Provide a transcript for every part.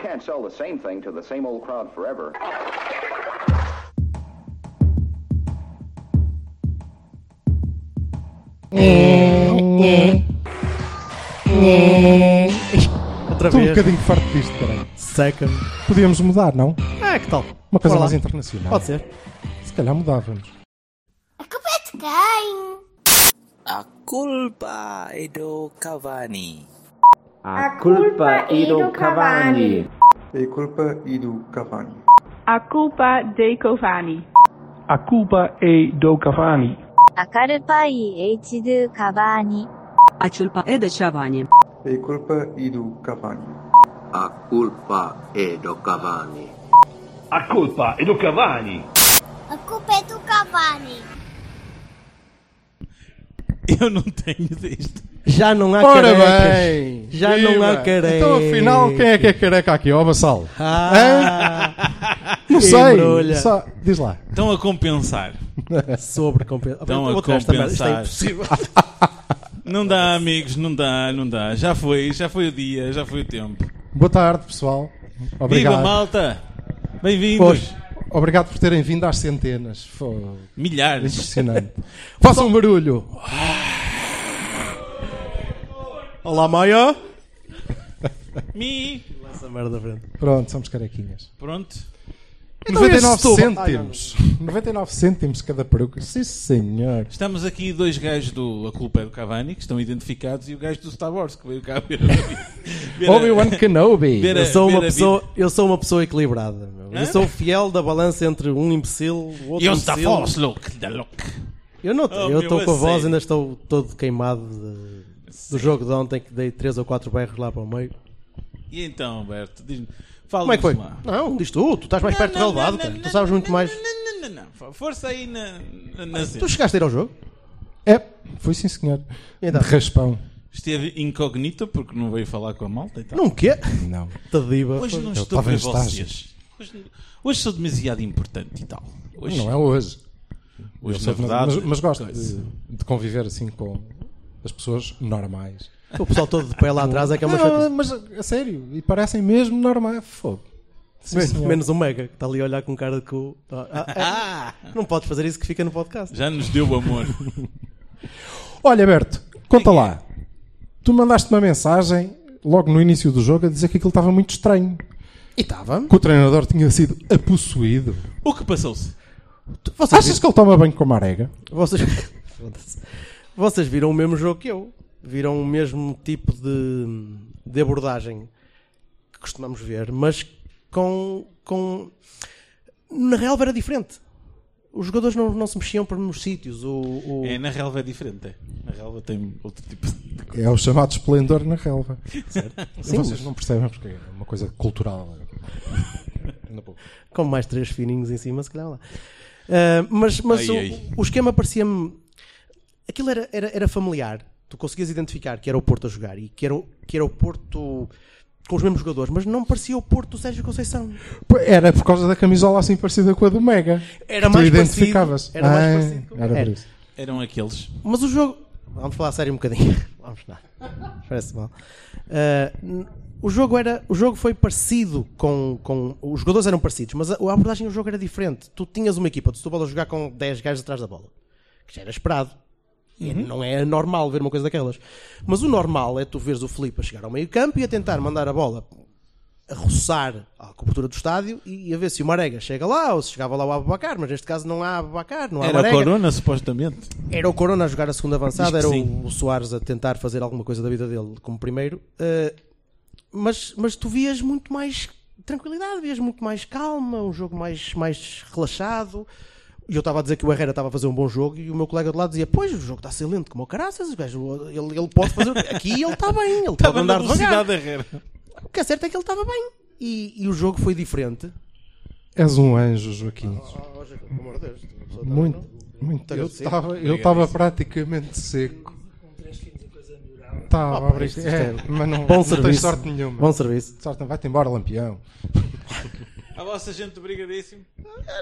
can't sell the same thing to the same old crowd forever. É, Né. é. Outra Estou um vez, bocadinho farto disto, caralho. seca-me. Podíamos mudar, não? É, que tal? Uma coisa Bora lá. mais internacional. Pode ser. Se calhar mudávamos. A culpa é de quem? A culpa é do Cavani. A culpa é do Cavani. A culpa é do Cavani. A culpa de Covani. A culpa é do Cavani. A culpa é de Cavani. A culpa é de Cavani. A culpa é do Cavani. A culpa é do Cavani. A culpa é do Cavani. A culpa é do Cavani. Eu não tenho disto. Já não há Ora carecas. bem! Já não há Viva! carecas. Então, afinal, quem é que é careca aqui? Ó, Vassal. Ah, Não sei. embrulha. Só- Diz lá. Estão Então, a compensar. sobre compensar. Estão Então, a é compensar. Não dá, amigos, não dá, não dá. Já foi, já foi o dia, já foi o tempo. Boa tarde, pessoal. Viva, Obrigado. malta! Bem-vindos! Obrigado por terem vindo às centenas. Foi Milhares. impressionante. Façam um barulho. Olá, Maia. Mi. Essa merda à frente. Pronto, somos carequinhas. Pronto. Então, esse 99 tubo- cêntimos. 99 cêntimos cada peruca. Sim, senhor. Estamos aqui dois gajos do A Culpa é do Cavani, que estão identificados, e o gajo do Star Wars, que veio cá ver. ver a- Obi-Wan Kenobi. ver a- Eu sou, ver uma a vida. pessoa, eu sou uma pessoa equilibrada. meu. Eu sou fiel da balança entre um imbecil, o outro Eu da imbecil. Force, Luke, da Luke. Eu não Oh, eu meu, estou com a a voz, sério. ainda estou todo queimado de- do jogo de ontem que dei 3 ou 4 berros lá para o meio. E então, Alberto, diz-me, fala Como é que foi? lá. Não, diz tu, tu estás mais perto do Não, não, relevado, não, cara. não, Tu sabes não, muito não, mais. Não, não, não, não. Força aí na. na, na cena. Tu chegaste a ir ao jogo? É, foi sim, senhor. Então. De raspão. Esteve incógnito porque não veio falar com a malta e tal. Não quê? Não. Tadiba. Hoje Eu não estou estava para em estágio. vocês. Hoje, hoje sou demasiado importante e tal. Hoje, Não é hoje. hoje na Mas- verdade. mas, mas gosto coisa. de, de conviver assim com as pessoas normais. O pessoal todo de pé lá atrás é que é uma não, chatice. mas a sério, e parecem mesmo normais. Fogo. Sim, Men- senhor. menos um mega que está ali a olhar com cara de cu. Ah, ah, é. Não podes fazer isso que fica no podcast. Já nos deu o amor. Olha, Berto, conta lá. Tu mandaste uma mensagem logo no início do jogo a dizer que aquilo estava muito estranho. E estava. Que o treinador tinha sido apossuído. o que passou-se? Vocês, Achas que ele toma banho com a marega? vocês, Foda-se. vocês viram o mesmo jogo que eu. Viram o mesmo tipo de, de abordagem que costumamos ver, mas com, com. Na real era diferente. Os jogadores não, não se mexiam por nos sítios. O, o- É, na relva é diferente. é. Na relva tem outro tipo de. É o chamado esplendor na relva. Vocês não percebem porque é uma coisa cultural. com mais três fininhos em cima, se calhar lá. Ah, mas mas Ai, o, ai. o esquema parecia-me. Aquilo era, era, era familiar. Tu conseguias identificar que era o Porto a jogar e que era, o- que era o Porto com os mesmos jogadores, mas não parecia o Porto do Sérgio Conceição. Era por causa da camisola assim parecida com a do Mega. Era tu mais identificavas. parecido- era mais Ah, parecido com- Era era. por isso. Eram aqueles. Mas o jogo. Vamos falar a sério um bocadinho. Vamos lá. Parece mal. Ah, n- o jogo era. O jogo foi parecido com, com. Os jogadores eram parecidos, mas a, a abordagem do jogo era diferente. Tu tinhas uma equipa de Setúbal a jogar com 10 gajos atrás da bola. Que já era esperado. E Não é normal ver uma coisa daquelas. Mas o normal é tu veres o Filipe a chegar ao meio campo e a tentar mandar a bola a roçar a cobertura do estádio e a ver se o Marega chega lá ou se chegava lá o Abacar, mas neste caso não há Abacar, não há Era a Marega. corona, supostamente. Era o Corona a jogar a segunda avançada, Diz era que o, o Soares a tentar fazer alguma coisa da vida dele como primeiro. eh, mas, mas tu vias muito mais tranquilidade, vias muito mais calma, um jogo mais, mais relaxado. E eu estava a dizer que o Herrera estava a fazer um bom jogo e o meu colega de lado dizia: Pois, o jogo está a ser lento, como o caraças, o gajo, ele, ele pode fazer. Aqui ele está bem, ele pode Estava na andar devagar. velocidade herrera. O que é certo é que ele estava bem. E, e o jogo foi diferente. És um anjo, Joaquim. Ah, pelo amor de Deus, Muito, então muito. Eu estava eu estava praticamente seco. Tá. Estava a abrir. É, mas não, Bom não tens serviço. sorte nenhuma. Bom serviço. Sorte, vai-te embora, lampião. A vossa gente, obrigadíssimo.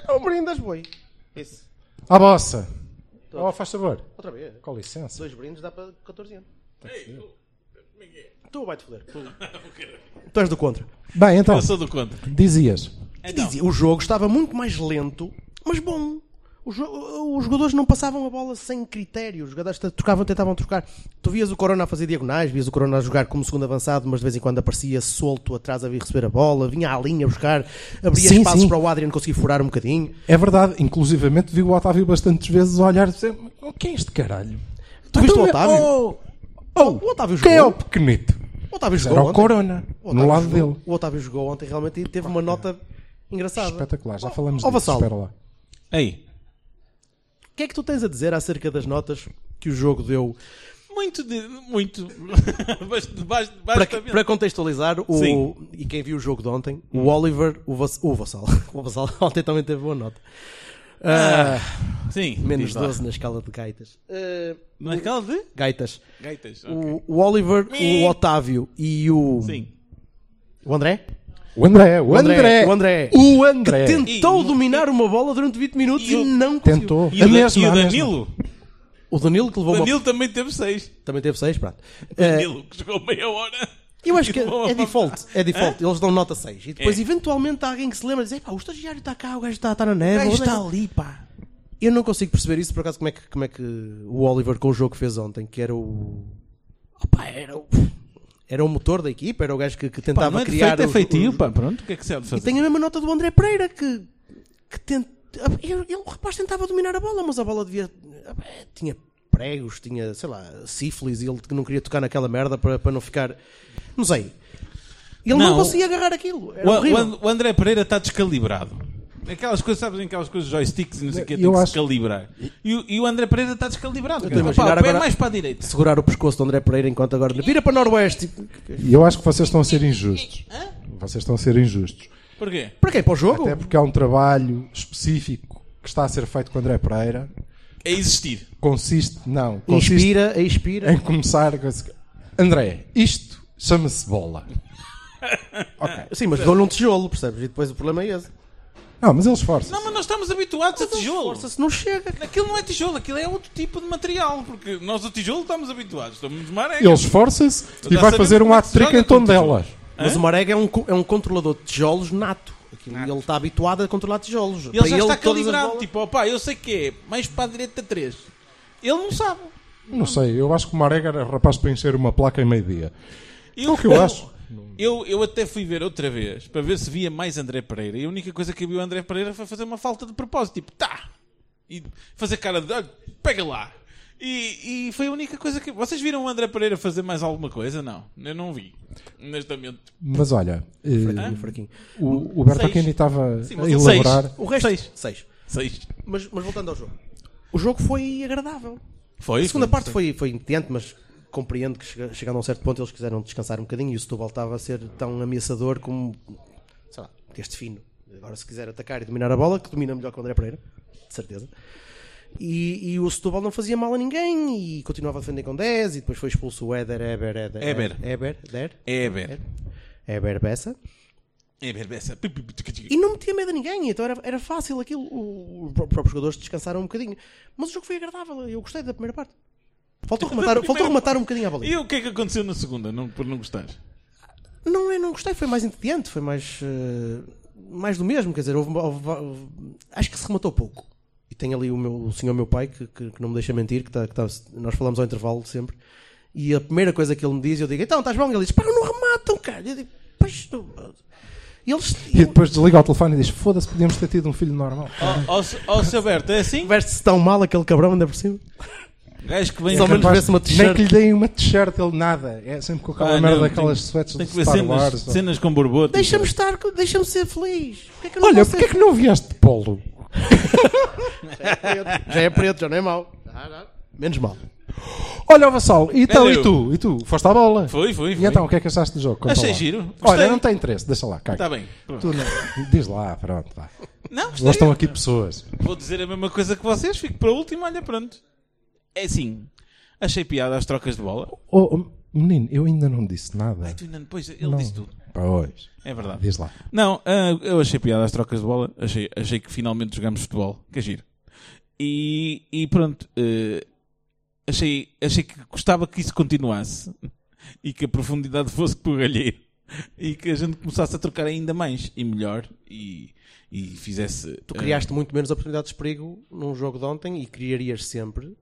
Não brindas, boi. Isso. À Ah, bossa. Oh, faz favor. Outra vez. Com licença. Dois brindes dá para 14 anos. Tu vai-te foder. Tu... tu és do contra. Então, Bem, então. Eu sou do contra. Dizias. Dizia, o jogo estava muito mais lento, mas bom. O jo- os jogadores não passavam a bola sem critério. Os jogadores t- trocavam, tentavam trocar. Tu vias o Corona a fazer diagonais, vias o Corona a jogar como segundo avançado, mas de vez em quando aparecia solto atrás a vir receber a bola, vinha à linha buscar, abria Sim, espaços sim. para o Adrian conseguir furar um bocadinho. É verdade, inclusivamente vi o Otávio bastantes vezes a olhar e dizer: "Mas Quem é este caralho? Tu viste Então, o Otávio? Oh, o Otávio quem é o jogou. pequenito? O Otávio Era jogou. o ontem. Corona, O Otávio no lado jogou- dele. é O Otávio jogou ontem realmente e teve uma nota engraçada. Espetacular, já falamos Ó, disso. Vassalo. Espera lá. Aí. O que é que tu tens a dizer acerca das notas que o jogo deu? Muito, de, muito. Basta- basta- Para, basta- para contextualizar, o, Sim. Hum. e quem viu o jogo de ontem, o Oliver, o, Vass, o Vassal, o Vassal ontem também teve boa nota. Ah, Sim. menos diz lá. 12 na escala de gaitas. Ah, Na escala de? gaitas. Gaitas. ok. O, o Oliver, Mi. o Otávio e o, Sim. o André? O André, o André. O André. O André. Que tentou E- dominar uma bola durante 20 minutos e, e o- não conseguiu. Tentou. É E o, A Dan- mesma, e o a mesma. Danilo? O Danilo que levou uma... Danilo também teve seis. Também teve 6, pronto. Ah, Danilo, que jogou meia hora. Eu acho que E levou é a- default. É default. Eles dão nota 6. E É. depois, eventualmente, há alguém que se lembra e diz: "Ei, pá, o estagiário está cá, o gajo está está na neve. onde tá gajo é que-" está ali, pá. Eu não consigo perceber isso, por acaso, como é que, como é que o Oliver, com o jogo que fez ontem, que era o. Opa, era o. Era o motor da equipa, era o gajo que, que Pá, tentava não é criar. defeito, é os- feitio, os- pá. Pronto, o que é que se há de E fazer? tem a mesma nota do André Pereira, que. que tenta. ele- ele- o rapaz tentava dominar a bola, mas a bola devia. tinha pregos, tinha, sei lá, sífilis e ele não queria tocar naquela merda para, para não ficar. Não sei. Ele não, Não. conseguia agarrar aquilo. Era O, horrível. o And- o André Pereira está descalibrado. Aquelas coisas, sabes, em aquelas coisas, joysticks e não sei o que, Eu tem que acho- se calibrar. E, o- e o André Pereira está descalibrado. estou a cara. Pá, imaginar o pé agora- mais para a direita. Segurar o pescoço do André Pereira enquanto agora. Vira para Noroeste. E eu acho que vocês estão a ser injustos. Vocês estão a ser injustos. Porquê? Para quê? Para o jogo? Até porque há um trabalho específico que está a ser feito com o André Pereira. É existir. Consiste, não, consiste Inspira, expira. em começar com esse... André, isto chama-se bola. ok. Sim, mas dou-lhe um tijolo, percebes? E depois o problema é esse. Não, mas ele esforça. Não, mas nós estamos habituados a tijolo. Força-se, não chega. Aquilo não é tijolo, aquilo é outro tipo de material. Porque nós a tijolo estamos habituados. Estamos maré. Ele esforça-se e Já vai sabemos fazer um como é que ato se trick joga em com Tondela. Mas o Marega é um, co- é um controlador de tijolos nato. Aquilo- Ele está habituado a controlar tijolos. Ele já está calibrado. Tipo, opá, eu sei que é mais para a direita 3. Ele não sabe. Não sei, eu acho que o Marega era rapaz para encher uma placa em meio-dia. Eu, que eu acho. Eu, eu até fui ver outra vez para ver se via mais André Pereira. E a única coisa que viu André Pereira foi fazer uma falta de propósito, tipo, tá! E fazer cara de "Ah, pega lá! E, e foi a única coisa que. Vocês viram o André Pereira fazer mais alguma coisa? Não, eu não vi. Honestamente. Mas olha, eh, fraquinho. o, o Berto Seis. Aquino estava Sim, a mas são elaborar. seis. O resto. Seis. Seis. Seis. Mas, mas voltando ao jogo. O jogo foi agradável. Foi? A segunda foi, parte foi, foi entediante, mas compreendo que chega- chegando a um certo ponto eles quiseram descansar um bocadinho e o Setúbal estava a ser tão ameaçador como, sei lá, este fino. Agora se quiser atacar e dominar a bola, que domina melhor que o André Pereira, de certeza. E, e o Setúbal não fazia mal a ninguém e continuava a defender com 10 e depois foi expulso o Éder, Éber, Éder, Éber. Éber, Éder, É, Ber. Éber Bessa. É, Ber, essa. E não metia medo a ninguém, então era, era fácil aquilo. O- Os pró- próprios jogadores descansaram um bocadinho. Mas o jogo foi agradável, eu gostei da primeira parte. Faltou rematar, faltou rematar um bocadinho à E bolinha. o que é que aconteceu na segunda, não, por não gostares? Não, eu não gostei, foi mais entediante, foi mais. eh, mais do mesmo, quer dizer, houve- houve- houve- acho que se rematou pouco. E tem ali o, meu, o senhor, meu pai, que, que- que não me deixa mentir, que, tá, que tá- nós falamos ao intervalo sempre. E a primeira coisa que ele me diz, eu digo: então, estás bom? Ele diz: pá, não rematam, cara. Eu digo: pois. tu- eh." E eles. E depois desliga o telefone e diz: Foda-se, podíamos ter tido um filho normal. Ó, oh, seu Berto, é assim? Veste-se tão mal aquele cabrão ainda por cima. Gajo que vem Só a ao menos acabar- vê-se uma Nem t-shirt. que lhe deem uma t-shirt, ele nada. É sempre com aquela Ah, merda não, daquelas tem- sweats Tem de que ver Star Wars. é? cenas, cenas com borbotas. Deixa-me estar, co- deixa-me ser feliz. Porquê que eu não Olha, posso porquê é ser que não vieste de polo? preto? Já é preto, já não é mau. Menos mal. Olha, o Vassal, e, então, Valeu. e tu? E tu? Foste à bola? Foi, foi, foi. E então, o que é que achaste do jogo? Conta Achei lá. giro. Olha, Gostei. não tem interesse, deixa lá, caga. Está bem. Pronto. Tu não- Diz lá, pronto, vá. Não, Já gostei. estão aqui pessoas. Vou dizer a mesma coisa que vocês, fico para último, olha, pronto. É assim, achei piada às trocas de bola. Oh, oh, menino, eu ainda não disse nada. Tu ainda depois, ele disse tudo. Pois. É verdade. Diz lá. Não, ah, eu achei piada às trocas de bola. Achei, achei que finalmente jogamos futebol. Que é giro. ah, E, e pronto. eh, achei, achei que gostava que isso continuasse. e que a profundidade fosse porralheiro e que a gente começasse a trocar ainda mais e melhor e, e fizesse. Tu criaste muito menos oportunidades de perigo num jogo de ontem e criarias sempre,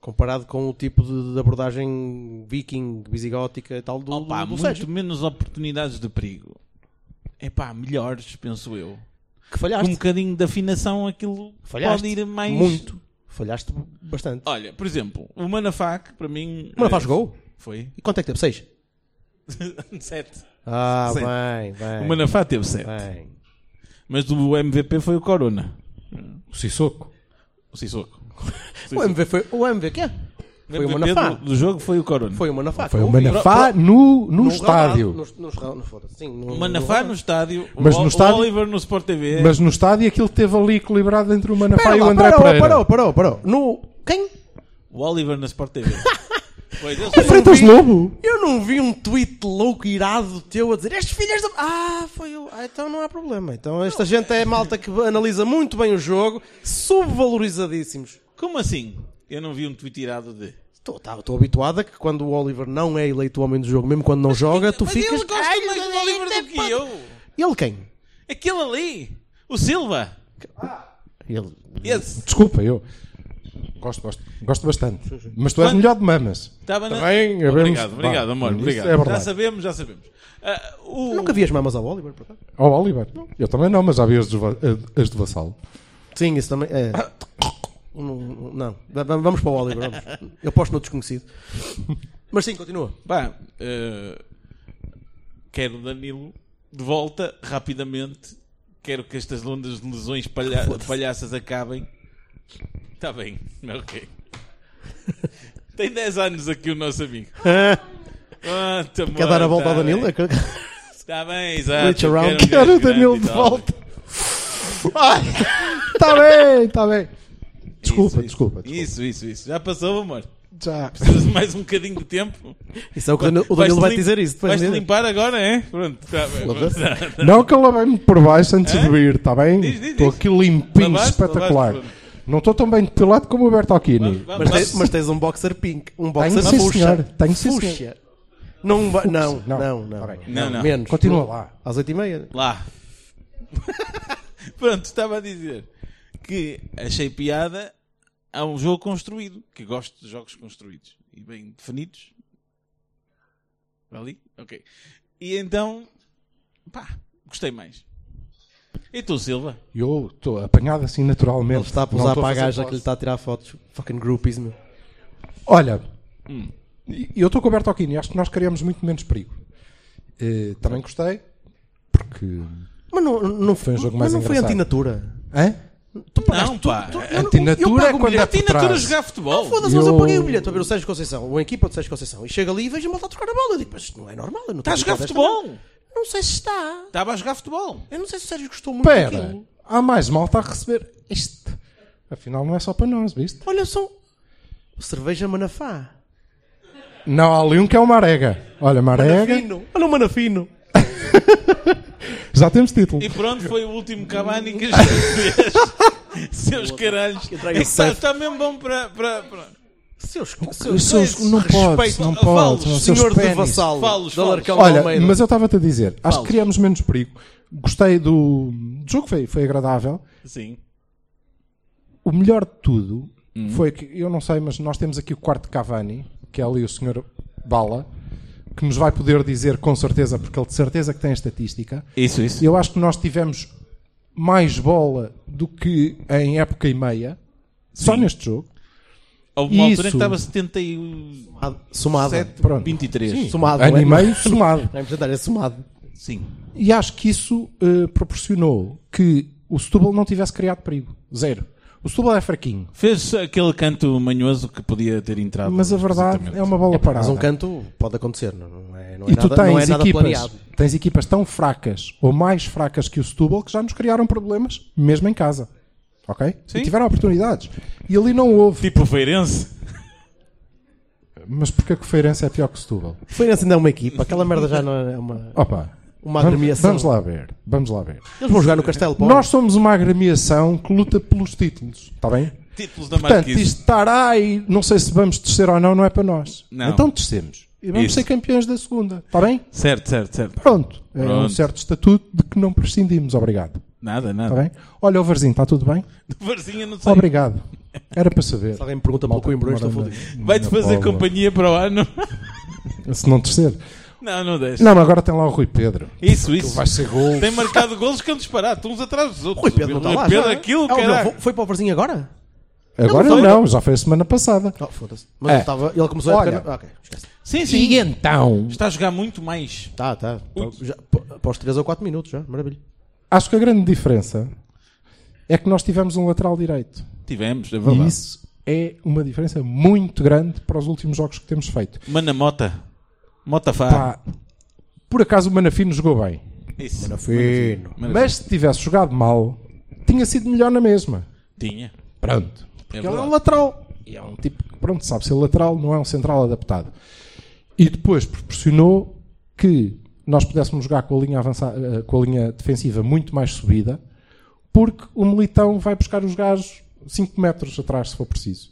comparado com o tipo de, de abordagem viking, visigótica e tal do, do, Opa, do muito Sérgio. menos oportunidades de perigo. É pá, melhores, penso eu. Que falhaste. Com um bocadinho de afinação, aquilo Falhaste pode ir mais. Muito. Falhaste bastante. Olha, por exemplo, o Manafac, para mim. eh, O Manafac jogou? Foi. E quanto é que teve? Seis? Sete. Ah, Sete. bem, bem. O Manafá teve sete. Mas o MVP foi o Corona. O Sissoko. O Sissoko. O MV foi. O MV quê? é? Foi o MVP Manafá. do, do jogo foi o Corona. Foi o Manafá. Foi o Ouvi. Manafá no, no, No estádio. relvado, Nos, nos, rel- no, foda-se, sim, no, O Manafá no- no estádio, Mas o, no o estádio- Oliver no Sport TV. Mas no estádio aquilo teve ali equilibrado entre o Manafá Pera e o lá, André parou, Pereira. parou, parou, parou. No. Quem? O Oliver na Sport TV. Foi, Deus O Freitas vi. Lobo. Eu não vi um tweet louco irado teu a dizer "É, estes filhos da. Ah, foi o. Ah, então não há problema. Então esta gente é malta que analisa muito bem o jogo, subvalorizadíssimos. Como assim? Eu não vi um tweet tirado de. Estou tá, estou habituado a que quando o Oliver não é eleito o homem do jogo, mesmo quando não joga, tu Mas ficas. ele gosta Ai, mais do mas Oliver é ainda do pode- que eu. Ele quem? Aquele ali. O Silva. Ele. Esse. Desculpa, eu. Gosto, gosto. Gosto bastante. Mas tu és Quando- melhor de mamas. Tá, Tá Estava na... Também, Obrigado, havemos- obrigado, Vá, amor. isso Obrigado. é verdade. já sabemos, já sabemos. Ah, o... Nunca vi as mamas ao Oliver, por acaso? Ó, Oliver. Eu também não, mas já vi as do, Va- eh, as do Vassalo. Sim, isso também. É. Não, não. Va- va- vamos para o Oliver. Vamos. Eu posto no desconhecido. Mas sim, continua. Pá, eh, quero o Danilo de volta rapidamente. Quero que estas ondas de lesões palha- palhaças acabem. Está bem, ok. Tem 10 anos aqui o nosso amigo. Ah, Quer dar a volta ao Danilo? É que- Está Tá bem, exato. Reach around. um gajo Quero o grande Danilo e de tal. volta. Está Tá bem, está bem. Desculpa, Isso, desculpa. Isso, isso, isso, isso. Já passou, amor? Já. Precisas de mais um bocadinho de tempo? Isso é o que o Danilo, o Danilo Vais-te vai lim- dizer isso. Depois né? Vais-te de... limpar agora, é? Pronto, está bem. Não que eu lavei-me por baixo antes de vir, está bem? Diz, diz, Estou diz. aqui limpinho, Lavaste, espetacular. lavaste. não estou tão bem depilado como o Berto Alquini. Vamos, Mas, vamos. tens, mas tens um boxer pink. Um boxer sim, fuxa. senhor. Tenho, sim, Fuxa. senhor. Não, ba- não, Fuxa, não. não, não, não, Ok. Não, não. Menos. Continua lá. Às oito e meia. Lá. Pronto, estava a dizer que achei piada a um jogo construído, que gosto de jogos construídos e bem definidos. Ali? Ok. E então, pá, gostei mais. E tu, Silva? Eu estou apanhado assim naturalmente. Ele está a Não pousar estou para a fazer gaja pose. que lhe está a tirar fotos. Fucking groupies, meu. Olha, Hum. eu estou com o Berto Alquini. Acho que nós criamos muito menos perigo. Eh, também gostei, porque... Mas não, não Foi um jogo mas mais não foi engraçado. antinatura. Hã? Tu Não, pá. Antinatura é pago o quando bilhete. Ah, é por Antinatura trás. jogar futebol. Foda-se, mas eu Eu- paguei o bilhete para ver o Sérgio Conceição, ou a equipa do Sérgio Conceição, e chega ali e vejo a malta a tocar a bola. Eu digo, mas isto não é normal. Eu não Está Tá a estou jogar habituado esta futebol. merda. Não sei se está. Estava a jogar futebol. Eu não sei se o Sérgio gostou muito Pera, daquilo. há mais malta a receber isto. Afinal não é só para nós, viste? Olha só. Cerveja Manafá. Não, há ali um que é o Marega. Olha, Marega, Manafino. Olha o Manafino. já temos título. E pronto, foi o último Cavani que a gente fez. Seus caralhos. É que Está, está mesmo bom para. para, para... Seus, Os seus- não pode, não Respeito. pode. Fala, Os seus senhor de pênis. Vassalo. Falos, da falos. Larcão de Olha, Almeida. mas eu estava-te a dizer, acho Fala. que criamos menos perigo. Gostei do, do jogo, foi, foi agradável. Sim. O melhor de tudo Uhum. foi que, eu não sei, mas nós temos aqui o quarto Cavani, que é ali o senhor Bala, que nos vai poder dizer com certeza, porque ele de certeza que tem a estatística. Isso, isso. Eu acho que nós tivemos mais bola do que em época e meia, só neste jogo. Houve uma altura em Isso. que estava 71. Somado. Pronto. 23. Somado. Ano e não é? meio, somado. Não é importante, é somado. Sim. E acho que isso eh, proporcionou que o Setúbal não tivesse criado perigo. Zero. O Setúbal é fraquinho, Fez aquele canto manhoso que podia ter entrado. mas a verdade é uma bola parada. Mas um canto pode acontecer, não- não é, não é e tu nada, não é tens, nada equipas, planeado. tens equipas tão fracas ou mais fracas que o Setúbal que já nos criaram problemas, mesmo em casa. Ok? Sim. E tiveram oportunidades. E ali não houve. Tipo o Feirense. Mas porquê que o Feirense é pior que o Setúbal? Foi assim, não é uma equipa. Aquela merda já não é uma. Opa. Uma vamos- agremiação. Vamos lá ver. Vamos lá ver. Eles vão jogar no Castelo, pô. Nós somos uma agremiação que luta pelos títulos. Está bem? Títulos da Portanto, Marquise. isto estará e não sei se vamos descer ou não, não é para nós. Não. Então descemos. E vamos Isso. ser campeões da segunda. Está bem? Certo, certo, certo. Pronto. É um Pronto. certo estatuto de que não prescindimos. Obrigado. Nada, Está nada. bem? Olha, o Varzinho, está tudo bem? Varzinho, não sei. Obrigado. Era para saber. Se alguém me pergunta pelo Coimbra, eu estou fodido. Vai-te fazer companhia para o ano. Se não terceiro. Não, não deixa. Não, mas agora tem lá o Rui Pedro. Isso, isso. Então Vai ser gol. Tem marcado golos que é um disparate, uns atrás dos outros. Rui Pedro não está lá. já, Pedro, não é? aquilo, Ah, o meu caralho. avô Foi para o Varzinho agora? Agora Não não, foi. já foi a semana passada. Oh, foda-se. Mas É. eu estava- ele começou a Olha. época. Ah, ok, esquece. Sim, sim. E então? Está a jogar muito mais. Tá, tá. Tá, já, p- Após 3 ou 4 minutos já, maravilha. Acho que a grande diferença é que nós tivemos um lateral direito. Tivemos, é E verdade. isso é uma diferença muito grande para os últimos jogos que temos feito. Mana Mota. Mota Fá. Pá, por acaso o Manafino jogou bem. Isso. Manafino. Manafino. Mas se tivesse jogado mal, tinha sido melhor na mesma. Tinha. Pronto. Porque ele é verdade. um lateral. E é um tipo que, pronto, sabe ser lateral, não é um central adaptado. E depois proporcionou que nós pudéssemos jogar com a linha, avança- eh, com a linha defensiva muito mais subida, porque o Militão vai buscar os gajos 5 metros atrás, se for preciso.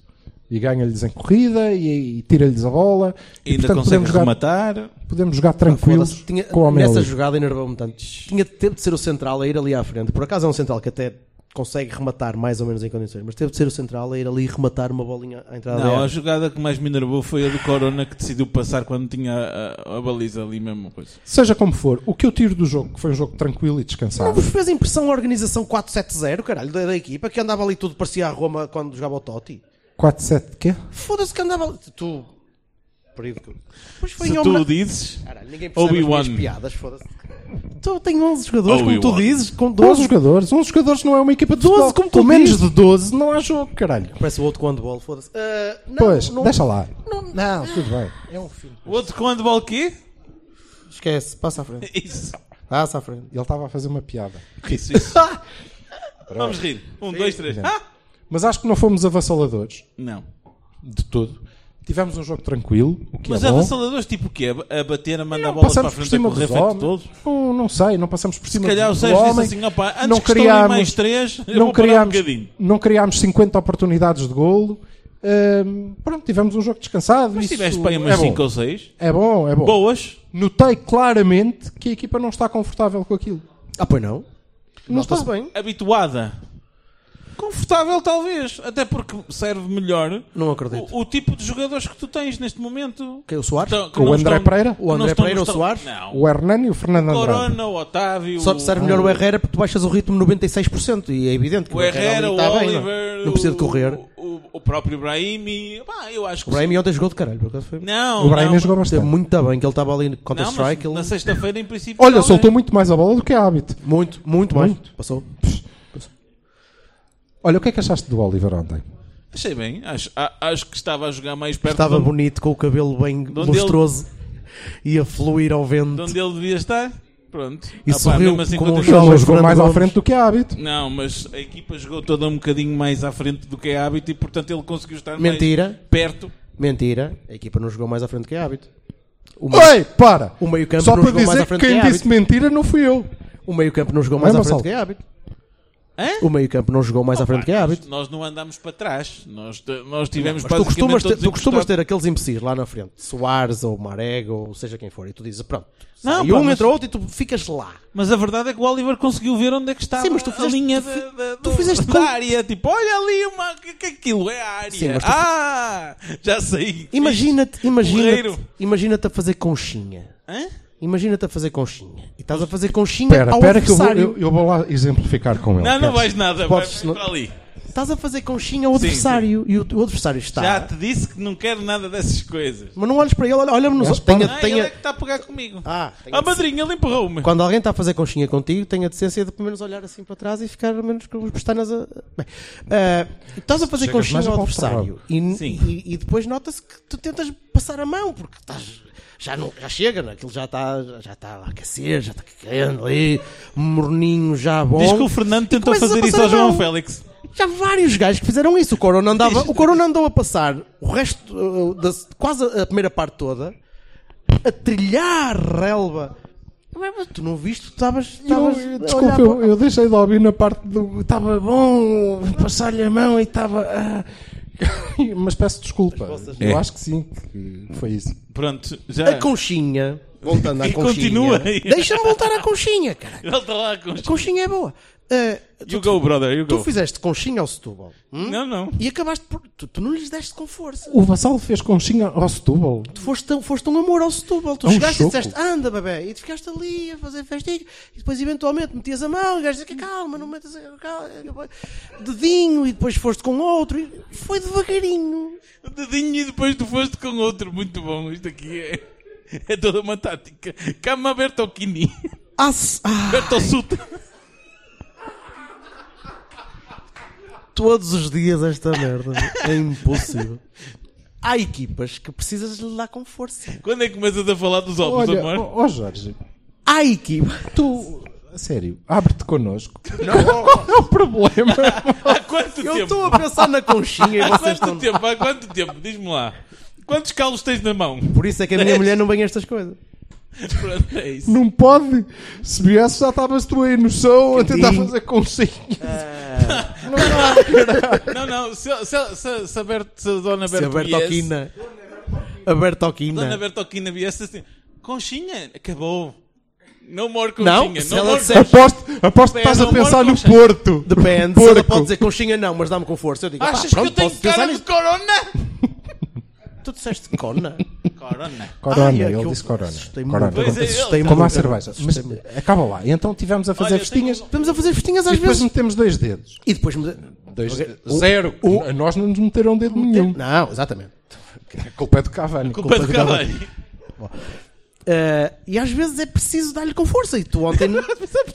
E ganha-lhes em corrida e, e tira-lhes a bola. E, Ainda portanto, consegue podemos jogar, rematar. podemos jogar Ah, foda-se. tranquilos Tinha- com o homem é Nessa ali. jogada enervou-me tanto. Tinha tempo de ser o central a ir ali à frente. Por acaso é um central que até consegue rematar mais ou menos em condições, mas teve de ser o central a ir ali rematar uma bolinha à entrada. da Não, a área. jogada que mais me enervou foi a do Corona que decidiu passar quando tinha a, a- a baliza ali, mesma coisa. Seja como for, o que eu tiro do jogo, que foi um jogo tranquilo e Não descansado, vos fez impressão a organização 4-7-0, caralho, da, da equipa que andava ali tudo, parecia a Roma quando jogava o Totti? 4-7 de quê? Foda-se que andava ali. Tu. Perigo. que eu- Mas foi Se em tu homena- dizes, Caralho, ninguém percebe as Obi-Wan. minhas piadas, foda-se. Então Tu tem 11 jogadores, como tu Obi-Wan. dizes, com 12 12 jogadores, 11 jogadores não é uma equipa de 12, 12, como com tu menos dizes. de 12 não há jogo, caralho. Parece o outro com handball, foda-se. Ah, não, pois, não- deixa lá. Não, Não, tudo bem. É um filme. o outro com handball quê? Esquece, passa à frente. Isso. Passa à frente. Ele estava a fazer uma piada. Isso, isso. Vamos rir. Um, dois, três. Ah! Mas acho que não fomos avassaladores Não. de todo. Tivemos um jogo tranquilo, o que Mas é bom. avassaladores, tipo o quê? A bater, a mandar Não bolas para a passamos por frente, é a cima dos correr feito todos? homens. Não, não sei, não passamos por Se cima calhar o do Sérgio homem. disse assim: opa, antes não que estão criámos, ali mais três, eu não vou criámos, parar um bocadinho. não criámos 50 oportunidades de golo. Hum, pronto, tivemos um jogo descansado. Mas isso tiveste bem é umas bom. 5 ou 6. É bom, é bom. Boas. Notei claramente que a equipa não está confortável com aquilo. Ah, pois não. Não está Nota-se bem. habituada. Confortável, talvez. Até porque serve melhor Não acredito. o, o tipo de jogadores que tu tens neste momento. Quem, o Soares? Então, que Com o não André estão- Pereira? que O não André estão- Pereira, o estão- Soares? Não. O Hernani e o Fernando Andrade. Corona, o Otávio. Só te serve o- melhor o Herrera porque tu baixas o ritmo 96% e é evidente que O Herrera, ali o está bem, não é? Oliver. não precisa de o- correr. O, o próprio Brahimi. Pá, eu acho que. O Brahim ontem jogou de caralho, por acaso foi. Não, O Brahim não, jogou Esteve bastante. muito bem, que ele estava ali no não, mas Counter-Strike. na Ele... sexta-feira, em princípio. Olha, está soltou bem. É muito mais a bola do que a hábito. Muito, muito, bem. Muito. Passou. Olha, o que é que achaste do Oliver ontem? Achei bem. Acho, a- acho que estava a jogar mais perto Estava de, onde, bonito, com o cabelo bem onde lustroso e a fluir ao de vento. onde ele devia estar. Pronto. E Ah, pá, sorriu mesmo assim como um continua- Ele não Jovem jogou Fernando mais à Gomes. frente do que a hábito. Não, mas a equipa jogou toda um bocadinho mais à frente do que é hábito e, portanto, ele conseguiu estar mais Mentira. perto. Mentira, a equipa não jogou mais à frente que é hábito. O Oi, meio, para! O meio-campo Só não para jogou mais à dizer que frente que quem a disse mentira não fui eu. o meio campo não jogou mais à Lembra, frente Saulo? que é hábito. Hã? O meio campo não jogou mais à frente que é Pá, nós- hábito. Nós não andámos para trás. Nós, t- nós tivemos Mas tu costumas, basicamente ter, todos tu costumas encostados. ter aqueles imbecis lá na frente, Soares ou Marega ou seja quem for, e tu dizes, pronto, Não, sai pá, um mas- entra outro e tu ficas lá. Mas a verdade é que o Oliver conseguiu ver onde é que estava Sim, mas tu fizeste- a linha tu da- fi- da- tu do- fizeste da com- área. Tipo, olha ali, uma... que, que aquilo é a área. Sim, mas tu- Ah, já sei. Imagina-te, Porreiro. imagina-te, imagina-te a fazer conchinha. Hã? Imagina-te a fazer conchinha. E estás a fazer conchinha Espera, ao espera que eu vou, adversário. eu- eu vou lá exemplificar com ele. Não, não Queres? vais nada. Vai, Podes- vai para ali. Estás a fazer conchinha ao Sim, adversário e o, o adversário está. Já te disse que não quero nada dessas coisas. Mas não olhes para ele, olha- olha-me nos Mas olhos. Tenha, Ah, ele tenha... é que está a pegar comigo. Ah, tenha a de ser- madrinha, ele empurrou-me. Quando alguém está a fazer conchinha contigo, tenha a decência de pelo menos olhar assim para trás e ficar pelo menos com os pestanas a. Bem, ah, estás a fazer Chegas conchinha mais ao ao adversário e, Sim. e- e depois nota-se que tu tentas passar a mão, porque estás. Já, não, já chega, né? aquilo já está já tá- está a aquecer, já está querendo ali, morninho já bom. Diz que o Fernando tentou começas a fazer isso passar ao a João mão. Félix. Já há vários gajos que fizeram isso. O Corona, andava, o Corona andou a passar o resto, uh, da, quase a primeira parte toda, a trilhar relva. Mas mas tu não viste, tu estavas. estavas a Eu- eu- olhar desculpa, para- eu, eu deixei de ouvir na parte do. Estava bom, passar-lhe a mão e estava. ah. Mas peço desculpa. Eu acho que sim, que foi isso. Pronto, já. A conchinha. Voltando à E conchinha. continua. Deixa-me voltar à conchinha, cara. Volta lá, conchinha. A conchinha é boa. Eh, You go, brother, you tu go. fizeste conchinha ao Setúbal. hum? Não, não. E acabaste por. Tu, tu não lhes deste com força. O Vassal fez conchinha ao Setúbal. Tu foste, tão- foste um amor ao Setúbal. Tu É um chegaste choco. e disseste, anda, bebê. E tu ficaste ali a fazer festinho. E depois, eventualmente, metias a mão. E o gajo dizia, calma, não metas a. Calma, dedinho. E depois foste com outro. E foi devagarinho. O dedinho e depois tu foste com outro. Muito bom. Isto aqui é, é toda uma tática. Cama aberta ao Kini. Ah, se- ah, Aberta ao Suta. todos os dias esta merda. É impossível. Há equipas que precisas de lidar com força. Quando é que começas a falar dos ovos, Olha, amor? ó ó Jorge, Há equipas. tu, a sério, abre-te connosco. Qual é o problema? Há quanto Eu tempo? estou a pensar na conchinha e Há vocês quanto estão. tempo? Há quanto tempo? Diz-me lá. Quantos calos tens na mão? Por isso é que a minha mulher não banha estas coisas. Pronto, é isso. Não pode. Se viesse, já estavas tu aí no chão a tentar Cadinho. fazer conchinha. Não, não. Se, se, se, se, aberto, se a dona Se Berto a Bertoquina. A Dona Bertoquina. Bertoquina viesse assim. Conchinha, acabou. No more Não, conchinha. se no ela more disser- conchinha. Aposto, aposto que Pera, estás a amor, pensar no concha. Porto. Depende. Se ela Porco. pode dizer conchinha não, mas dá-me com força. Eu digo, pá, Achas que eu pronto, tenho posso pensar cara de nisto. corona? Tu disseste cona. Corona. Corona, Ai, é que ele eu disse corona. assustei-me corona. muito. Pois é, Assustei-me Como a muito. cerveja. Mas Assustei-me. acaba lá. E Então estivemos a fazer Olha, festinhas tenho Estamos a fazer festinhas e às depois vezes. metemos dois dedos. E depois. me- Dois, Ok. Zero. A nós não nos meteram dedo nenhum. Não, exatamente. A culpa é do Cavani. Culpa do de Cavani. Eh, e às vezes é preciso dar-lhe com força. E tu ontem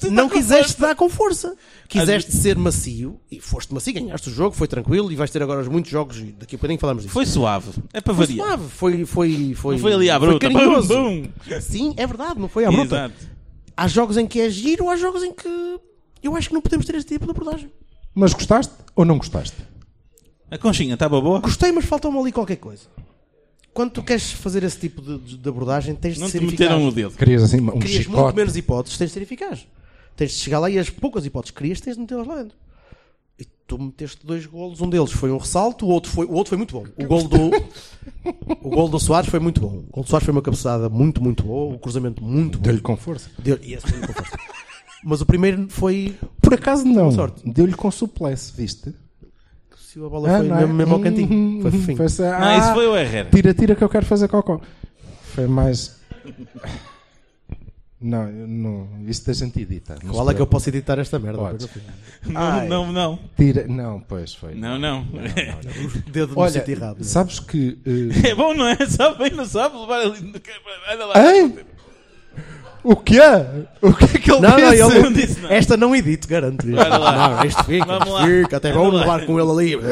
é não quiseste dar com força. Quiseste ser macio e foste macio, ganhaste o jogo, foi tranquilo e vais ter agora muitos jogos. E daqui a bocadinho falamos disso. Foi suave. É para Foi variar. suave, foi, foi, foi, Não foi ali à bruta. carinhoso. Bum, bum. Sim, é verdade, não foi à bruta. Exato. Há jogos em que é giro, há jogos em que eu acho que não podemos ter esse tipo de abordagem. Mas gostaste ou não gostaste? A conchinha estava boa? Gostei, mas faltou-me ali qualquer coisa. Quando tu queres fazer esse tipo de- de, de abordagem, tens Não de te ser meteram o eficaz. dedo. Querias assim um Crias muito chicote? menos hipóteses, tens de ser eficaz. Tens de chegar lá e as poucas hipóteses que crias, tens de metê-las lá dentro. E tu meteste dois golos, um deles foi um ressalto, o outro foi, o outro foi muito bom. O gol do O gol do Soares foi muito bom. O gol do Soares foi uma cabeçada muito, muito boa, o cruzamento muito bom. Deu-lhe com força. Deu- e esse foi com força. Mas o primeiro foi Por acaso não. sorte. Deu-lhe com suplesse, viste? se a bola foi não é? mesmo, mesmo ao cantinho. Hum, Foi fim. foi assim, Não, isso ah, foi o Herrera. Tira, tira que eu quero fazer cocó. Foi mais. Não, eu não. Isso da gente edita. Não Qual é se que eu posso editar esta merda? Podes. Ai. Não, não, não. preocupe. Tira... Não, pois foi. Não, não. Dedo no Olha, sítio errado. sabes que. eh, É bom, não é? Sabe bem, não sabe? Levar ali. Olha lá. Hein? O que é? O que é que ele Não, não, disse? ele não disse nada. Esta não edito, garanto. Vai lá. Não, este fica, Vamos lá. fica. Até vamos Vamos lá. levar com ele ali.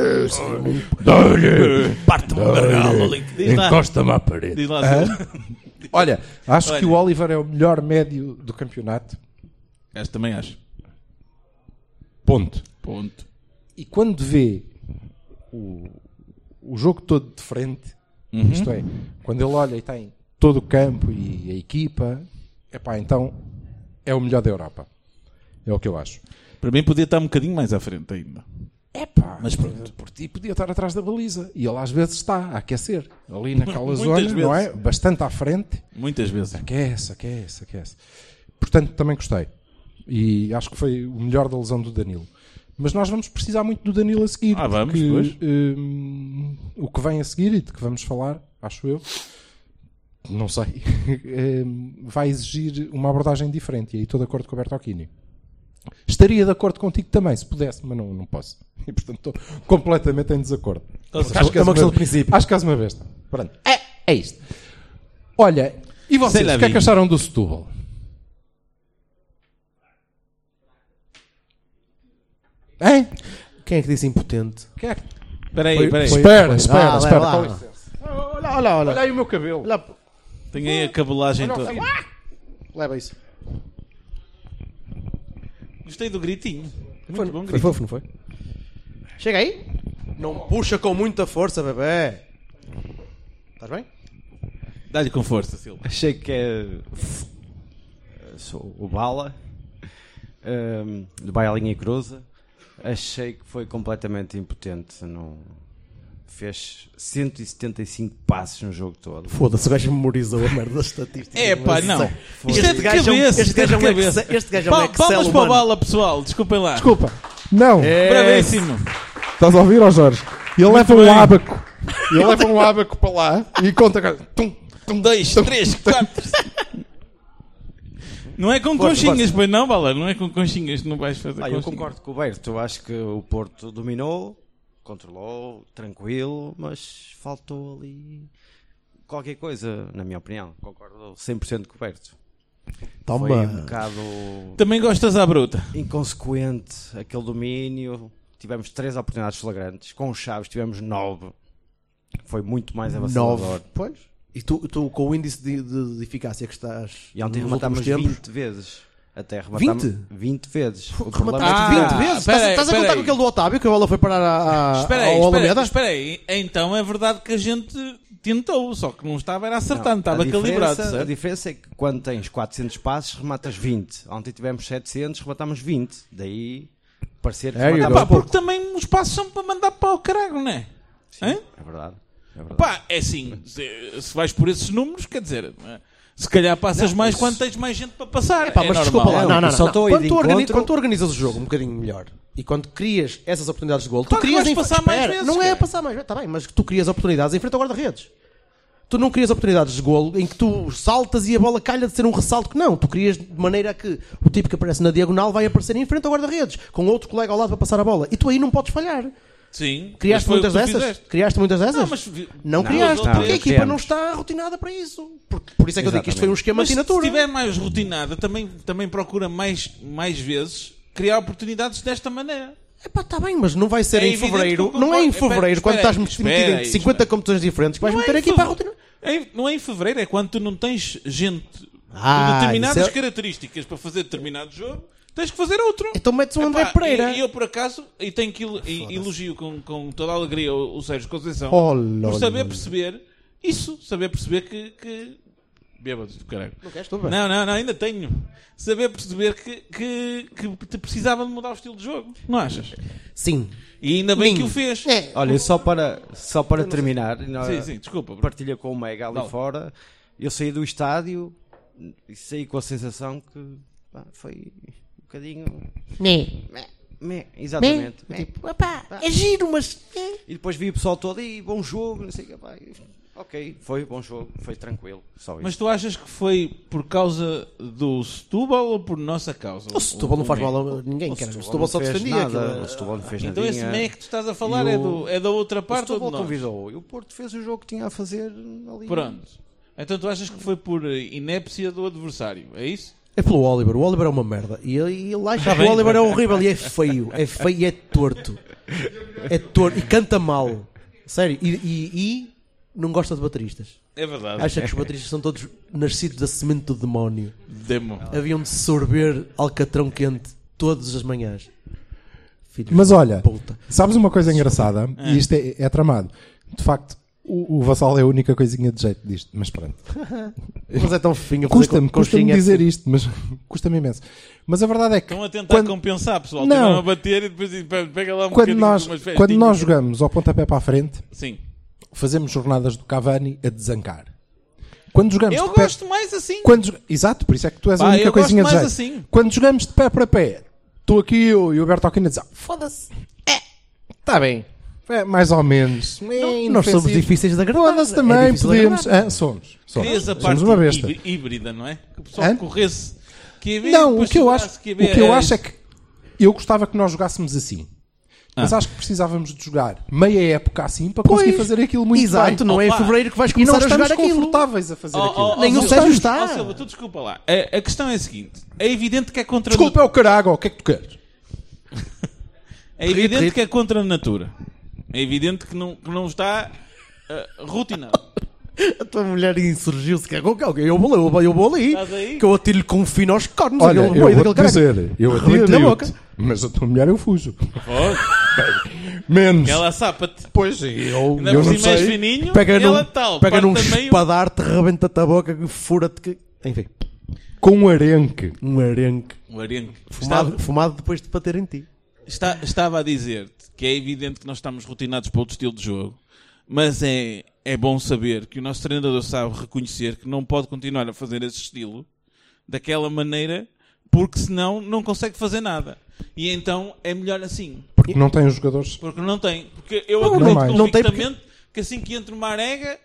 Parte-me um o gargalo ali. Diz tá? lá. Encosta-me à parede. Diz lá. Silvio. Olha, acho Olha. que o Oliver é o melhor médio do campeonato. Esta também acho. Ponto. Ponto. E quando vê o, o jogo todo de frente, Uhum. isto é, quando ele olha e tem todo o campo e a equipa, epá, então é o melhor da Europa. É o que eu acho. Para mim podia estar um bocadinho mais à frente ainda. Epá, eh, Mas pronto. Por ti podia estar atrás da baliza. E ele às vezes está a aquecer. Ali naquela Muitas zona, não é? vezes. Bastante à frente. Muitas vezes. Aquece, aquece, aquece. é Portanto, também gostei. E acho que foi o melhor da lesão do Danilo. Mas nós vamos precisar muito do Danilo a seguir. Ah, vamos, porque, pois. hum, o que vem a seguir e de que vamos falar, acho eu, não sei, hum, vai exigir uma abordagem diferente. E aí estou de acordo com o Alberto Aquini. Estaria de acordo contigo também, se pudesse, mas não, não posso. E portanto estou completamente em desacordo. certo. Acho que É uma és questão de princípio. Acho que és uma besta. Pronto. É, é isto. Olha, e Sei vocês, lá, o que é que Vinho. acharam do Setúbal? Hein? Quem é que disse impotente? Quem é que- Espera aí, espera aí. Espera, espera, Ah, espera. lá, com lá. licença. Olha, olha, olha. Olha aí o meu cabelo. Olha, Tenho aí a cabelagem Olha o toda. filho. Leva isso. Gostei do gritinho. Muito bom Foi grito. fofo, não foi? Chega aí. Não puxa com muita força, bebê. Estás bem? Dá-lhe com força, Silva. Achei que é. Sou o Bala, ehm, do Bailinha e Cruza. Achei que foi completamente impotente. Não, fez 175 passes no jogo todo. Foda-se, o gajo memorizou a merda da estatística. É pá, Mas, não. sei. Isto é de gajo um- cabeça. Este gajo é um Excel. Este gajo é um Pa- Excel Palmas para a humano. bala, pessoal. Desculpem lá. Desculpa. Não. Bravíssimo. Estás a ouvir, ó Jorge? Ele leva um bem. abaco. Ele leva um abaco para lá e conta. agora. Tum, Um, dois, três, quatro. Não é com Força, conchinhas, força. pois não, Bala? Não é com conchinhas que não vais fazer Ah, eu conchinhas. concordo com o Berto. Eu acho que o Porto dominou, controlou, tranquilo, mas faltou ali qualquer coisa, na minha opinião. Concordo 100% com o Berto. Toma. Foi um bocado. Também gostas à bruta. Inconsequente aquele domínio. Tivemos três oportunidades flagrantes. Com o Chaves tivemos nove. Foi muito mais é avassalador. Nove. Pois. E tu, tu com o índice de, de- de eficácia que estás E ontem nos rematámos últimos tempos, 20 vezes. Até rematámos 20? 20 vezes. O problema Remataste é que- 20 vezes? Estás, Ah, peraí, estás a contar peraí. com aquele do Otávio que a bola foi parar à, à, Ah, Espera aí, ao espera, Alameda? aí, espera aí. Então é verdade que a gente tentou, só que não estava era acertando, estava a diferença- calibrado. A certo? diferença é que quando tens 400 passos, rematas 20. Ontem tivemos 700, rematámos 20. Daí parecer que É, Ah, um rematámos pá, pouco. porque também os passos são para mandar para o caralho, não é? Hã? É verdade. É verdade. Pá, é assim, se se vais por esses números, quer dizer, eh, se calhar passas mais quando tens mais gente para passar. Epá, é mas normal. desculpa lá, Não, não, não, eu não. só estou a ir quando, de tu organi- encontro- quando tu organizas o jogo um bocadinho melhor e quando crias essas oportunidades de gol, tu Claro que crias vais em- passar mais Espera, vezes, Não é cara. passar mais vezes, está bem, mas tu crias oportunidades em frente ao guarda-redes. Tu não crias oportunidades de golo em que tu saltas e a bola calha de ser um ressalto que não. Tu crias de maneira a que o tipo que aparece na diagonal vai aparecer em frente ao guarda-redes, com outro colega ao lado para passar a bola. E tu aí não podes falhar. Sim, Criaste mas foi o muitas que tu dessas? fizeste. Criaste muitas dessas? Não, mas vi- Não Não, criaste, não, porque a não equipa não criamos. está rotinada para isso. Por, por isso é que eu digo que isto Exatamente. foi um esquema Mas se assinatura. estiver mais rotinada, também, também procura mais, mais vezes criar oportunidades desta maneira. Epá, está bem, mas não vai ser É em evidente fevereiro. que eu Não é em concordo. fevereiro, Espera, quando estás espera, metido em espera, 50 competições diferentes, que vais Não é meter em aqui para a rotina. fevereiro. É em- não é em fevereiro, é quando tu não tens gente Ah, com determinadas isso é- características para fazer determinado jogo, tens que fazer outro. Então metes um André Pá, Pereira. E, e eu, por acaso, e tenho que il- e- elogio com, com toda a alegria o, o Sérgio Conceição Oh, por lol. saber perceber isso, saber perceber que. que... Bêbado do caralho. Não queres? Tudo bem. Não, não, ainda tenho. Saber perceber que, que, que te precisava de mudar o estilo de jogo, não achas? Sim. E ainda bem que Ninho. o fez. É. Então Olha, só para, só para terminar, na- Sim, sim, desculpa. Bruno. partilha com o Mega ali Não. fora. Eu saí do estádio e saí com a sensação que pá, foi um bocadinho. Né. Meh, exatamente. Meh. Tipo, epá, é giro, mas. é. E depois vi o pessoal todo e bom jogo, não sei o que. pá, e- Ok, foi bom jogo, foi tranquilo. Só isso. Mas tu achas que foi por causa do Setúbal ou por nossa causa? O Setúbal não faz Mac. mal a ninguém, cara. O Setúbal não só fez defendia. nada, aquilo. O Setúbal não fez Então esse nadinha. Mac que tu estás a falar E é, o- do, é da outra O parte ou de Setúbal nós? convidou e o Porto fez o jogo que tinha a fazer ali. Pronto. Então tu achas que foi por eh, inépcia do adversário, é isso? É pelo Oliver. O Oliver é uma merda. E ele, ele acha Tá que bem. o Oliver é horrível e é feio. É feio e é torto. É torto. E canta mal. Sério. E, e- e não gosta de bateristas. É verdade. Acha que os bateristas são todos nascidos da semente do demónio. Demo. Haviam de sorver alcatrão quente todas as manhãs. Filhos Mas da olha, puta. sabes uma coisa engraçada? E isto é, é tramado. De facto, o, o Vassal é a única coisinha de jeito disto. Mas pronto. Mas é tão fofinho. fazer Custa-me com- assim. custa coxinha. dizer isto, mas custa-me imenso. Mas a verdade é que. Estão a tentar quando- compensar, pessoal. Não. Não. a bater e depois dizem, "Pá, pega lá um quando bocadinho nós, de umas festinhas." quando nós jogamos ao pontapé para a frente, Sim. fazemos jornadas do Cavani a desancar. Quando jogamos Eu de pé- gosto mais assim. quando jo- Exato, por isso é que tu és Pá, a única eu gosto coisinha de mais jeito. assim. Quando jogamos de pé para pé, estou aqui eu e o Alberto Alquina a dizer: foda-se, é, está bem, é, mais ou menos. É Nós somos inofensivo. difíceis de agradar. Foda-se É também, difícil de podemos. agradar. Ah, é, somos. Somos. Querias a Somos parte uma besta. híbri- híbrida, não é? Que o pessoal Hã? corresse. Que havia, Não, o depois que, eu acho, chorasse, o que havia- que eu era acho é isso. que eu gostava que nós jogássemos assim. Ah. Mas acho que precisávamos de jogar meia época assim para conseguir Pois. fazer aquilo muito Exato, bem. não é em Opa. fevereiro que vais E não começar a estamos jogar aquilo. confortáveis a fazer Oh, aquilo. oh, oh, Nem o Silva, Sérgio tu- está. oh, Silva, tu desculpa lá. A, a questão é a seguinte: é evidente que é contra Desculpa, é o caralho, o que é que tu queres? É evidente que é contra a natura. É evidente que não, que não está uh, rotinado. A tua mulher insurgiu-se. que é com alguém. Eu vou ali, eu vou ali. Estás aí? Que eu atiro-lhe com um fino aos cornos. Olha, aquele boi eu vou daquele cara. dizer, eu Rebento na boca. atiro mas a tua mulher eu fujo. Menos. Ela sapa-te. Pois, eu, eu Ainda não por cima és sei. assim fininho, Pega num, ela tal. pega parte num também o- espadarte, rebenta-te a boca, que fura-te. Que... Enfim, Com um arenque. um arenque. o arenque. Fumado, Estava, fumado depois de bater em ti. está- estava a dizer-te que é evidente que nós estamos rotinados para outro estilo de jogo. Mas é, é bom saber que o nosso treinador sabe reconhecer que não pode continuar a fazer esse estilo daquela maneira, porque senão não consegue fazer nada. E então é melhor assim. Porque não tem os jogadores. Porque não tem. Porque eu Não, não acredito mais. Não tem convictamente que assim que entra uma arega,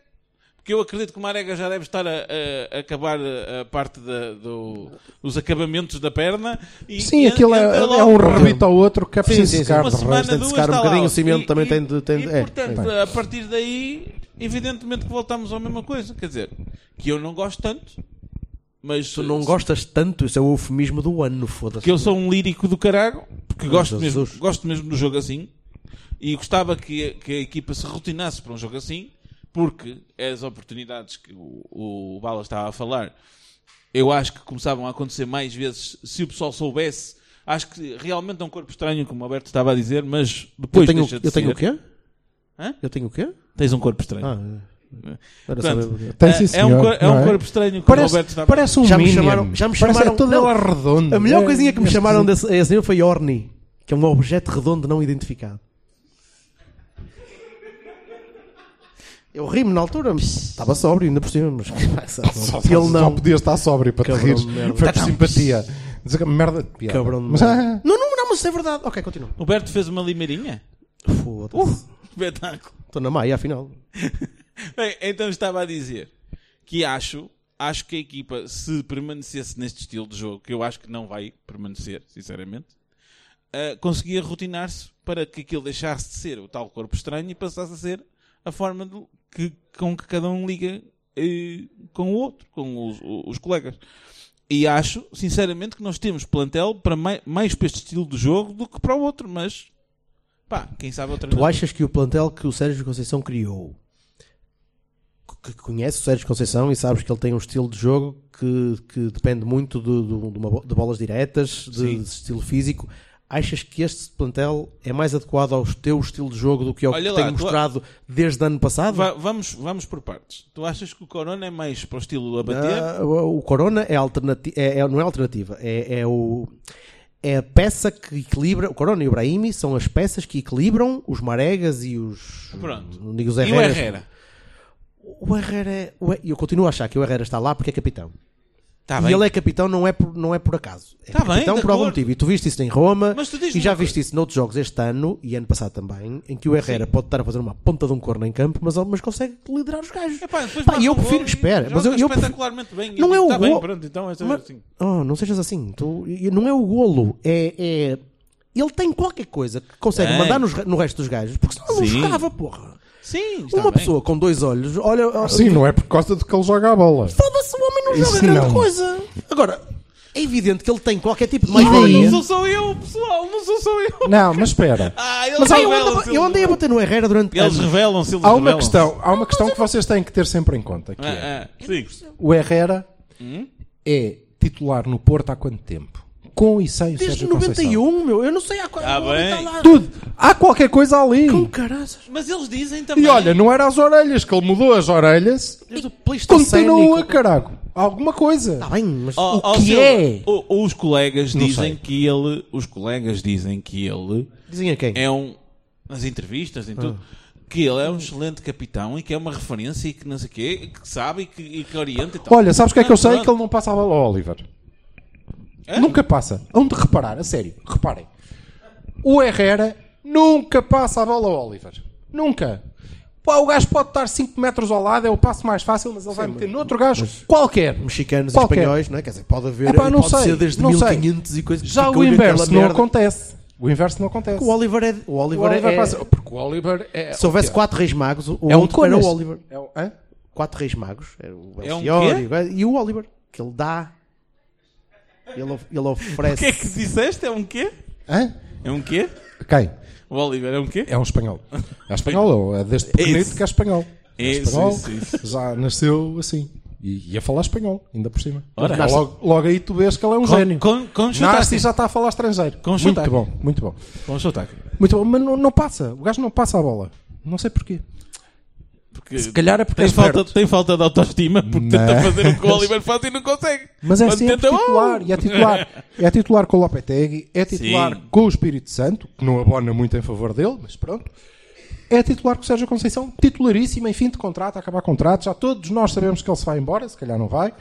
porque eu acredito que uma arega já deve estar a, a- a acabar a, a parte da- do- dos acabamentos da perna. E Sim, e aquilo é, entra é logo. um rebite ao outro que é Sim, preciso sim, sim. secar Uma de semana, resto. Tem de secar um está bocadinho, tá lá. o cimento E- também e- tem de- tem de- e, é, portanto, tem. a partir daí, evidentemente que voltamos à mesma coisa. Quer dizer, que eu não gosto tanto, mas Tu não gostas tanto, isso é o eufemismo do ano, foda-se. que eu sou um lírico do caralho, porque Meu gosto Jesus. mesmo, gosto mesmo do jogo assim e gostava que, que a equipa se rotinasse para um jogo assim, porque as oportunidades que o, o Bala estava a falar, eu acho que começavam a acontecer mais vezes se o pessoal soubesse. Acho que realmente é um corpo estranho, como o Alberto estava a dizer, mas Eu depois tenho, deixa de eu tenho ser. o quê? Hã? Eu tenho o quê? Tens um corpo estranho. Ah, é. Era Portanto, saber- Tem, sim, é um, senhor, cor- é um não é? corpo estranho, como Parece- o Alberto estava parece um já me Minion. chamaram, já me Parece chamaram todo não, ele redondo. A melhor É coisinha que me esquisito. chamaram desse, a esse nível foi Orni, que é um objeto redondo não identificado. Eu ri-me na altura, mas estava sóbrio ainda por cima, mas Só, ele só não. podias estar sóbrio para Cabrão te rires. de merda. Foi Tá. por simpatia. Dizer que merda de piada. Cabrão de Mas, merda. ah, Não, não, não, mas isso é verdade. Ok, continua. O Alberto fez uma Uh, limeirinha? Foda-se. Espetáculo. Estou na maia, afinal. Bem, então estava a dizer que acho, acho que a equipa, se permanecesse neste estilo de jogo, que eu acho que não vai permanecer, sinceramente, ah, conseguia rotinar-se para que aquilo deixasse de ser o tal corpo estranho e passasse a ser a forma de- que, com que cada um liga eh, com o outro, com os, os colegas. E acho, sinceramente, que nós temos plantel para mai- mais para este estilo de jogo do que para o outro, mas pá, quem sabe outra Tu achas que o plantel que o Sérgio Conceição criou, que conhece o Sérgio Conceição e sabes que ele tem um estilo de jogo que, que depende muito do- do- de, uma bo- de bolas diretas, de, Sim. de estilo físico, achas que este plantel é mais adequado ao teu estilo de jogo do que ao Olha que lá, tem tu- mostrado desde ano passado? Va- vamos, vamos por partes. Tu achas que o Corona é mais para o estilo a bater? Ah, o o Corona é alternati- é- é- não é alternativa, é, é o- é a peça que equilibra. O Corona e o Brahimi são as peças que equilibram os Maregas e os. Pronto. Não digo os e o Herreras. Herrera? O Herrera é. o Her- Eu continuo a achar que o Herrera está lá porque é capitão. Tá e bem. ele é capitão, não é por, não é por acaso. É Tá bem, capitão de por algum acordo. motivo. E tu viste isso em Roma Mas tu diz-me e já uma coisa. viste isso noutros jogos este ano e ano passado também, em que o Herrera pode estar a fazer uma ponta de um corno em campo, mas, mas consegue liderar os gajos. Epá, depois Pá, marca e eu um gol prefiro. e Espera, joga mas eu, eu prefiro- espetacularmente bem. E Não é digo, o tá golo. bem, pronto, então é só Mas- assim. Oh, não sejas assim. Tu- e- Não é o golo. É, é- Ele tem qualquer coisa que consegue Tem. mandar nos re- no resto dos gajos, porque senão não Sim. jogava, porra. Sim, está Uma bem. pessoa com dois olhos, olha. ó, Sim, não é por causa do que ele joga a bola. Foda-se, o homem não Isso joga grande não. coisa. Agora, é evidente que ele tem qualquer tipo de E daí? mais-valia. Não sou só eu, pessoal, não sou só eu. Não, mas espera. Ah, eles Mas ah, eu, revelam-se. andava- eu andei a bater no Herrera durante Eles anos. revelam-se, eles Há uma revelam-se. questão, há uma questão que vocês têm que ter sempre em conta. Que é, Ah, ah, sim. Hum? o Herrera é titular no Porto há quanto tempo? Com e sem o Desde Sérgio Conceição. 91, meu. Eu não sei há qual Tá o homem bem. tá lá. Tudo. Há qualquer coisa ali. Com caraças. Mas eles dizem também. E olha, não era as orelhas que ele mudou as orelhas. Desde o Continua, Pleistocénico. carago. Alguma coisa. Tá bem, mas Ó, o ó, que Silva, é? o- os colegas Não dizem sei. que ele, os colegas dizem que ele Dizem a quem? é um nas entrevistas em tudo Ah. que ele é um excelente capitão e que é uma referência e que não sei o quê, e que sabe e que, e que orienta e tal. Olha, sabes o que é que eu Ah, sei? pronto. Que ele não passa a bola ao Oliver. É? Nunca passa. Onde reparar, a sério, reparem. O Herrera nunca passa a bola ao Oliver. Nunca. Pá, o gajo pode estar 5 metros ao lado, é o passo mais fácil, mas ele vai meter noutro gajo qualquer. Mexicanos e Qualquer. espanhóis, não é? Quer dizer, pode haver. Epá, não pode sei, ser desde não sei. 1500 e coisas. que Já ficam o inverso naquela não merda. acontece. O inverso não acontece. O Oliver é. O O Oliver, Oliver é- passa- Porque o Oliver é. Se houvesse o quê? quatro reis magos, o É um outro era o conas. Oliver. É um- hã? quatro reis magos, era o É um Belchior quê? e o gajo- e o Oliver, que ele dá, ele, of- ele O que é oferece. que disseste? É um quê? Hã? É um quê? Quem? O Oliver é um quê? É um espanhol. É espanhol, ou é deste pequenito Esse. que é espanhol. É Esse, espanhol, esse, esse. já nasceu assim. E ia falar espanhol, ainda por cima. Ora. Mas logo, logo aí tu vês que ele é um Com- gênio. com- com sotaque. Nasce e já está a falar estrangeiro. Com muito sotaque. bom, muito bom. Vamos soltar aqui. Muito bom, mas não, não passa. O gajo não passa a bola. Não sei porquê. Porque Se calhar é porque tem é esperto. falta, tem falta de autoestima porque tenta Não. fazer o que o Oliver faz e não consegue. Mas é Quando sempre tenta, oh! titular. E é titular, é titular com o Lopetegui, é titular Sim. com o Espírito Santo, que não abona muito em favor dele, mas pronto. é titular com o Sérgio Conceição, titularíssimo, em fim de contrato, a acabar contrato. Já todos nós sabemos que ele se vai embora, se calhar não vai.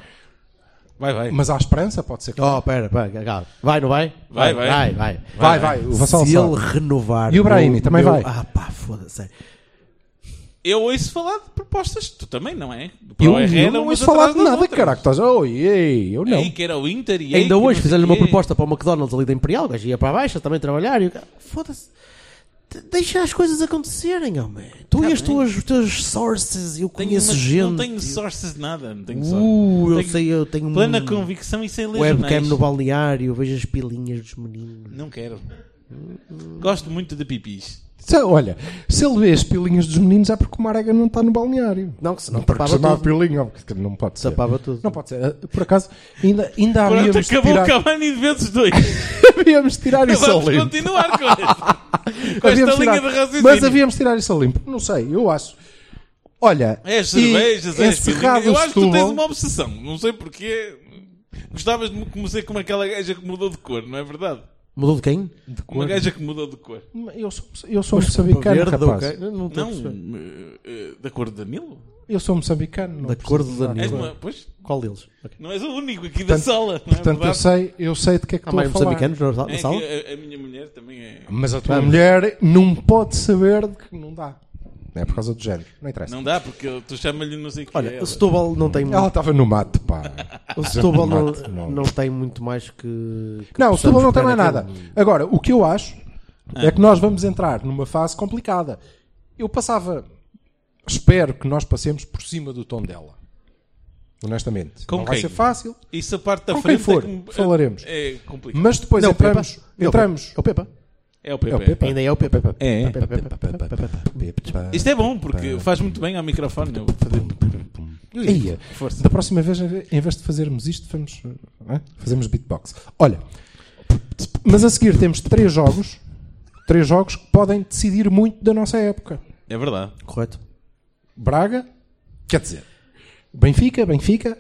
Vai, vai. Mas há esperança, pode ser que. Oh, pera, pera, calma. Vai, não vai? Vai, Vai, vai. vai. Vai, vai, o Vassal Se sabe. ele renovar. E o Brahimi, eu- também eu- vai. Ah, pá, foda-se. Eu ouço falar de propostas, tu também, não é? Do Eu, Pro Herrera, eu não umas ouço falar atrás de das nada, outras. caraca. Estás, oh, ei, eu não. Ei, que era o Inter e ei, que Ainda não hoje sei fizeram-lhe quê. uma proposta para o McDonald's ali da Imperial, o gajo ia para a baixa também trabalhar e o cara, foda-se. De- Deixa as coisas acontecerem, homem. Tu Tá e as tuas, os teus sources, eu Tenho conheço uma- gente. Não tenho sources de nada, não tenho sources. Uh, eu Tenho sei, eu tenho Plena um convicção e sem é ler Webcam jornais. no balneário, vejo as pilinhas dos meninos. Não quero. Gosto muito de pipis. Se- olha, se ele vê as pilinhas dos meninos é porque o Marega não está no balneário. Não, que senão Porque tapava chamava tudo. pilinha, porque não pode ser. Tapava tudo. Não pode ser. Ah, Por acaso, ainda, ainda Ah, havíamos Pronto, de acabou tirar, o Cavani de vezes dois. havíamos de tirar isso ao Vamos limpo. continuar com este- com esta Havíamos linha de tirar- raciocínio. Mas havíamos de tirar isso ao limpo. Não sei, eu acho. Olha, É as e cervejas, é as encerrado pilinhas. Eu acho que tu Setúbal- tens uma obsessão. Não sei porquê. Gostavas de começar como aquela gaja que mudou de cor, não é verdade? Mudou de quem? Uma gaja que mudou de cor. Eu sou, eu sou um moçambicano, verde, rapaz. ok? Não, estou a Não, perceber. eh, eh, da cor de Danilo? Eu sou moçambicano. não Da preciso cor de de nada. És Danilo. uma- pois, Qual deles? Ok. não és o único aqui da Portanto- sala. Não é Portanto, eu verdade? sei, eu sei de que é que Há estou mais a falar. moçambicanos na É na que sala? a, a minha mulher também é. Mas a tua mulher não pode saber de que não dá. É por causa do género. Não interessa. Não dá, porque eu- tu chama-lhe não sei o que. é Olha, ela. o Setúbal não tem Ela tá estava no mato, pá. O Setúbal não, Mate, não. não tem muito mais que. que Ah. Não, o Setúbal não tem mais possamos nada. esperar naquele- Agora, o que eu acho é que nós vamos entrar numa fase complicada. Eu passava... Espero que nós passemos por cima do tom dela. Honestamente. Com não vai quem? ser fácil. Isso a parte da Com quem frente for, é, com- falaremos. é é complicado. Mas depois Não, entramos... Pepa. Não, entramos... É o Pepa. É o É o PP. Pepa. Ainda é o Pepa. É, é. Pepa, Pepa, Pepa, Pepa, Pepa. Isto é bom, porque faz muito bem ao microfone. eu vou fazer- Eia, Força. Da próxima vez, em vez de fazermos isto, vamos, hã? fazemos beatbox. Olha, mas a seguir temos três jogos, três jogos que podem decidir muito da nossa época. É verdade. Correto. Braga, quer dizer, Benfica, Benfica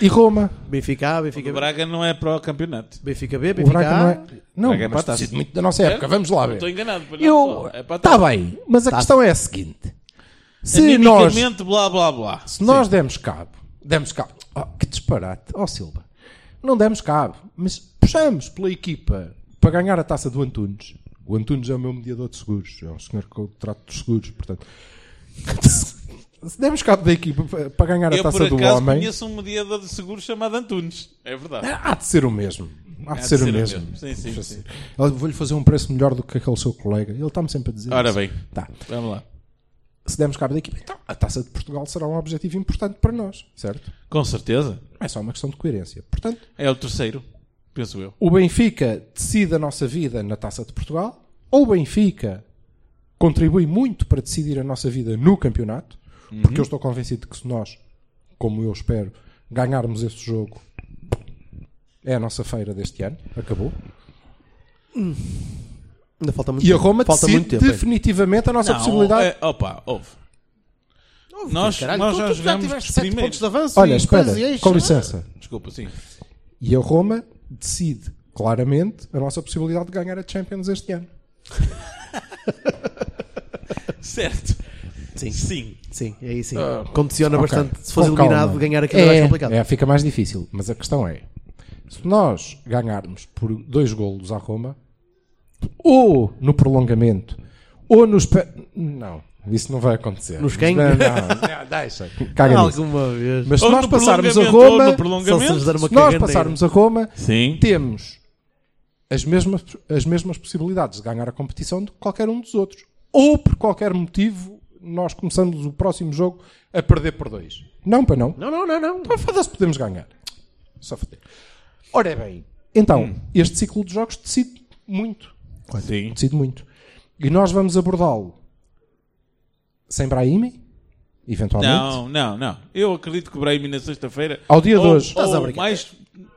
e Roma. Benfica A, O Benfica B. Braga não é para o campeonato. Benfica B, O Benfica Braga não A. é. Não, Braga é mas para a taça. decide muito da nossa época. Vamos lá Não Estou ver. enganado. para Eu não É para Tá. está trás. bem, mas a questão é a seguinte: se nós Animicamente, blá blá blá. Se nós demos cabo, demos cabo. Oh, que disparate, ó Silva. Não demos cabo, mas puxamos pela equipa para ganhar a taça do Antunes. O Antunes é o meu mediador de seguros, é um senhor que eu trato dos seguros, portanto. Se demos cabo da equipa pa- para ganhar a Eu, por taça do acaso, homem, Ah, conheço um mediador de seguro chamado Antunes. É verdade. há de ser o mesmo. Há de, ser, o mesmo. Sim, sim, sim. Eu Vou-lhe fazer um preço melhor do que aquele seu colega. Ele está-me sempre a dizer. Ora isso. bem. Tá. Vamos lá. Se demos cabo da equipa, então a taça de Portugal será um objetivo importante para nós, certo? Com certeza. É só uma questão de coerência. Portanto, É o terceiro, penso eu. o Benfica decide a nossa vida na Taça de Portugal, ou o Benfica contribui muito para decidir a nossa vida no campeonato, porque eu estou convencido que se nós, como eu espero, ganharmos esse jogo, é a nossa feira deste ano, acabou. Ainda falta muito E a tempo. Roma falta decide muito tempo. é hein? definitivamente a nossa possibilidade. É, opa, houve. nós, Caralho, nós tu- já tu jogámos tiveste os sete primeiros. pontos de avanço. Olha, e espera, coisas e eixos. com licença. Desculpa, sim. E a Roma decide claramente a nossa possibilidade de ganhar a Champions este ano. Certo. Sim. Sim. Sim, é isso. sim. Condiciona Ah, Ok, bastante. Se fores com eliminado, calma. ganhar aquilo é mais complicado. É, fica mais difícil. Mas a questão é: se nós ganharmos por dois golos à Roma, ou no prolongamento, ou nos. pe- Não, isso não vai acontecer. Nos quem? Não, não, não, deixa. Caga nisso. Alguma vez. Mas se Ou nós no passarmos a prolongamento, ou Roma, no prolongamento. Só se lhes dar uma se nós caganeira. passarmos a Roma, Sim. temos as mesmas, as mesmas possibilidades de ganhar a competição de qualquer um dos outros. Ou por qualquer motivo, nós começamos o próximo jogo a perder por dois. Não, para não. Não, não, não, não. Mas foda-se, podemos ganhar. Só foder. Ora bem, então, Hum. este ciclo de jogos decide muito. Sim. Decide muito. E nós vamos abordá-lo sem Brahimi, eventualmente. Não, não, não. Eu acredito que o Brahim na sexta-feira. Ao dia de ou- hoje. Estás a Ou brincar. mais,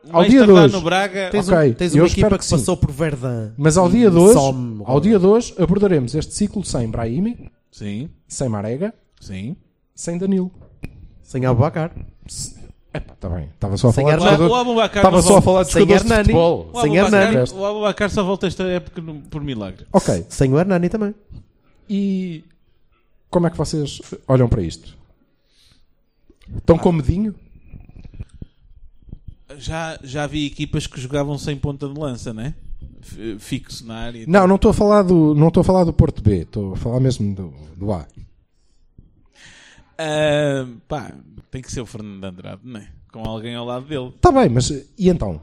mais Ao dia de tardar hoje. no Braga. Tens, Ok, um, tens eu uma espero equipa que que, sim. passou por Verdun. Mas ao dia de hoje, Some, ao dia de hoje, abordaremos este ciclo sem Brahimi, Sim. sem Marega, Sim. sem Danilo. Sem Abubacar. Epá, tá bem. Estava só a Sem falar de Hernani. jogador- O Abubacar Estava não só volta. a falar de Sem jogadores de Hernani. futebol. O Sem Abubacar- Hernani. O Abubacar só volta esta época no- por milagre. Ok, Sem o Hernani também. E como é que vocês olham para isto? Estão com medinho? Já, já vi equipas que jogavam sem ponta de lança, né? F- Fixo na área. Não, não estou a falar do, não estou a falar do Porto B, estou a falar mesmo do, do A. Ah, pá, tem que ser o Fernando Andrade, né? Com alguém ao lado dele. Está Tá bem, mas e então?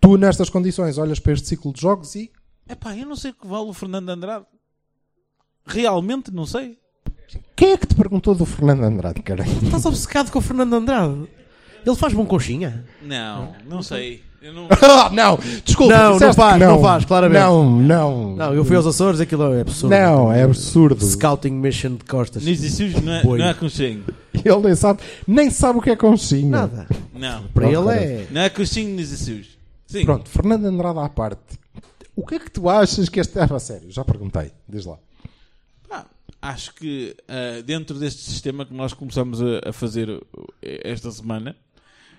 Tu nestas condições olhas para este ciclo de jogos e É pá, eu não sei o que vale o Fernando Andrade. Realmente não sei. quem é que te perguntou do Fernando Andrade, cara? Estás obcecado com o Fernando Andrade? Ele faz bom coxinha? Não, não sei. Eu Então- Ah, não... Ah, não, desculpa, Não, não disseste faz, que não. faz, claramente. Não, não. Não, eu fui aos Açores, aquilo é absurdo. Não, é absurdo. Scouting mission de costas. Nos dissírios não, é, Boi. não é aconchego. Ele nem sabe, nem sabe o que é conchinha. Nada. Não. Para Não, ele é. parece. Não é aconchego nos dissírios. Sim. Pronto, Fernando Andrade à parte. O que é que tu achas que este... Ah, a sério, já perguntei. Diz lá. Pá, acho que ah, dentro deste sistema que nós começamos a, a fazer uh, esta semana,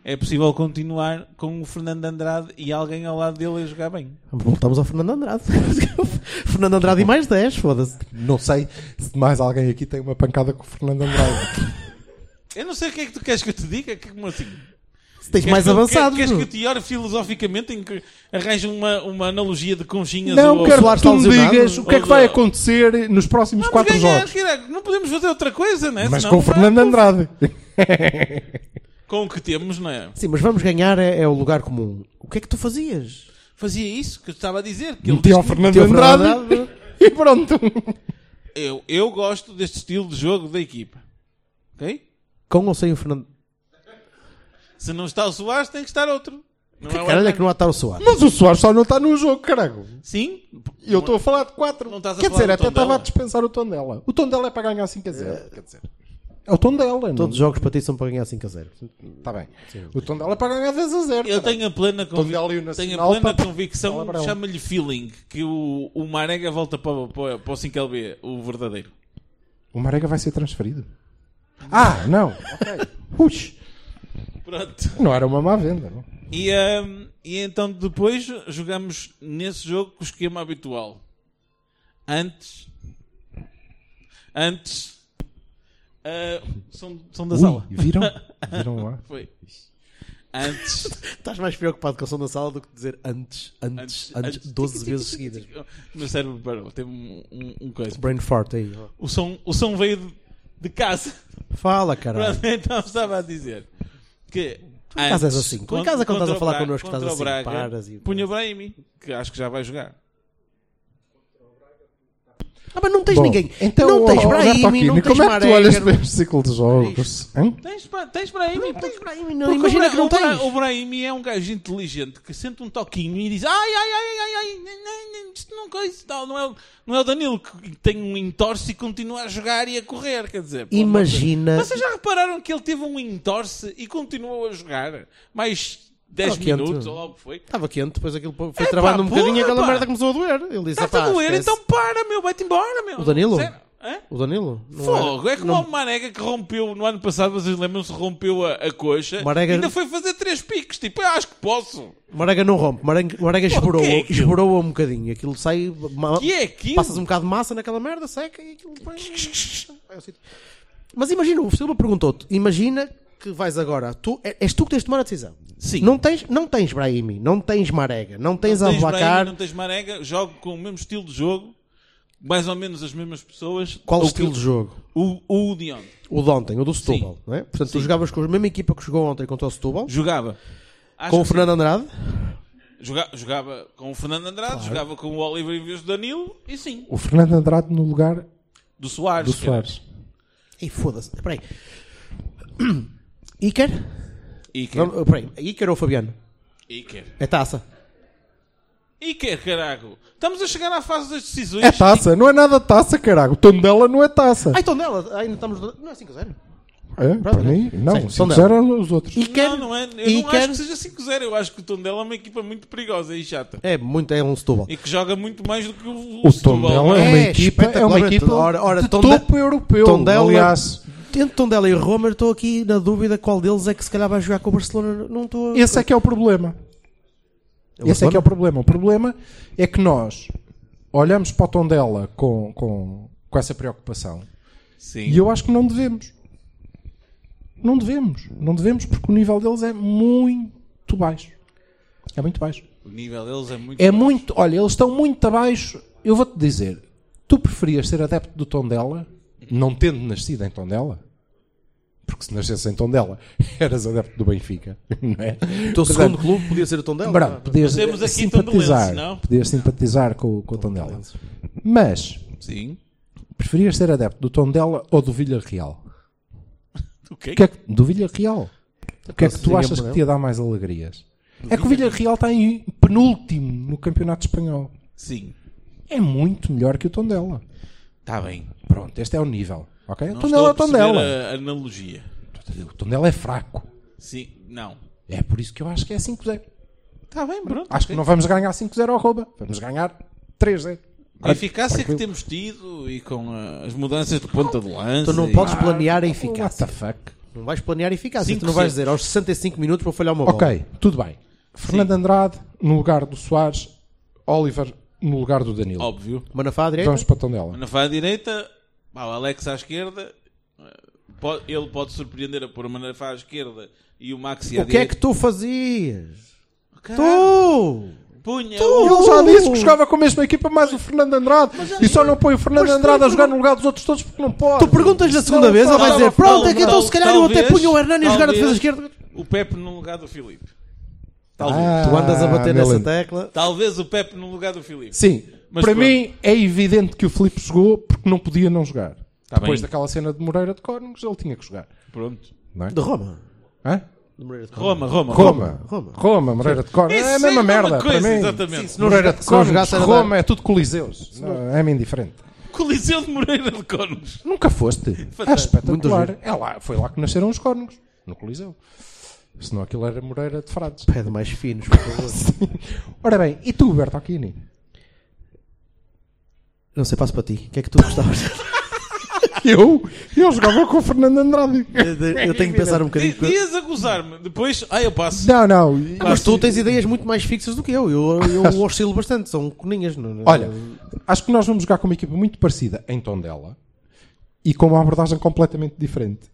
é possível continuar com o Fernando Andrade e alguém ao lado dele a jogar bem. Voltamos ao Fernando Andrade. Fernando Andrade e mais 10, foda-se. Não sei se mais alguém aqui tem uma pancada com o Fernando Andrade. Eu não sei o que é que tu queres que eu te diga, que, como assim? Se tens mais que eu- avançado. Queres, queres que eu te ore filosoficamente em que arranje uma, uma analogia de conchinhas não, ou... quero Soares que tu me está lesionado? digas o que é que Ou- vai acontecer nos próximos Vamos quatro ganhar, jogos. caralho, é não podemos fazer outra coisa, né? Mas Senão com o Fernando Andrade. Com o que temos, não é? Sim, mas vamos ganhar é, é o lugar comum. O que é que tu fazias? Fazia isso que eu estava a dizer. Que ele Meti ao diz que- Fernando Teu Fernando Andrade e pronto. eu, eu gosto deste estilo de jogo da equipa. Ok? Com ou sem o Fernando? Se não está o Soares, tem que estar outro. Não é o Caralho, é Hernani. que não há de estar o Soares. Mas o Soares só não está no jogo, caralho. Sim? Eu estou a falar de quatro. Não estás a Quer falar dizer, do até estava Tondela. Eh, a dispensar o tom dela. O tom dela é para ganhar 5 a 0. Quer dizer, é o tom dela. não- Todos os jogos para ti são para ganhar 5 a 0. Está Tá bem. O tom dela é para ganhar 10 a 0. Eu tenho a plena, convi- Tondela e o tenho Nacional, a plena pá. convicção, Fala para ele. chama-lhe feeling, que o, o Marega volta para, o- para, o- para o 5LB, o verdadeiro. O Marega vai ser transferido. Ah, não. Ok. Puxa. Pronto. Não era uma má venda, não? E, hum, e então depois jogamos nesse jogo com o esquema habitual. Antes. Antes. ah, som, som da sala. Ui, viram? Viram lá? Foi. Antes. Estás mais preocupado com a som da sala do que dizer antes, antes, Antes- antes, antes. 12 vezes seguidas. O meu cérebro parou. Teve um, um, um coisa. Brain fart aí. O som, o som veio de, de casa. Fala, caralho. Pronto, então estava a dizer que. Tu em casa és assim. Tu em casa, quando estás a falar connosco, estás assim, Braga, paras e- Punha o Brahimi, que acho que já vai jogar. Ah, mas não tens Bom, ninguém. Então, não tens ó, Alberto Brahim, não Aquino, tens Como é que tu olhas para Marega. este ciclo de jogos? Hã? Tens, Bra- tens Brahimi? Não tens Brahim, não. Porque Imagina o Bra- que não o Bra- tens. O Brahimi é um gajo inteligente que sente um toquinho e diz: ai, ai, ai, ai, ai, ai, ai, isto não coisa. Não, não, é, o- não é o Danilo que tem um entorce e continua a jogar e a correr. Quer dizer, pelo amor de Deus. Imagina. Vocês já repararam que ele teve um entorce e continuou a jogar mais 10 quente. minutos ou lá o que foi? Estava quente, depois aquilo foi É, travando pá, um bocadinho e porra, aquela pá. merda começou a doer. Ele disse, Está a "Apá, doer, esquece." então para, meu, vai-te embora, meu. O Danilo? Sério? Hã? O Danilo? Não Fogo, era- é como o Marega que rompeu no ano passado, vocês lembram-se, rompeu a, a coxa Marega- ainda foi fazer três piques, tipo, eu acho que posso. Marega não rompe, Marega, Marega esborou, que é aquilo? esborou um bocadinho. Aquilo sai. ma- Que é aquilo? Passas um bocado de massa naquela merda, seca e aquilo. vai- vai ao sítio. Mas imagina, o Silva perguntou-te: imagina que vais agora, tu, é- és tu que tens de tomar a decisão. Sim. Não tens, não tens Brahimi, não tens Marega, não tens Não tens Brahim, Abacar. não tens Marega, jogo com o mesmo estilo de jogo, mais ou menos as mesmas pessoas. Qual O estilo que- de jogo? O, o de ontem. O de ontem, o do Setúbal. Não é? Portanto, tu jogavas com a mesma equipa que jogou ontem contra o Setúbal, Jogava. Acho com o que Fernando Andrade. joga- jogava com o Fernando Andrade, jogava com o Oliver em vez do Danilo, e sim, O Fernando Andrade no lugar do Soares. do se calhar. Soares. Ei, foda-se. Espera aí. Iker? Iker. Não, espera aí. Iker ou Fabiano? Iker. É taça. Iker, caraco. Estamos a chegar à fase das decisões. É taça, não é nada taça, caralho. O tom dela não é taça. Ah, então dela. Ainda estamos. no- Não é 5 a 0. É, para mim, não. Sim, Se Tondela. fizeram os outros. Iker. Não, não é. Eu não acho Iker. que seja 5-0. Eu acho que o Tondela é uma equipa muito perigosa e chata. É muito. É um Setúbal. E que joga muito mais do que o, O Tondela é uma É, equipa, é uma espetacular. equipa Ora, ora, de Tondela- topo europeu. Tondela- Aliás, Entre Tondela e Roma, eu estou aqui na dúvida qual deles é que se calhar vai jogar com o Barcelona. Não estou. esse é que é o problema. o Esse é que é Barcelona? o problema. O problema é que nós olhamos para o Tondela com, com, com essa preocupação. Sim. E eu acho que não devemos. Não devemos. Não devemos porque o nível deles é muito baixo. É muito baixo. O nível deles é muito. É muito. Olha, eles estão muito abaixo. Eu vou-te dizer. Tu preferias ser adepto do Tondela, não tendo nascido em Tondela? Porque se nascesse em Tondela, eras adepto do Benfica, não é? O teu Então, segundo clube podia ser o Tondela, não Pronto, é? podias Mas temos aqui simpatizar, tondelenses, não? podias simpatizar com, com o Tondela. Mas, Sim. preferias ser adepto do Tondela ou do Villarreal? O quê? O que é que- do Villarreal. O que é que tu Seria achas que melhor. te ia dar mais alegrias? É que o Villarreal está em penúltimo no Campeonato Espanhol. Sim. É muito melhor que o Tondela. Está bem. Pronto, este é o nível. Ok? Não o Tondela é o estou a perceber Tondela. a analogia. O Tondela é fraco. Sim, não. É por isso que eu acho que é 5-0. Está Tá bem, pronto. Acho que ok. não vamos ganhar 5-0 ao rouba. Vamos ganhar 3-0. A eficácia que Tranquilo. temos tido e com ah, as mudanças de ponta de lança. Tu não e- podes planear a eficácia. Ah, What the fuck? Não vais planear a eficácia. Cinco Tu não vais segundos. dizer aos 65 minutos para falhar uma bola. Ok, tudo bem. Fernando Andrade no lugar do Soares. Oliver no lugar do Danilo. Óbvio. Manafá à direita. Vamos para o Tondela. Manafá à direita, pá, o Alex à esquerda. eh, po- Ele pode surpreender a pôr o Manafá à esquerda e o Maxi à O que é que direita. tu fazias? Caralho, Tu! Punha Ele Então, já disse que jogava com a mesma equipa mais o Fernando Andrade e só não põe o Fernando Andrade a jogar no lugar dos outros todos porque não pode. Tu perguntas da segunda Não, vez, não, ele vai não, dizer: não, Pronto, não, é que então não, se calhar eu até talvez, punho o Hernani a jogar a defesa talvez. esquerda. o Pepe no lugar do Filipe. Talvez. Ah, Tu andas a bater meu nessa lindo. tecla. Talvez o Pepe no lugar do Filipe. Sim, Mas para pronto. mim é evidente que o Filipe jogou porque não podia não jogar. Tá Depois bem. daquela cena de Moreira de Córnegos, ele tipo tinha que jogar. Pronto. Não é? De Roma. Hã? De Moreira de Roma. Roma, Roma, Roma. Roma. Roma, Moreira de Córnegos. Isso É a sim, é mesma uma merda. coisa, para mim. exatamente. Sim, se não Moreira joga- de se não Córnegos, jogasse era Roma é tudo coliseus. Não, É-me indiferente. Coliseu de Moreira de Cornos. Nunca foste. É Muito espetacular. giro. É lá, foi lá que nasceram os córnegos, no Coliseu. Senão aquilo era Moreira de Frades. Pé de mais finos, por favor. Ora bem, e tu, Bertocchini? Não sei, passo para ti. O que é que tu gostavas? Eu? Eu jogava com o Fernando Andrade. Eu tenho que pensar um bocadinho. É, Dias a gozar-me. Depois, ah, eu passo. Não, não. Mas tu tens ideias muito mais fixas do que eu. Eu, eu oscilo bastante, são coninhas. não- é? não- Olha, acho que nós vamos jogar com uma equipa muito parecida em Tondela e com uma abordagem completamente diferente.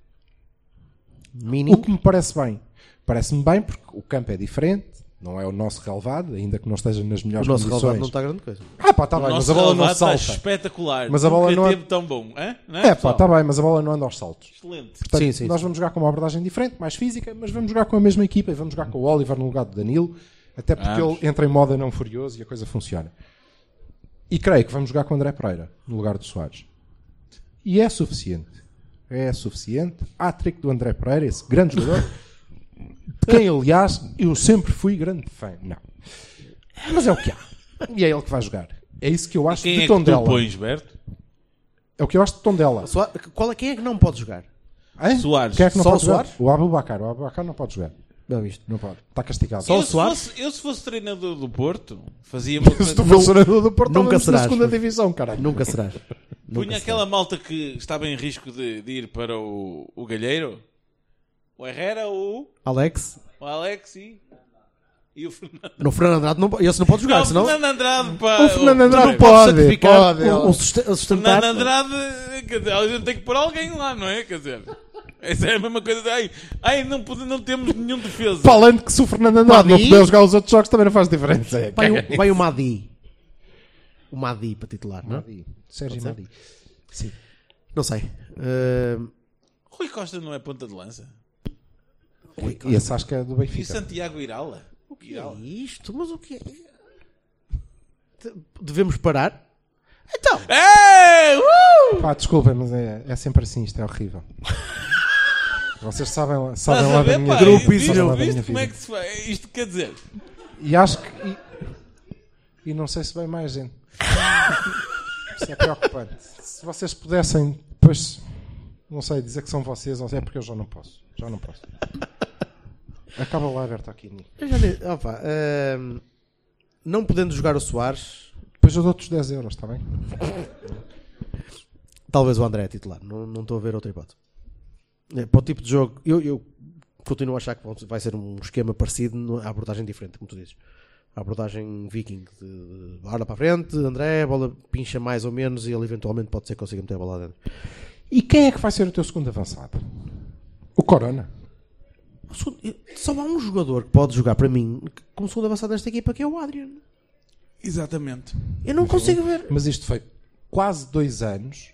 mini. O que me parece bem. Parece-me bem porque o campo é diferente, não é o nosso relevado, ainda que não esteja nas O melhores nosso relevado condições. não está grande coisa. Ah pá, está O bem, mas nosso a bola não relevado está salta. espetacular. Mas a bola Nunca não- teve tão bom. hã? Não É pá, pessoal? está bem, mas a bola não anda aos saltos. Excelente. Portanto, Sim, sim, nós sim. vamos jogar com uma abordagem diferente, mais física, mas vamos jogar com a mesma equipa e vamos jogar com o Oliver no lugar do Danilo, até porque Vamos. ele entra em moda não furioso e a coisa funciona. E creio que vamos jogar com o André Pereira no lugar do Soares. E é suficiente. É suficiente. Há trick do André Pereira, esse grande jogador, de quem, aliás, eu sempre fui grande fã. Não. Mas é o que há. E é ele que vai jogar. É isso que eu acho Quem de é que tu Tondela. pões, Berto? é o que eu acho de Tondela. Soa- Qual é, quem é que não pode jogar? Hein? Soares. Quem é que não Só pode o jogar? Soares? O Abubacar. O Abubacar não pode jogar. Não visto. Não pode. Está castigado. eu, o se Soares? fosse, eu se fosse treinador do Porto, fazia uma coisa. Se tu fosses treinador do Porto, Nunca nunca serás. serás, na segunda porque- divisão, caralho. Nunca serás. Punha aquela malta que estava em risco de, de ir para o, o Galheiro, o Herrera, o, Alex? o Alex e, e o Fernando. No Fernando Andrade, não, po- esse não pode jogar, Não, senão. Ah, Fernando Andrade, pá. O Fernando tu não Andrade podes- pode, sacrificar pode, o, ele- o suste- o sustentar. Fernando Andrade, quer dizer, a gente tem que pôr alguém lá, não é? Quer dizer, essa é a mesma coisa. de, Ai, ai não, pode- não temos nenhum defesa. Falando que se o Fernando Andrade não Madi? puder jogar os outros jogos, também não faz diferença. É, Vai, caga o- vai um o Madi. O Madi para titular, não é? nisso. Sérgio Pode ser? Madi. Não sei. Ahm, Rui Costa não é ponta de lança. E esse acho que é do E Benfica. Santiago Irala? O que é isto? Mas o que é? Te- Devemos parar? Então, É! Uh! Pá, desculpa, mas é, é sempre assim, isto é horrível. Vocês sabem, lá- sabem Estás lá da a ver, minha pá? vida. Isto- Sabem lá da minha Isto como é que vida. se faz? Isto quer dizer... E acho que. E, e não sei se vem mais gente. Isso é preocupante. Se vocês pudessem, depois. Não sei, dizer que são vocês, não sei, é porque eu já não posso. Já não posso. Acaba lá, Bertocchini. eu já disse- opa, ahm, não podendo jogar o Soares, Depois eu dou-te os 10 euros, está bem? talvez o André é titular. Não não estou a ver outra hipótese. É, para o tipo de jogo, eu, eu continuo a achar que vai ser um esquema parecido, no- a abordagem diferente, como tu dizes. a abordagem viking de, de bola para a frente, André, a bola pincha mais ou menos e ele eventualmente pode ser que consiga meter a bola lá dentro. E quem é que vai ser o teu segundo avançado? O Corona. O segundo- eu- Só há um jogador que pode jogar para mim como segundo avançado nesta equipa que é o Adrian. Exatamente. Eu não consigo ver. Uhum. Mas isto foi quase dois anos,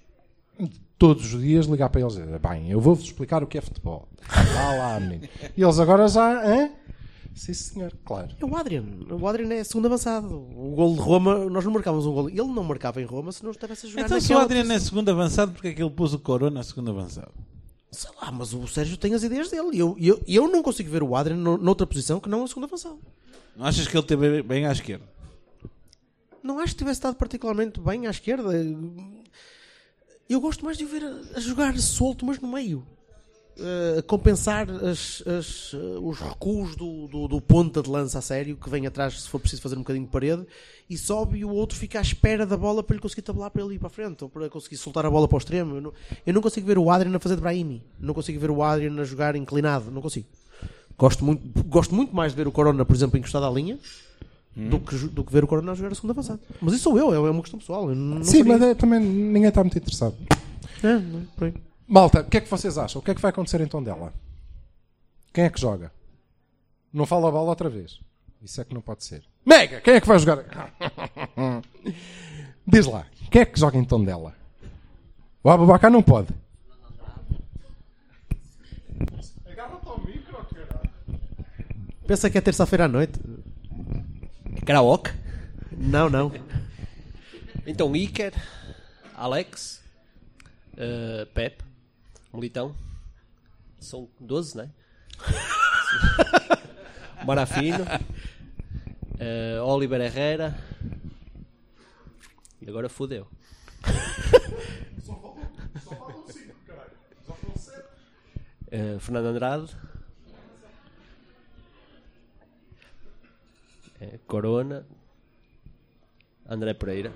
todos os dias ligar para eles e dizer, bem, eu vou-vos explicar o que é futebol. Vá lá, menino. E eles agora já, hã? Sim, senhor, claro. É o Adrian. O Adrian é segundo avançado. O gol de Roma, nós não marcávamos um gol. Ele não marcava em Roma se não estivesse a jogar Então se o naquela Adriano é posição. segundo avançado, porque é que ele pôs o Corona a segundo avançado? Sei lá, mas o Sérgio tem as ideias dele. E Eu, eu, eu não consigo ver o Adrian no- noutra posição que não é a segunda avançada. Não achas que ele teve bem à esquerda? Não acho que tivesse estado particularmente bem à esquerda. Eu gosto mais de o ver a, a jogar solto, mas no meio. Eh, A compensar as- as, eh, os recuos do, do, do ponta de lança a sério, que vem atrás se for preciso fazer um bocadinho de parede, e sobe e o outro fica à espera da bola para ele conseguir tabelar para ele ir para a frente, ou para conseguir soltar a bola para o extremo. Eu não, eu não consigo ver o Adrian a fazer de Brahimi, não consigo ver o Adrian a jogar inclinado, não consigo. Gosto muito, gosto muito mais de ver o Corona, por exemplo, encostado à linha, do, que, ju- do que ver o Corona a jogar a segunda passada. Mas isso sou eu, é uma questão pessoal. eu não Sim, sabia. mas eu também ninguém está muito interessado. É, não, por aí. Malta, o que é que vocês acham? O que é que vai acontecer em Tondela? Quem é que joga? Não fala a bola outra vez. Isso é que não pode ser. Mega, quem é que vai jogar? Diz lá, quem é que joga em Tondela? O Abubacá não pode. Pensa que é terça-feira à noite. Karaoke? Não, não. Então, Iker, Alex, eh, Pep, Militão. São 12, né? Marafino, eh, Oliver Herrera. E agora fodeu. Eh, Fernando Andrade. Eh, Corona. André Pereira.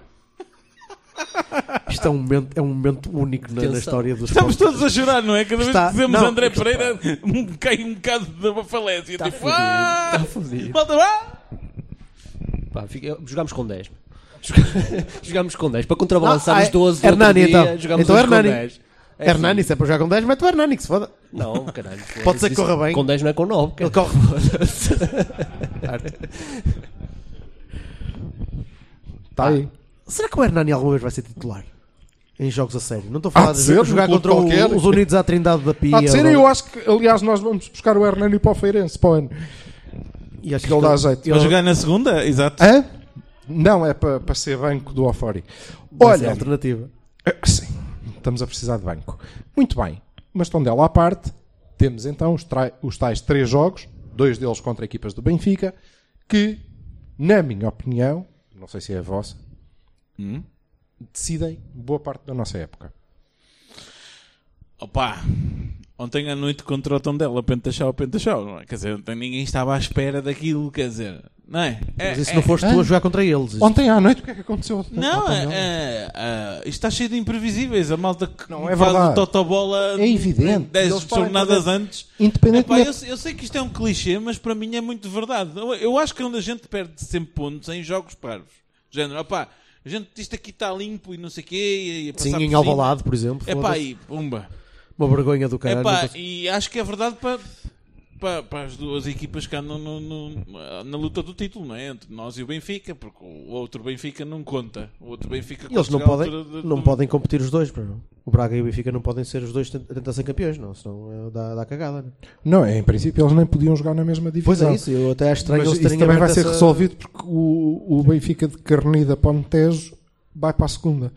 Isto é um momento, é um momento único na, na Tensão. história dos Estamos podcasts. todos a chorar, não é? Cada vez Está- que dizemos não, André isto- Pereira, um- cai um bocado de uma falésia. Está tipo, fudido, "Ah, está fudido." Malta, "Ah!" vá! Pá, fica- jogámos com 10. jogámos com 10 para contrabalançar Ah, os é 12 do Hernani, outro dia, então. jogámos Então hoje com Hernani. 10. É Hernani, assim. se é para jogar com 10, mete o Hernani, que se foda. Não, caralho. Pode ser que Isso- corra bem. Com 10 não é com 9. Ele corre. Tá Ah. aí. Será que o Hernani alguma vez vai ser titular? Em jogos a sério. Não estou a falar Há Ah, de de, ser, jogar num contra clube o- qualquer. os Unidos à Trindade da Pia. Há de ser, ou- eu acho que, aliás, nós vamos buscar o Hernani para o Feirense para o ano. E acho que ele dá jeito. Para jogar na segunda? é? Exato. Hã? Não, é para, para ser banco do Ofori. Vai ser Olha, alternativa. eh, sim, estamos a precisar de banco. Muito bem, mas estão dela à parte. Temos então os, trai- os tais três jogos, dois deles contra equipas do Benfica, que, na minha opinião, não sei se é a vossa, Hum? decidem boa parte da nossa época. Opa! Ontem à noite contra o Tondela, Pentachau, Pentachau, não é? Quer dizer, ontem ninguém estava à espera daquilo, quer dizer, não é? É, Mas isso é, não foste é. tu a jogar contra eles. Isto- Ontem à noite, o que é que aconteceu? Não, Ontem é, à noite? é, é, isto está cheio de imprevisíveis. A malta que Não é faz verdade. o totobola É evidente. 10 Eles podem jornadas fazer- antes. Independentemente- Epá, eu, eu sei que isto é um clichê, mas para mim é muito verdade. Eu, eu acho que onde a gente perde sempre pontos é em jogos parvos. Género, opá, a gente, isto aqui está limpo e não sei o quê. e- e a Sim, passar em por Alvalade, cima. por exemplo. Epá, foda-se. e pumba. Uma vergonha do caralho. não Epá, consigo- e acho que é verdade para, para, para as duas equipas que andam no- no- na luta do título, não é? Entre nós e o Benfica, porque o outro Benfica não conta. O outro Benfica E Eles quando não chega à podem, é altura de- não do- podem competir os dois, bro. O Braga e o Benfica não podem ser os dois a tentar ser campeões, não, senão eh, dá, dá cagada. Né? Não, é em princípio eles nem podiam jogar na mesma divisão. Pois é isso, eu até acho estranho Mas eles isso terem também vai aberto ser essa- resolvido porque o, o Benfica de Carnida para Montejo vai para a segunda.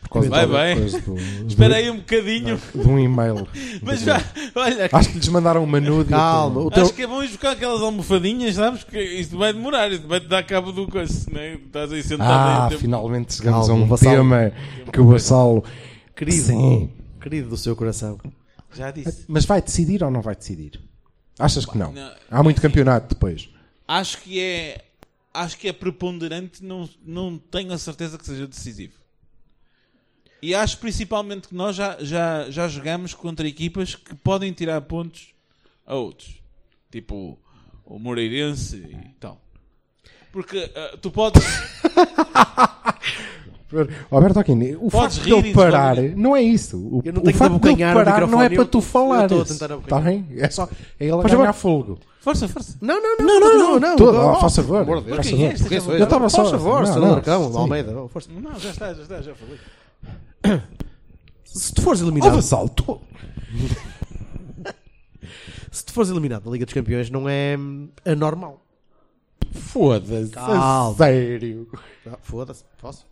Por causa Vai da bem. coisa tipo, do- Espera aí do- um bocadinho. De um e-mail. Mas já, olha. Acho que lhes mandaram um uma nude. Calma, o Acho que é bom ir buscar aquelas almofadinhas, sabes? Porque isto vai demorar, isto vai te dar cabo do coice, né? Estás aí sentado aí Ah, o tempo- finalmente chegamos Calma, a um Vassalo. tema que o Vassalo. Querido, Sim. querido do seu coração. Já disse. Mas vai decidir ou não vai decidir? Achas que não? não. Há muito campeonato depois. Acho que é. Acho que é preponderante, não, não tenho a certeza que seja decisivo. E acho principalmente que nós já, já, já jogamos contra equipas que podem tirar assim. pontos a outros. Tipo o Moreirense e tal. Porque ah, tu podes. Alberto Aquino, o Podes facto de rir e eu parar desvalorizar. não é isso. O, Eu não tenho o que facto de eu abocanhar o parar não microfone, é para eu- tu eu falares. estou a tentar Está abocanhar. bem? É só. É ele Faz ganhar favor. fogo. Força, força. Não, não, não, não, não, não. Todo, não, oh, não. faz favor, Por amor de Deus, faz quem é favor. este que sou Eu estava só- Faz favor, não, senador não, Cão, sim. Almeida, oh, força. Não, já está, já está, já falei. Se tu fores eliminado. Oh, Vassal, tu- Se tu fores eliminado da Liga dos Campeões, não é hum, anormal. Foda-se. Calma. a Sério. Ah, Foda-se, posso?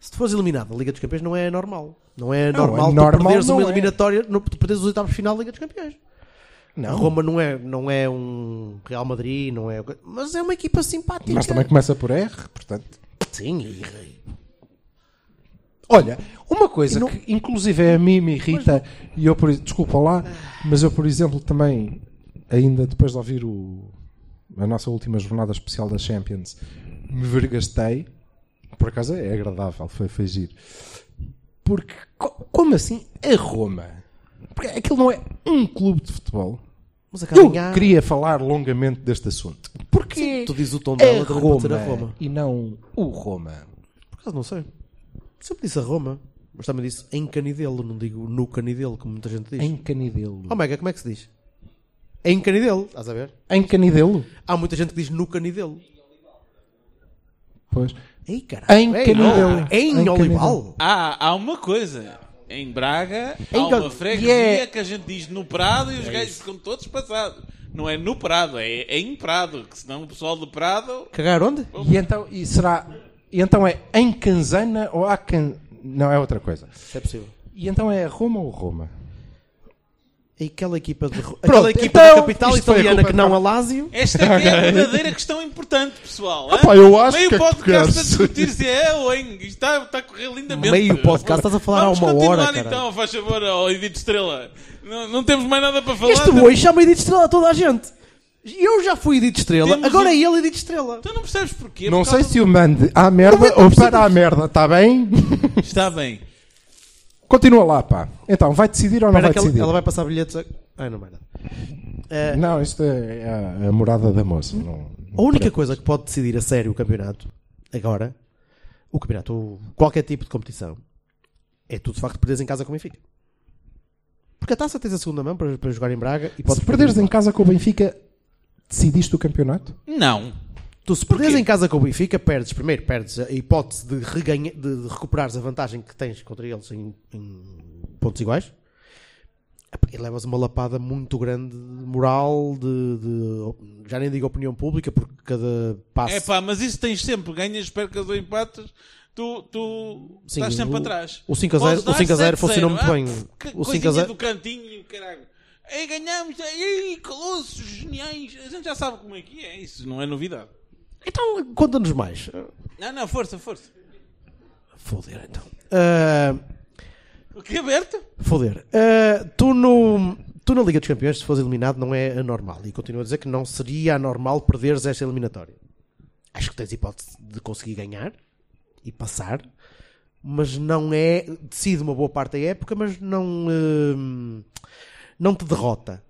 Se tu fores eliminado da Liga dos Campeões, não é normal. Não é Não, normal é tu normal, perderes não uma é. eliminatória, no- tu perderes os oitavos de final da Liga dos Campeões. Não. Roma não é, não é um Real Madrid, não é. Mas é uma equipa simpática. Mas é- também começa por R, portanto. Sim, e Olha, uma coisa que inclusive é a mim me irrita, e eu, por, ex- desculpa lá, Ah. mas eu, por exemplo, também, ainda depois de ouvir o, a nossa última jornada especial da Champions, me vergastei. Por acaso é agradável, foi, foi giro. Porque, co- como assim, a Roma? Porque aquilo não é um clube de futebol. Mas eu acabaram em- queria falar longamente deste assunto. Porque Sim, tu dizes o tom é dela, também pode ser Roma, a Roma. e não o Roma. Por acaso não sei. Sempre disse a Roma, mas também disse em Canidelo, não digo no Canidelo, como muita gente diz. Em Canidelo. Oh, Mega, como é que se diz? Em Canidelo, estás a ver? Em Canidelo? Há muita gente que diz no Canidelo. Pois. Ei, caralho. Em Ei, Canidelo. não. Em, Em Olival. Há, há uma coisa. Em Braga, Em há uma Gal- freguesia e é- que a gente diz no Prado e os gajos ficam todos passados. Não é no Prado, é, é em Prado, que senão o pessoal do Prado. Cagar onde? E então, e será. E então é em Canzana ou a Can... Não, é outra coisa. Se é possível. E então é Roma ou Roma? E É aquela equipa de Ro- Pronto, aquela equipa então, da capital isto foi a italiana culpa que de- não a Lazio. Esta é que é a verdadeira questão importante, pessoal. hã? Opa, eu acho Meio que é que podcast a queres. discutir se é ou em. Isto está, está a correr lindamente. Meio podcast, estás a falar há Vamos uma continuar hora, caralho. então, faz favor, ao Edito Estrela. Não, não temos mais nada para falar. Este boi chama Edith tá Estrela a toda a gente. Eu já fui Edith Estrela, Temos agora um- é ele Edith Estrela. Tu não percebes porquê? Não Por sei causa se o mande à merda ou para a merda, está bem? do- Está bem. Continua lá, pá. Então, vai decidir ou não Espera vai que ela, decidir? ela vai passar bilhetes. A... Ai, não vai nada. Eh, Não, isto é a, a morada da moça. Não... A única coisa que pode decidir a sério o campeonato, agora, o campeonato, o- qualquer tipo de competição, é tu de facto perderes em casa com o Benfica. Porque a taça tens a segunda mão para, para jogar em Braga e podes Se perderes em casa com o Benfica, decidiste o campeonato? Não. Tu se perderes em casa com o Benfica, perdes primeiro, perdes a hipótese de, reganha, de, de recuperares a vantagem que tens contra eles em, em pontos iguais. Epá, E levas uma lapada muito grande de moral, de, de- já nem digo opinião pública, porque cada passo É pá, mas isso tens sempre. Ganhas, percas ou empates, tu, tu Sim, estás sempre o- atrás. o 5 a 0 Podes dar o 5 a 0 funcionou 7-0, muito ah, bem. que O 5 a coisinha 0 do cantinho, caralho. Ei, ganhamos, ei, colossos, geniais. A gente já sabe como é que é isso, não é novidade. Então, conta-nos mais. Não, não, força, força. Foder, então. Ah, O que é aberto? foder. Ah, tu, no, tu na Liga dos Campeões, se fores eliminado, não é anormal. E continuo a dizer que não seria anormal perderes esta eliminatória. Acho que tens hipótese de conseguir ganhar e passar, mas não é. Decide uma boa parte da época, mas não. hum, não te derrota.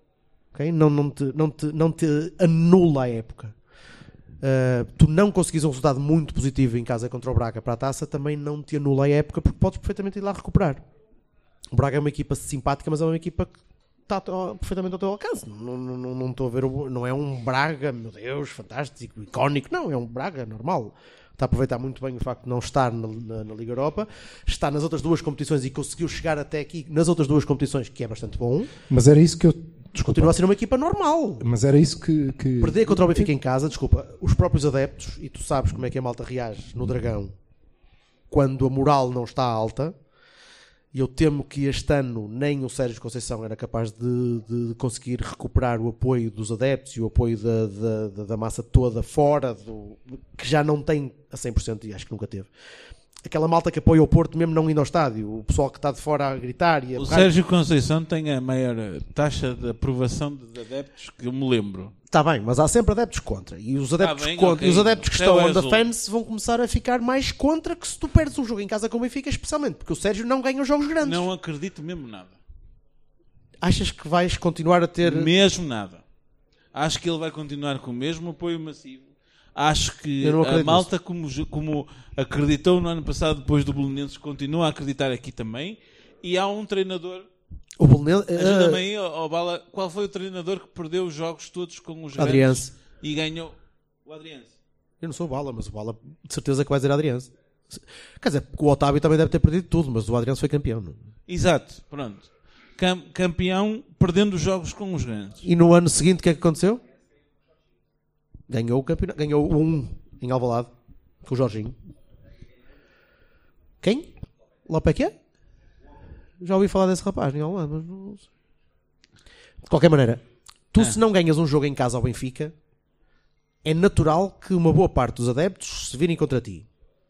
ok? Não, não, te, não, te, não te anula a época. Uh, tu não conseguires um resultado muito positivo em casa contra o Braga para a taça, também não te anula a época porque podes perfeitamente ir lá recuperar. O Braga é uma equipa simpática, mas é uma equipa que está ao- perfeitamente ao teu alcance. Não, não, não, não estou a ver, o- não é um Braga, meu Deus, fantástico, icónico. Não, é um Braga normal. Está a aproveitar muito bem o facto de não estar na, na- na Liga Europa, está nas outras duas competições e conseguiu chegar até aqui nas outras duas competições, que é bastante bom. Mas era isso que eu. Desculpa. Continua a ser uma equipa normal. Mas era isso que. que... Perder contra o Benfica em casa, desculpa, os próprios adeptos, e tu sabes como é que a malta reage no Dragão quando a moral não está alta. E eu temo que este ano nem o Sérgio Conceição era capaz de, de conseguir recuperar o apoio dos adeptos e o apoio da, da- da- da massa toda fora, do, que já não tem a 100% e acho que nunca teve. Aquela malta que apoia o Porto mesmo não indo ao estádio, o pessoal que está de fora a gritar e a O berrar. Sérgio Conceição tem a maior eh, taxa de aprovação de adeptos que eu me lembro. Tá Está Tá bem, mas há sempre adeptos contra. E os adeptos, bem, contra, ok. e os adeptos que Céu estão é on the azul. fence vão começar a ficar mais contra que se tu perdes um jogo em casa com o Benfica, especialmente, porque o Sérgio não ganha os jogos grandes. Não acredito mesmo nada. Achas que vais continuar a ter. Mesmo nada. Acho que ele vai continuar com o mesmo apoio massivo. Acho que Eu não a acredito malta, como, ju- como acreditou no ano passado depois do Belenenses, continua a acreditar aqui também. E há um treinador. O eh, Belenenses- Ajuda-me aí, ó, ó, Bala. Qual foi o treinador que perdeu os jogos todos com os Adriense. grandes e ganhou? O Adriano. Eu não sou o Bala, mas o Bala de certeza que vai dizer Adriano. Quer dizer, o Otávio também deve ter perdido tudo, mas o Adriano foi campeão. não? é? Exato, pronto. Cam- campeão perdendo os jogos com os grandes. E no ano seguinte, o que é que aconteceu? Ganhou o campeonato, ganhou o 1 em Alvalade com o Jorginho. Quem? Lope é que é? Já ouvi falar desse rapaz, em Alvalade, mas não sei. De qualquer maneira, tu Ah. se não ganhas um jogo em casa ao Benfica, é natural que uma boa parte dos adeptos se virem contra ti.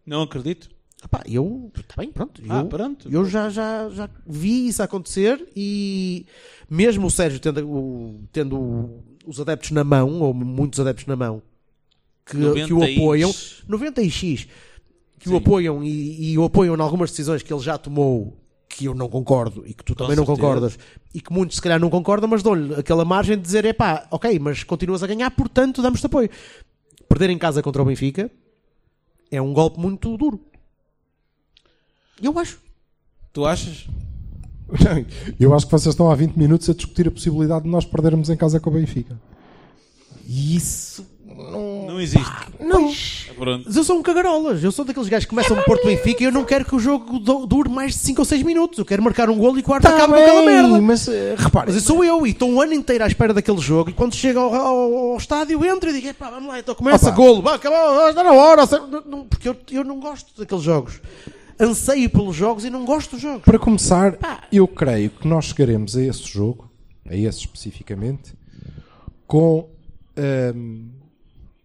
Não acredito. Epá, eu, está bem, pronto. Ah, eu, pronto. Eu já, já, já vi isso acontecer e mesmo o Sérgio tendo, o- tendo o- os adeptos na mão, ou muitos adeptos na mão, que, 90 que o apoiam, X. 90 e X, que o apoiam e, e o apoiam em algumas decisões que ele já tomou que eu não concordo e que tu Com também não certeza. concordas e que muitos se calhar não concordam, mas dão-lhe aquela margem de dizer, epá, ok, mas continuas a ganhar, portanto damos-te apoio. Perder em casa contra o Benfica é um golpe muito duro. Eu acho. Tu achas? Eu acho que vocês estão há 20 minutos a discutir a possibilidade de nós perdermos em casa com o Benfica. Isso não, existe. Não. Ah, Pronto. Mas eu sou um cagarolas. Eu sou daqueles gajos que É começam no Porto Benfica e eu não quero que o jogo do- dure mais de 5 ou 6 minutos. Eu quero marcar um golo e quarto Tá acaba bem, com aquela merda. mas, eh, Mas reparem. eu sou eu e estou um ano inteiro à espera daquele jogo e quando chega ao, ao- ao estádio entro e digo, epá, vamos lá, então começa Opa. golo. Vá, acabou, está na hora. sei- não- não- Porque eu, eu não gosto daqueles jogos. Anseio pelos jogos e não gosto dos jogos. Para começar, eu creio que nós chegaremos a esse jogo, a esse especificamente, com ahm,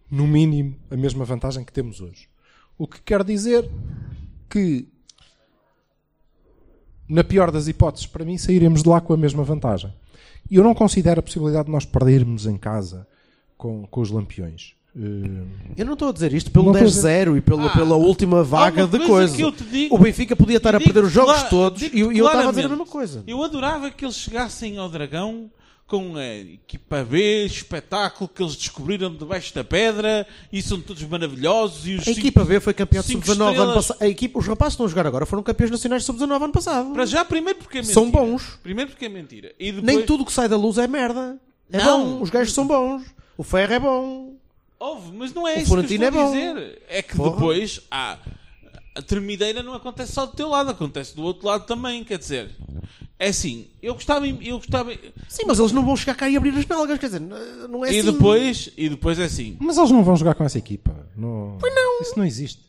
no mínimo a mesma vantagem que temos hoje. O que quer dizer que, na pior das hipóteses, para mim, sairemos de lá com a mesma vantagem. E eu não considero a possibilidade de nós perdermos em casa com, com os lampiões. Hum, Ahm, Eu não estou a dizer isto pelo Não estou a 10-0 e pelo, pela última vaga Ah, há uma de coisa coisa. que eu te digo- o Benfica podia estar a Digo perder os jogos cla- todos digo e eu- e eu estava a dizer a claramente, mesma coisa. Eu adorava que eles chegassem ao Dragão com a equipa B, espetáculo que eles descobriram debaixo da pedra e são todos maravilhosos. E os A cinco- equipa B foi campeã de cinco sub-19 ano estrelas. passado. A equipa, os rapazes que estão a jogar agora foram campeões nacionais de sub-19 ano passado. Para já, primeiro porque é mentira. São bons. Primeiro porque é mentira. E depois... Nem tudo que sai da luz é merda. É Não. bom, os gajos são bons. O ferro é bom. Houve, mas não O é isso que eu Florentino estou a é bom. dizer. É que Porra. depois há. A termideira não acontece só do teu lado, acontece do outro lado também, quer dizer. É assim, eu gostava. em- Eu gostava... Sim, mas eles não vão chegar cá e abrir as nalgas, quer dizer, n- não é e assim. depois, e depois é assim. Mas eles não vão jogar com essa equipa. Não, pois não. Isso não existe.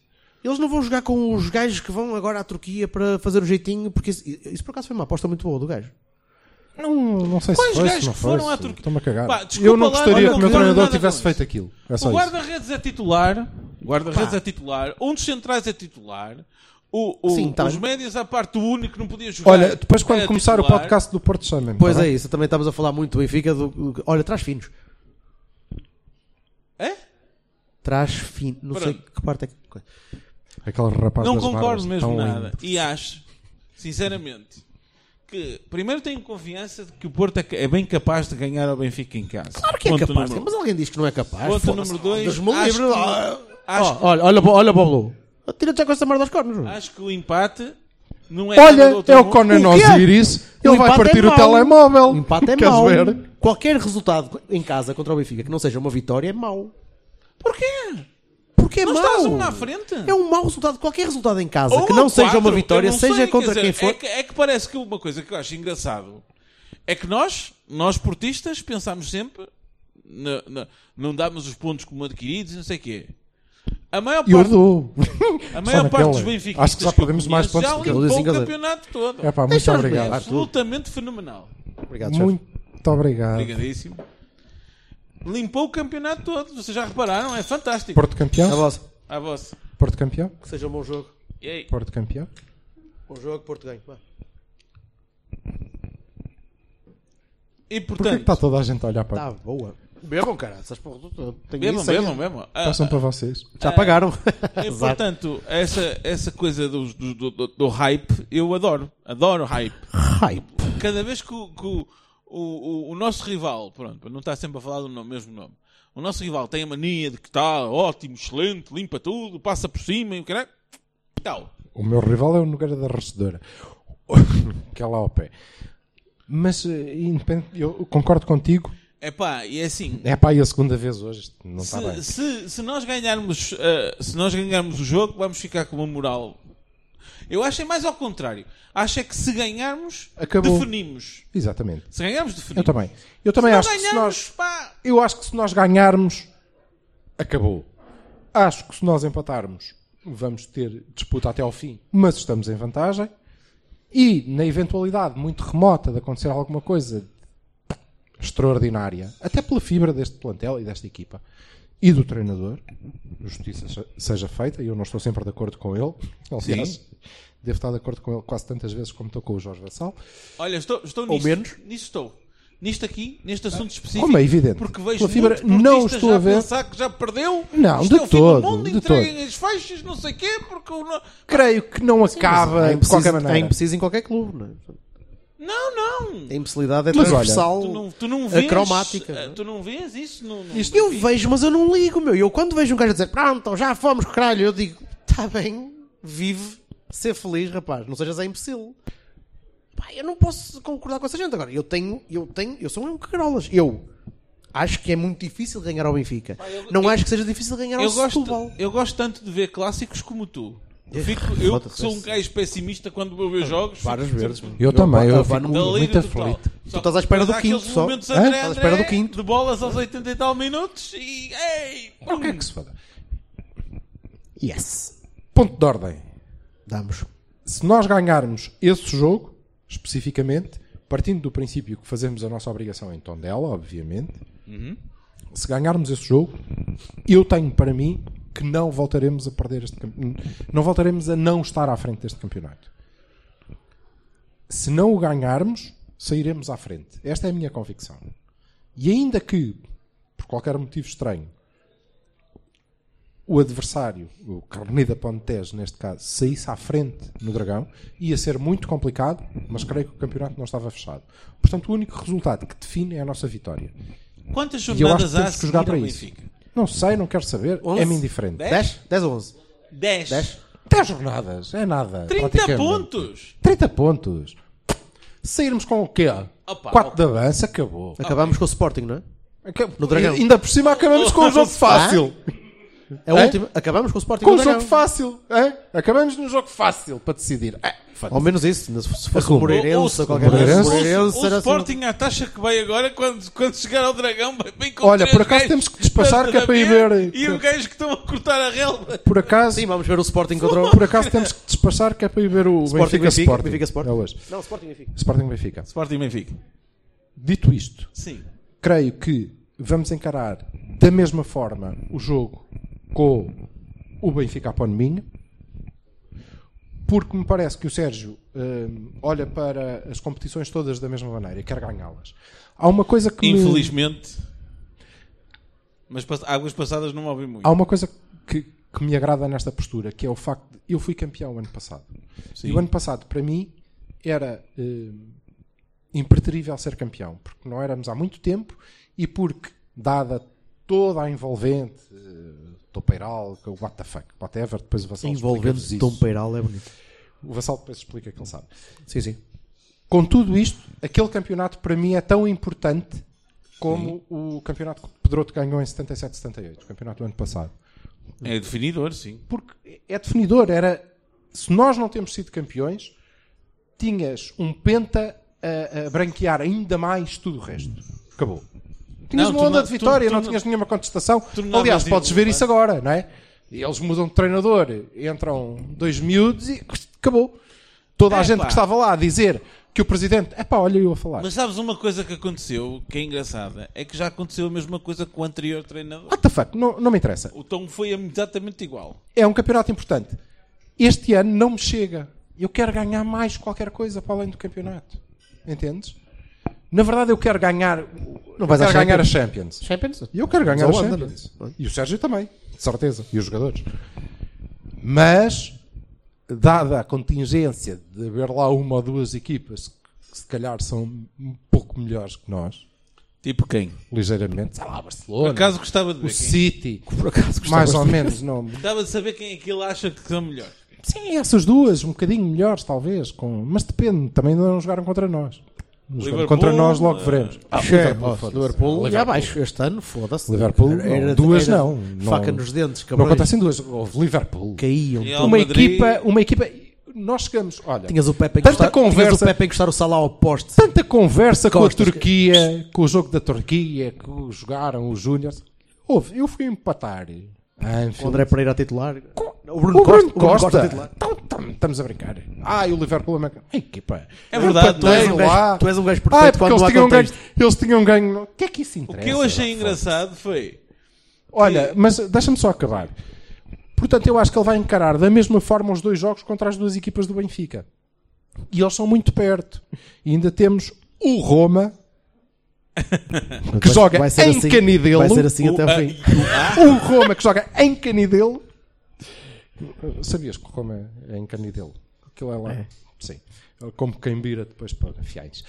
Eles não vão jogar com os gajos que vão agora à Turquia para fazer um jeitinho, porque isso, isso por acaso foi uma aposta muito boa do gajo. Não, não sei Quais se foi, gajos se não que foi. foram à se- Turquia? Estou-me a cagar. Pá, desculpa eu não lá, gostaria não que o meu concordo treinador nada com tivesse isso. feito aquilo. É só o isso. guarda-redes é titular, o guarda-redes é titular, um dos centrais é titular, o, o- Sim, tá. os médias à parte o único que não podia jogar. Olha, depois quando é começar o titular. podcast do Porto tá chamem Pois é isso, também estamos a falar muito do Benfica. Do, do- olha, traz finos. É? Traz finos. Não sei Pronto. que parte é que. coisa. Aquele rapaz Não das barbas, concordo mesmo tão nada. lindo. E acho, sinceramente, que primeiro tenho confiança de que o Porto é ca- é bem capaz de ganhar ao Benfica em casa. Claro que é Ponto capaz, número mas um. alguém diz que não é capaz. Ponto Foda-se. número dois, Deus me acho livre. que- Ah, acho ó, que- Olha, olha, olha, Bobo. Tira-te já com essa merda aos cornos. Acho que o empate não é. nada do Olha, outro é o mundo. Conan O quê? Osiris. Ele O vai empate é partir o mau. telemóvel. O empate é Queres mau. ver? Qualquer resultado em casa contra o Benfica que não seja uma vitória é mau. Porquê? Porque é Nós mau. estás um na frente. É um mau resultado. Qualquer resultado em casa Ou que a não seja quatro, uma eu vitória, não seja sei, quer contra dizer, quem for. É que, é que parece que uma coisa que eu acho engraçado é que nós, nós portistas, pensámos sempre na- na- não damos os pontos como adquiridos e não sei o quê. A maior Eu parte, dou. A maior Só parte naquela. dos benfiquistas Acho que já perdemos mais conheço pontos já do que limpou eles. o campeonato todo. É pá, muito Deixa-nos É obrigado. ver. absolutamente fenomenal. Obrigado, chefe. Muito obrigado. Obrigadíssimo. Limpou o campeonato todo. Vocês já repararam? É fantástico. Porto A campeão. vossa. À vossa. Porto campeão. Que seja um bom jogo. E aí? Porto campeão. Bom jogo, Porto ganho. Vá. Porquê E que portanto, está toda a gente a olhar Tá para boa. Bebam, cara. Essas porra do todo. Tenho bebam, isso aí. bebam, bebam. Ah, É Passam para vocês. Já pagaram. E, Exato. portanto, essa, essa coisa do, do, do- do hype, eu adoro. Adoro hype. Hype. Cada vez que, o, que o, o, o- o nosso rival, pronto, não está sempre a falar do nome- mesmo nome, O nosso rival tem a mania de que está ótimo, excelente, limpa tudo, passa por cima e o caralho. Tal. O meu rival é o Nogueira da Recedora, que é lá ao pé. Mas, eh, independente, eu concordo contigo. É pá, e é assim. É pá, e a segunda vez hoje isto não está bem. Se, se- se nós ganharmos, eh, se nós ganharmos o jogo, vamos ficar com uma moral. Eu acho é mais ao contrário. Acho é que se ganharmos, Acabou. definimos. Exatamente. Se ganharmos, definimos. Eu também. Eu também Se não acho que se ganharmos, nós. Eu acho que se nós ganharmos, acabou. Acho que se nós empatarmos, vamos ter disputa até ao fim, mas estamos em vantagem. E na eventualidade muito remota de acontecer alguma coisa extraordinária, até pela fibra deste plantel e desta equipa e do treinador, justiça se- seja feita, e eu não estou sempre de acordo com ele. Aliás, Sim. devo estar de acordo com ele quase tantas vezes como estou com o Jorge Vassal. Olha, estou, estou Ou nisto, menos. nisto estou. Nisto aqui, neste assunto específico. Como é evidente. Porque vejo Pela fibra, muitos não portistas estou já a ver. pensar que já perdeu. Não, Isto de é o fim do todo, mundo, de entreguem as faixas, não sei quê, porque o... no- Creio que não acaba é de impreciso- qualquer maneira. É impreciso em qualquer clube, não é? Não, não. A impessilidade é Mas olha, transversal, Tu não, tu não vês, acromática. é? eh, Tu não vês isso? Não, não- Isto eu vejo, mas eu não ligo, meu. Eu quando vejo um gajo a dizer, pronto, já fomos, caralho, eu digo, está bem, vive, ser feliz, rapaz, não sejas é imbecil. Pá, eu não posso concordar com essa gente agora. Eu tenho, eu tenho, eu sou um carolas. Eu acho que é muito difícil ganhar ao Benfica. não acho que seja difícil ganhar um ao Eu Setúbal. gosto, eu gosto tanto de ver clássicos como tu. É, Eu, fico, eu que sou um gajo pessimista quando vou Ah, ver jogos. Várias fico- vezes, fico- Eu também, eu Da fico Liga muito total. aflito. Só Tu que estás à espera depois do há aqueles quinto só. momentos Hã? André, Estás à espera do André, quinto. De bolas aos 80 e tal minutos e. Ei! O que é que se fala? Yes. Ponto de ordem. Damos. Se nós ganharmos esse jogo, especificamente, partindo do princípio que fazemos a nossa obrigação em Tondela, obviamente, Uhum. se ganharmos esse jogo, eu tenho para mim que não voltaremos a perder este campeonato. Não voltaremos a não estar à frente deste campeonato. Se não o ganharmos, sairemos à frente. Esta é a minha convicção. E ainda que, por qualquer motivo estranho, o adversário, o Carnida Pontes, neste caso, saísse à frente no Dragão, ia ser muito complicado, mas creio que o campeonato não estava fechado. Portanto, o único resultado que define é a nossa vitória. Quantas E eu acho jornadas que há temos a que jogar seguir para ao isso. Benfica? Não sei, não quero saber. Onze? É-me indiferente. Dez? 10? 10 ou 11? 10. 10 jornadas, é nada. 30 praticamente. pontos. 30 pontos. Sairmos com o quê? Opa, 4 de avanço, acabou. Acabamos com o Sporting, não é? Acab- No Dragão. Ainda por cima acabamos com o jogo fácil. É o Hã? último. Acabamos com o Sporting Com no o jogo Dragão. fácil. hã? Acabamos no jogo fácil para decidir. É, foda-se. Ao menos isso, mas se fosse Arruma. o Moreirense ou qualquer Moreirense? Moreirense O era assim- Sporting, à taxa que vai agora, quando, quando chegar ao Dragão, vai bem com Olha, três por acaso gajos temos que despachar que é para ir da B ver. E o gajo que estão a cortar a relva. Por acaso. Sim, vamos ver o Sporting contra o. Por acaso temos que despachar que é para ir ver o Sporting Benfica, Benfica, Sporting. Benfica Sporting. É hoje. Não, Sporting Benfica. Sporting Benfica. Sporting Benfica. Dito isto, Sim. creio que vamos encarar da mesma forma o jogo com o Benfica à Poneminha, porque me parece que o Sérgio hum, olha para as competições todas da mesma maneira e quer ganhá-las. Há uma coisa que me- Infelizmente. Mas pass- águas passadas não movem muito. Há uma coisa que, que me agrada nesta postura, que é o facto de eu fui campeão o ano passado. Sim. E o ano passado, para mim, era eh, impreterível ser campeão, porque não éramos há muito tempo e porque, dada toda a envolvente, eh, Topeiral, what the fuck, whatever, depois o Vassal explica-vos Envolvendo isso. Tom Peiral é bonito. O Vassal depois explica que ele sabe. Sim, sim. Com tudo isto, aquele campeonato para mim é tão importante como o campeonato que o Pedroto ganhou em 77-78, o campeonato do ano passado. É definidor, sim. Porque é definidor. Era se nós não temos sido campeões, tinhas um penta a, a branquear ainda mais tudo o resto. Acabou. Tinhas Não, uma onda torna- de vitória, tu- não tu- tinhas nenhuma contestação. tornavas Aliás, podes ver irrelevante. isso agora, não é? Eles mudam de treinador, entram dois miúdos e acabou. Toda a É, gente pá. que estava lá a dizer que o presidente, é pá, olha eu a falar. Mas sabes uma coisa que aconteceu, que é engraçada, é que já aconteceu a mesma coisa com o anterior treinador. What the fuck, não, não me interessa. O tom foi exatamente igual. É um campeonato importante. Este ano não me chega. Eu quero ganhar mais qualquer coisa para além do campeonato. Entendes? Na verdade, eu quero ganhar. Não vais eu à quero ganhar a Champions? Champions. Champions? E eu quero ganhar a Mas a Holanda, Champions. E o Sérgio também, de certeza. E os jogadores. Mas, dada a contingência de haver lá uma ou duas equipas que se calhar são um pouco melhores que nós, Tipo quem? Ligeiramente. Sei lá, Barcelona. Por acaso gostava de ver O quem? City. Por acaso gostava Mais de ou ver. menos, não. Gostava de saber quem é que ele acha que são melhores. Sim, essas duas, um bocadinho melhores, talvez. Com... Mas depende, também ainda não jogaram contra nós. Não jogaram Liverpool, Contra nós logo eh, veremos. Ah, Che, Liverpool, foda-se. Liverpool, já Liverpool. baixo este ano, foda-se. Liverpool, não. duas não. não. Faca nos dentes, Não cabrões. acontecem duas. Houve Liverpool. Caíam. Uma equipa, uma equipa. Nós chegamos. Olha, Tinhas o Pepe a tanta encostar- tinhas conversa, o Pepe a encostar o Salah ao poste. Tanta conversa com Costas. a Turquia, com o jogo da Turquia, que jogaram os Júniors. Houve, eu fui empatar. a Anfield. Com o André Pereira a titular. O Bruno Costa. Então, tam- estamos a brincar. Ah, e o Liverpool é uma a equipa. É verdade, tu és um gajo- lá. tu és um gajo ah, é perfeito porque quando eles não há tinham, ganho, contexto. eles tinham ganho. O que é que isso O interessa? que eu achei engraçado foi. Olha, mas deixa-me só acabar. Portanto, eu acho que ele vai encarar da mesma forma os dois jogos contra as duas equipas do Benfica. E eles são muito perto. E ainda temos o Roma que Vai- joga vai ser em assim- Canidelo. vai ser assim o, até ao fim. a- o Roma que joga em Canidelo. Ah, Sabias que o Roma é em Canidelo? Aquilo é lá. Sim. Como quem vira depois para fiéis.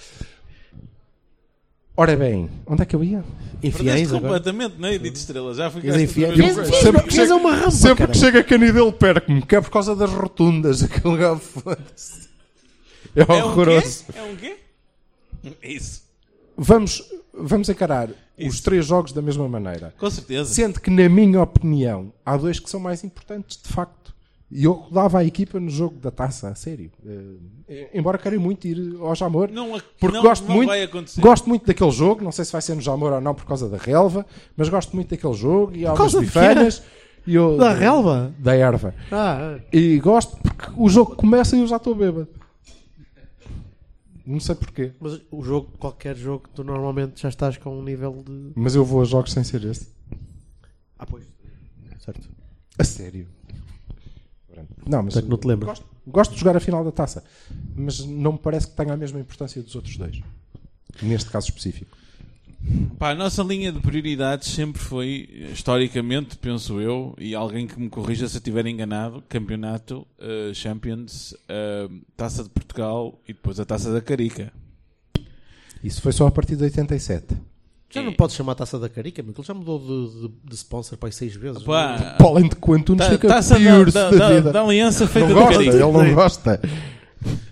Ora bem, onde é que eu ia? Perdeste completamente, não é? Edito Estrela, já ficaste. Mas enfim, outra vez eu- no- sempre que fiz é chega- uma rampa, Sempre que caralho. chega a Canidelo perco-me, que é por causa das rotundas. Aquele lugar, foda-se. É É um quê? horroroso. É um quê? Isso. Vamos, vamos encarar os três jogos da mesma maneira. Com certeza. Sendo que, na minha opinião, há dois que são mais importantes, de facto. E eu dava a equipa no jogo da taça, a sério. Eh, embora queira muito ir ao Jamor, Não ac- porque não- gosto, não muito, vai acontecer. gosto muito daquele jogo. Não sei se vai ser no Jamor ou não por causa da relva, mas gosto muito daquele jogo. E há umas causa de quê? bifanas. e eu- Da relva? Da erva. Ah, E gosto porque o jogo começa e eu já estou bêbado. Não sei porquê. mas o jogo, qualquer jogo, tu normalmente já estás com um nível de. Mas eu vou a jogos sem ser este. Ah, pois. Certo. A sério. Não, mas Até que não te lembras. Gosto, gosto de jogar a final da taça, mas não me parece que tenha a mesma importância dos outros dois. Neste caso específico. Pá, a nossa linha de prioridades sempre foi, historicamente, penso eu, e alguém que me corrija se eu estiver enganado, campeonato, eh, Champions, eh, Taça de Portugal e depois a Taça da Carica. Isso foi só a partir de 87. Já é. não podes chamar a taça da carica, porque ele já mudou de, de- de sponsor para aí seis vezes. Pá, tá, assim, não é? Para além de quanto nos Ta- fica taça da- pior da- da, da- vida. da aliança feita de não gosta, carica. Ele não gosta.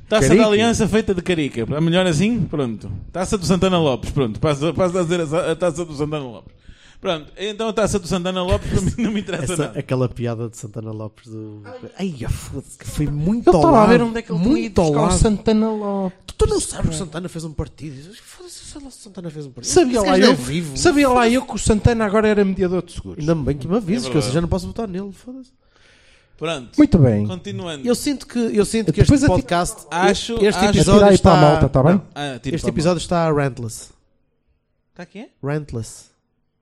Taça Carica. da Aliança feita de Carica. Para melhor assim, pronto. Taça do Santana Lopes, pronto. Passa, passa a dizer a, a Taça do Santana Lopes. Pronto, então a Taça do Santana Lopes para mim não me interessa Essa- nada. aquela piada de Santana Lopes do. Ai, foda-se, que foi muito Eu ao estava a lado, ver onde é que ele tinha ido muito ao buscar o lado. Santana Lopes. Tu, tu não sabes que o Santana fez um partido. Foda-se, o Santana fez um partido. Sabia Esse lá, gajo eu, é vivo. sabia lá eu que o Santana agora era mediador de seguros. Ainda bem que me avises, É que eu assim verdade. já não posso votar nele. Foda-se. Pronto. Muito bem. Continuando. Eu sinto que, eu sinto que Depois este a ti- podcast. Acho- este acho- episódio Atira aí está. para a malta, tá bem? Não, Ah, tiro este para a episódio está rentless. Está aqui, é? Rentless.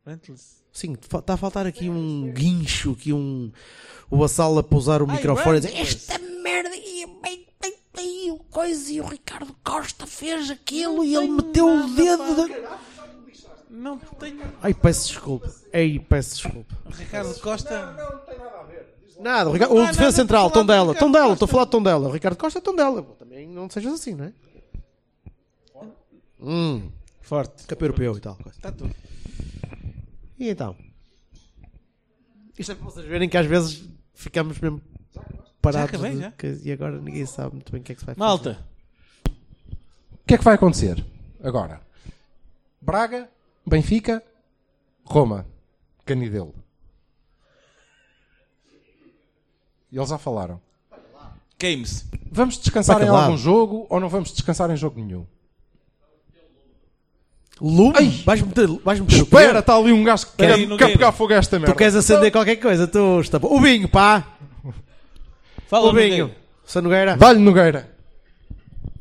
Rentless. Sim, está a faltar aqui um guincho, aqui um. O Assal a pousar o Ai, microfone e dizer: rentless. Esta merda e bem. bem- bem, o coisa e o Ricardo Costa fez aquilo e ele meteu o dedo. da- Não tenho. Ai, peço desculpa. Ei, peço desculpa. Ricardo Costa. Nada, o, Ricardo, o Não, defesa não, central, não estou a falar Tondela, do Ricardo Tondela, Costa. estou a falar de Tondela. O Ricardo Costa, é Tondela. Bom, Também não sejas assim, não é? Hum, Forte. campeão europeu e tal. coisa. Está tudo. E então? Isto é para vocês verem que às vezes ficamos mesmo parados. acabei, de- já? que- e agora ninguém sabe muito bem o que é que se vai fazer. Malta. O que é que vai acontecer agora? Braga, Benfica, Roma, Canidelo. E Eles já falaram. Games. Vamos descansar Vai em acabar. algum jogo ou não vamos descansar em jogo nenhum? Lume? Vais meter, vais meter o quê? Espera, está ali um gajo que Quer quer, ir no quer game? pegar fogo a esta merda. Tu queres acender qualquer coisa? Tu está bom. O vinho, pá! Fala, O vinho! Nogueira. Sá Nogueira? Dá-lhe Nogueira.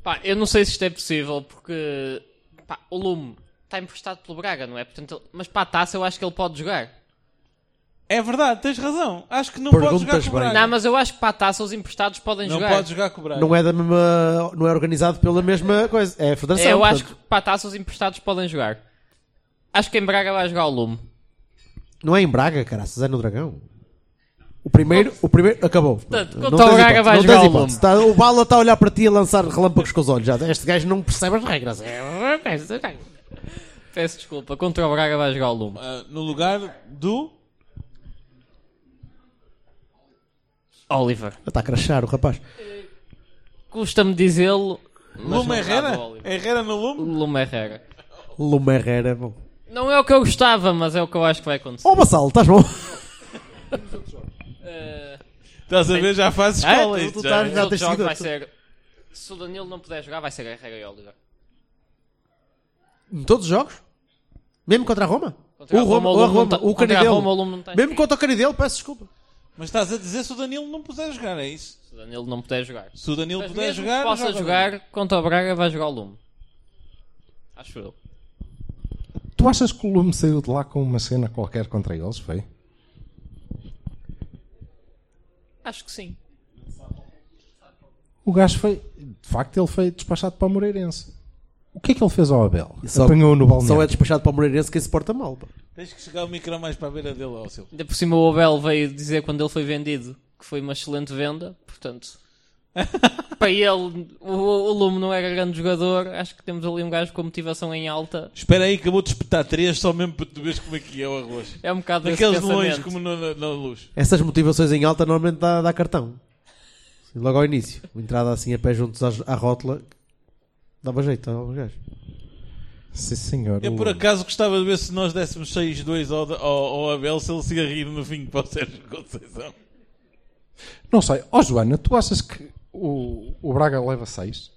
Pá, eu não sei se isto é possível, porque pá, o Lume está emprestado pelo Braga, não é? Portanto, ele- Mas para a taça eu acho que ele pode jogar. É verdade, tens razão. Acho que não Perguntas pode jogar com o bem. Braga. Não, mas eu acho que para a taça os emprestados podem Não jogar. pode jogar com o Braga. Não é, da mesma, não é organizado pela mesma coisa. É a federação. É, eu acho que portanto, para a taça os emprestados podem jogar. Acho que em Braga vai jogar o Lume. Não é em Braga, caraças, é no Dragão. O primeiro, o primeiro acabou. Portanto, Não contra tens o Braga hipótese, vai não jogar tens o hipótese. Lume. Tá- o Bala está a olhar para ti e a lançar relâmpagos com os olhos. Já, Este gajo não percebe as regras. É. Portanto, Peço desculpa. Contra o Braga vai jogar o Lume. Ah, no lugar do. Oliver. Está tá a crachar o rapaz. Custa-me dizê-lo. mas Lume não Herrera? dá o Oliver. Herrera no Lume? Lume Herrera. Lume Herrera, bom. Não é o que eu gostava, mas é o que eu acho que vai acontecer. Ó, Bassal, estás bom? Estás a ver? Já fazes Ah, escola. tu- isto tu já estás- é. já tens sido- vai ser- Se o Danilo não puder jogar, vai ser Herrera e Oliver. Em todos os jogos? Mesmo contra a Roma? Contra a o Roma, Roma, o ou a Lume não Roma, tá- o contra a Canidelo. Roma, o Lume não tá- Mesmo contra o Canidelo, peço desculpa. Mas estás a dizer se o Danilo não puder jogar, é isso? Se o Danilo não puder jogar. Se o Danilo Mas puder mesmo jogar. que possa joga jogar Danilo. contra o Braga, vai jogar o Lume. Acho eu. Tu achas que o Lume saiu de lá com uma cena qualquer contra eles? Foi? Acho que sim. O gajo foi. De facto, ele foi despachado para o Moreirense. O que é que ele fez ao Abel? Só- Apanhou no Só é balneário. despachado para o Moreirense quem se porta mal. pá. Tens que chegar o micro mais para a beira dele, ó, seu. Ainda por cima o Abel veio dizer quando ele foi vendido que foi uma excelente venda, portanto. para ele, o, o Lume não era grande jogador. Acho que temos ali um gajo com motivação em alta. Espera aí, que eu vou-te espetar três só mesmo para tu veres como é que é o arroz. É um bocado desse Daqueles de longe, pensamento. como na, na- na luz. Essas motivações em alta normalmente dá, dá cartão. Assim, Logo ao início. Uma entrada assim a pé juntos às- à, rótula dava jeito aos gajos. Sim, senhor. Eu por acaso gostava de ver se nós dessemos 6-2 ao, ao, ao Abel se ele se ia rir no fim para o Sérgio Conceição. Não sei. Ó, Joana, tu achas que o, o Braga leva 6?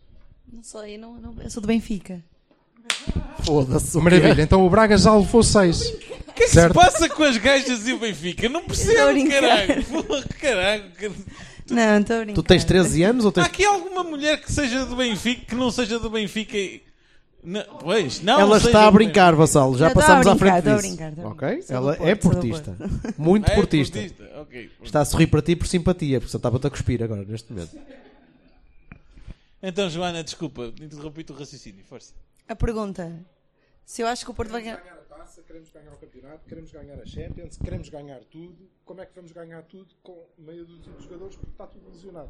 Não sei, não, não- eu sou do Benfica. Foda-se. o quê? Maravilha, então o Braga já levou 6. O que é que se passa com as gajas e o Benfica? Não Estou a percebo, brincar. caralho. Porra, caralho. Não, estou a brincar. Tu tens 13 anos ou Há tens. aqui alguma mulher que seja do Benfica que não seja do Benfica e... Não, pois, não Ela seja está a do brincar, Vassalo. Já Eu estou a passámos à brincar, frente estou a disso. brincar, estou a Ok? brincar. Sou do Ela Porto, é sou do portista. Porto. Muito É portista. portista, ok. Está a sorrir para ti por simpatia, porque só estava-te a cuspir agora, neste momento. Benfica. Então, Joana, desculpa, interrompi-te o raciocínio, força. A pergunta: se eu acho que o Porto vai ganhar. a taça, queremos ganhar o campeonato, queremos ganhar a Champions, queremos ganhar tudo. Como é que vamos ganhar tudo com meia dúzia de jogadores porque está tudo lesionado?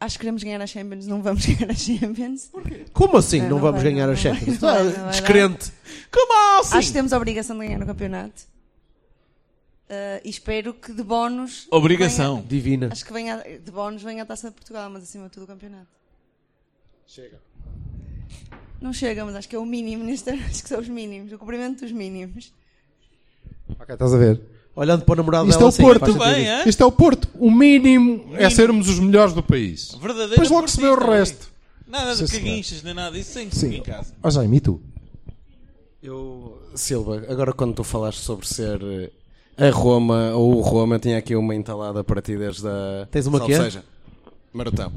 Acho que queremos ganhar a Champions, não vamos ganhar a Champions. Porquê? Como assim não, vamos ganhar a Champions? Ah, Descrente. Como assim? Acho que temos a obrigação de ganhar o campeonato. Ah, e espero que de bónus. Obrigação. venha- Divina. acho que venha, de bónus venha a taça de Portugal, mas acima de tudo o campeonato. Chega. Não chega, mas acho que é o mínimo neste ano. Acho que são os mínimos. O cumprimento dos mínimos. Ok, estás a ver? Olhando para o namorado Isto é dela, o sim, Porto. faz sentido isso. Isto é o Porto. O mínimo, é sermos os melhores do país. Verdadeira Depois logo se vê o portista, resto. ok. Nada Sim, de senhor. caguinchas, nem nada disso, sem Sim. em casa. Ó, Jaime, e tu? Eu, Silva, agora quando tu falaste sobre ser eh, a Roma ou o Roma, eu tinha aqui uma entalada para ti desde a. Tens uma é? salve quê? seja, Maratão.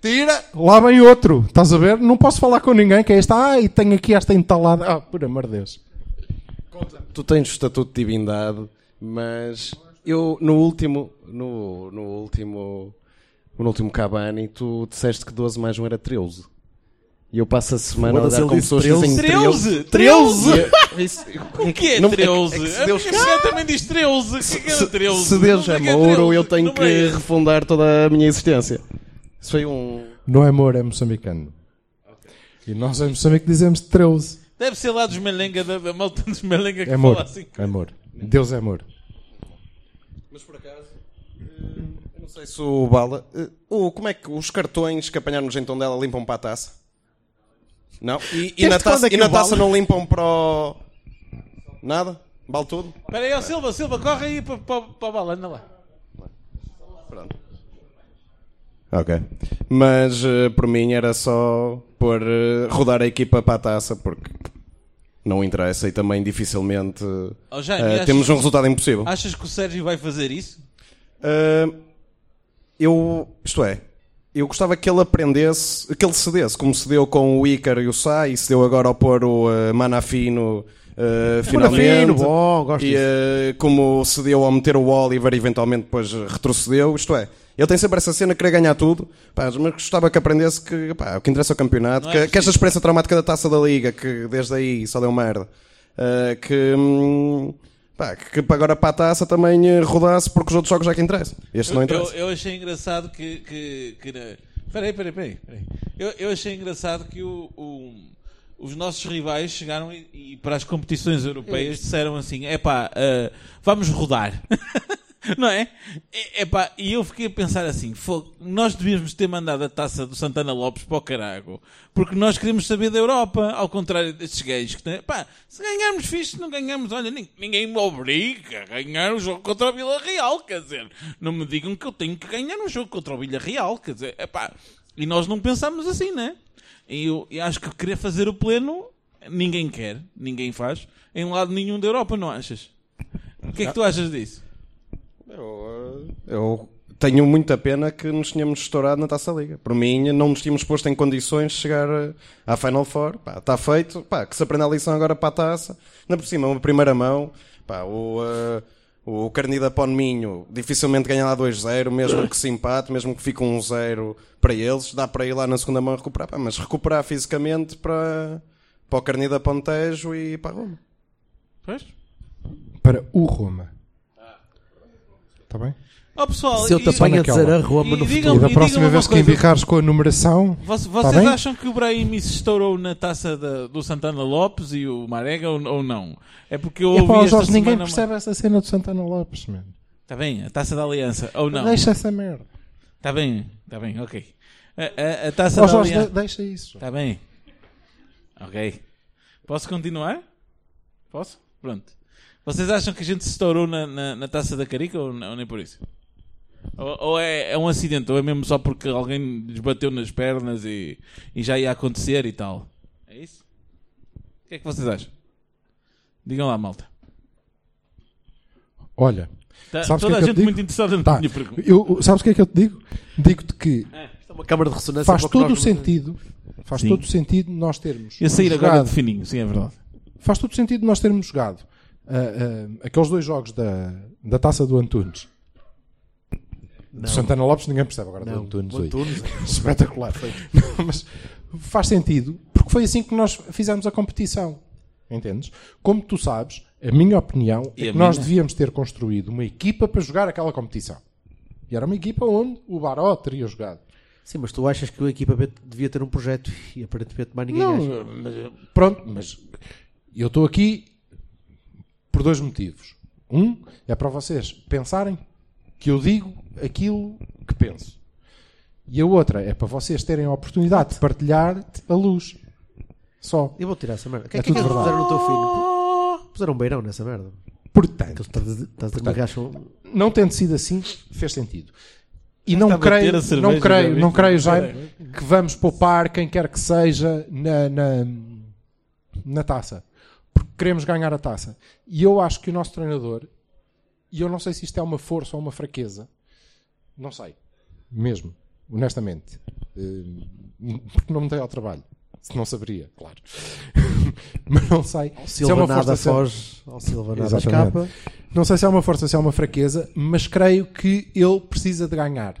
Tira! Lá vem outro. Estás a ver? Não posso falar com ninguém que é esta. Ah, e tenho aqui esta entalada. Ah, por amor de Deus. Tu tens o estatuto de divindade, mas eu no último. No, no último. No último Cabani, tu disseste que 12 mais 1 era 13. E eu passo a semana a Foda-se, olhar ele com disse pessoas que dizem 13. 13. 13? E- isso- O que é não- 13? é que se a Deus- minha mulher também diz 13. O que é que é 13? Se Deus Não é é que é Mouro, 13, eu tenho não que é? refundar toda a minha existência. Isso foi um. Não é amor, é moçambicano. E nós em Moçambique dizemos 13. Deve ser lá dos Melenga, da, da malta dos Melenga que É amor. fala assim. É amor. Deus é amor. Mas por acaso. Eu não sei se o Bala. eh, o- como é que os cartões que apanharmos em Tondela limpam para a taça? Não? E, e Desde na quando taça, é que e na o Bala- taça não limpam para o. Nada? Vale tudo? Espera aí, ó Silva, Silva, corre aí para, para, para a bala, anda lá. Pronto. Ok. Mas eh, por mim era só pôr, eh, rodar a equipa para a taça, porque não interessa e também dificilmente Ó, Jaime, eh, achas- temos um resultado impossível. Achas que o Sérgio vai fazer isso? Ah, eu, isto é, eu gostava que ele aprendesse, que ele cedesse, como cedeu com o Ícaro e o Sá, e cedeu agora ao pôr o ah, Manafino ah, finalmente. bom, gosto E disso. ah, como cedeu ao meter o Oliver, eventualmente depois retrocedeu, isto é. Ele tem sempre essa cena de querer ganhar tudo, pá, mas gostava que aprendesse que pá, o que interessa é o campeonato, Não é que, que preciso. esta experiência traumática da taça da liga, que desde aí só deu merda, ah, que, hum, pá, que para agora para a taça também eh, rodasse, porque os outros jogos já que interessam. Este não Eu- interessa. Eu, eu achei engraçado que. que, que na- Peraí, peraí, peraí. peraí. Eu, eu achei engraçado que o, o, os nossos rivais chegaram e, e para as competições europeias disseram assim: é pá, vamos rodar. Não é? É pá, e eu fiquei a pensar assim: "Fogo, nós devíamos ter mandado a taça do Santana Lopes para o carago, porque nós queremos saber da Europa, ao contrário destes gays que têm, pá, se ganharmos fixe, não ganhamos, olha, nin- ninguém me obriga a ganhar um jogo contra o Vila Real, quer dizer, não me digam que eu tenho que ganhar um jogo contra o Vila Real, quer dizer, é pá, e nós não pensámos assim, né? E eu, eu acho que querer fazer o pleno, ninguém quer, ninguém faz, em lado nenhum da Europa, não achas? O que é que tu achas disso? Eu tenho muita pena que nos tínhamos estourado na Taça Liga. Por mim, não nos tínhamos posto em condições de chegar eh, à Final Four. Pá, está feito. Pá, que se aprenda a lição agora para a Taça. Ainda por cima, uma primeira mão. Pá, o, eh, o Carnida para o Minho dificilmente ganha lá 2-0, mesmo que se empate, mesmo que fique um 0 para eles. Dá para ir lá na segunda mão recuperar. Pá, mas recuperar fisicamente para, para o Carnida para o Tejo e para a Roma. Para o Roma. Está bem? Ó, pessoal, Se eu te e- apanho a dizer a E Roma no digam- futuro. E da e próxima digam-me vez uma que coisa. embirrares com a numeração. Voc- está Vocês Tá bem? acham que o Brahim se estourou na taça da- do Santana Lopes e o Marega ou, ou não? É porque eu É ouvi pá, ó, esta Jorge, ninguém semana- percebe essa cena do Santana Lopes, mano. Está Tá bem, a taça da aliança, ou não? Deixa essa merda. Está bem, está bem, ok. A, a- a taça Ó, da Jorge, aliança. de- deixa isso. Está bem. Ok. Posso continuar? Posso? Pronto. Vocês acham que a gente se estourou na, na, na taça da Carica ou, não, nem por isso? Ou, ou é, é um acidente, ou é mesmo só porque alguém lhes bateu nas pernas e, e já ia acontecer e tal? É isso? O que é que vocês acham? Digam lá, malta. Olha. Tá- sabes o que é toda que eu a gente te digo? muito interessada na Tá. minha pergunta. Eu, sabes o que é que eu te digo? Digo-te que isto é uma câmara de ressonância faz para o que todo o nós- sentido. Faz Sim. todo o sentido nós termos. Eu sair agora jogado- de fininho, sim, é verdade. Faz todo o sentido nós termos jogado ah, ah, aqueles dois jogos da, da taça do Antunes. Do Santana Lopes ninguém percebe agora Não, do Antunes. o ui. Antunes. Espetacular. Não, mas faz sentido, porque foi assim que nós fizemos a competição. Entendes? Como tu sabes, a minha opinião E é a que nós minha? devíamos ter construído uma equipa para jogar aquela competição. E era uma equipa onde o Baró teria jogado. Sim, mas tu achas que o equipamento devia ter um projeto e aparentemente mais ninguém acha. Não, mas, pronto, mas eu estou aqui por dois motivos. Um é para vocês pensarem que eu digo aquilo que penso. E a outra é para vocês terem a oportunidade de partilhar a luz. Só. Eu vou tirar essa merda. O que É é que é que tudo eles verdade. puseram no teu filho? Puseram um beirão nessa merda. Então, Portanto, estás a portanto, acham... Não tendo sido assim, fez sentido. E não Está a bater creio, a cerveja, não creio, já É. não viste? creio, Jaime, que vamos poupar quem quer que seja na, na, na taça. Porque queremos ganhar a taça. E eu acho que o nosso treinador, e eu não sei se isto é uma força ou uma fraqueza, não sei, mesmo, honestamente, Eh, porque não me dei ao trabalho. Se não saberia, claro. Mas não sei. se é Silva uma nada força se é- foge, ao Silva nada Exatamente. escapa. Não sei se é uma força, se é uma fraqueza, mas creio que ele precisa de ganhar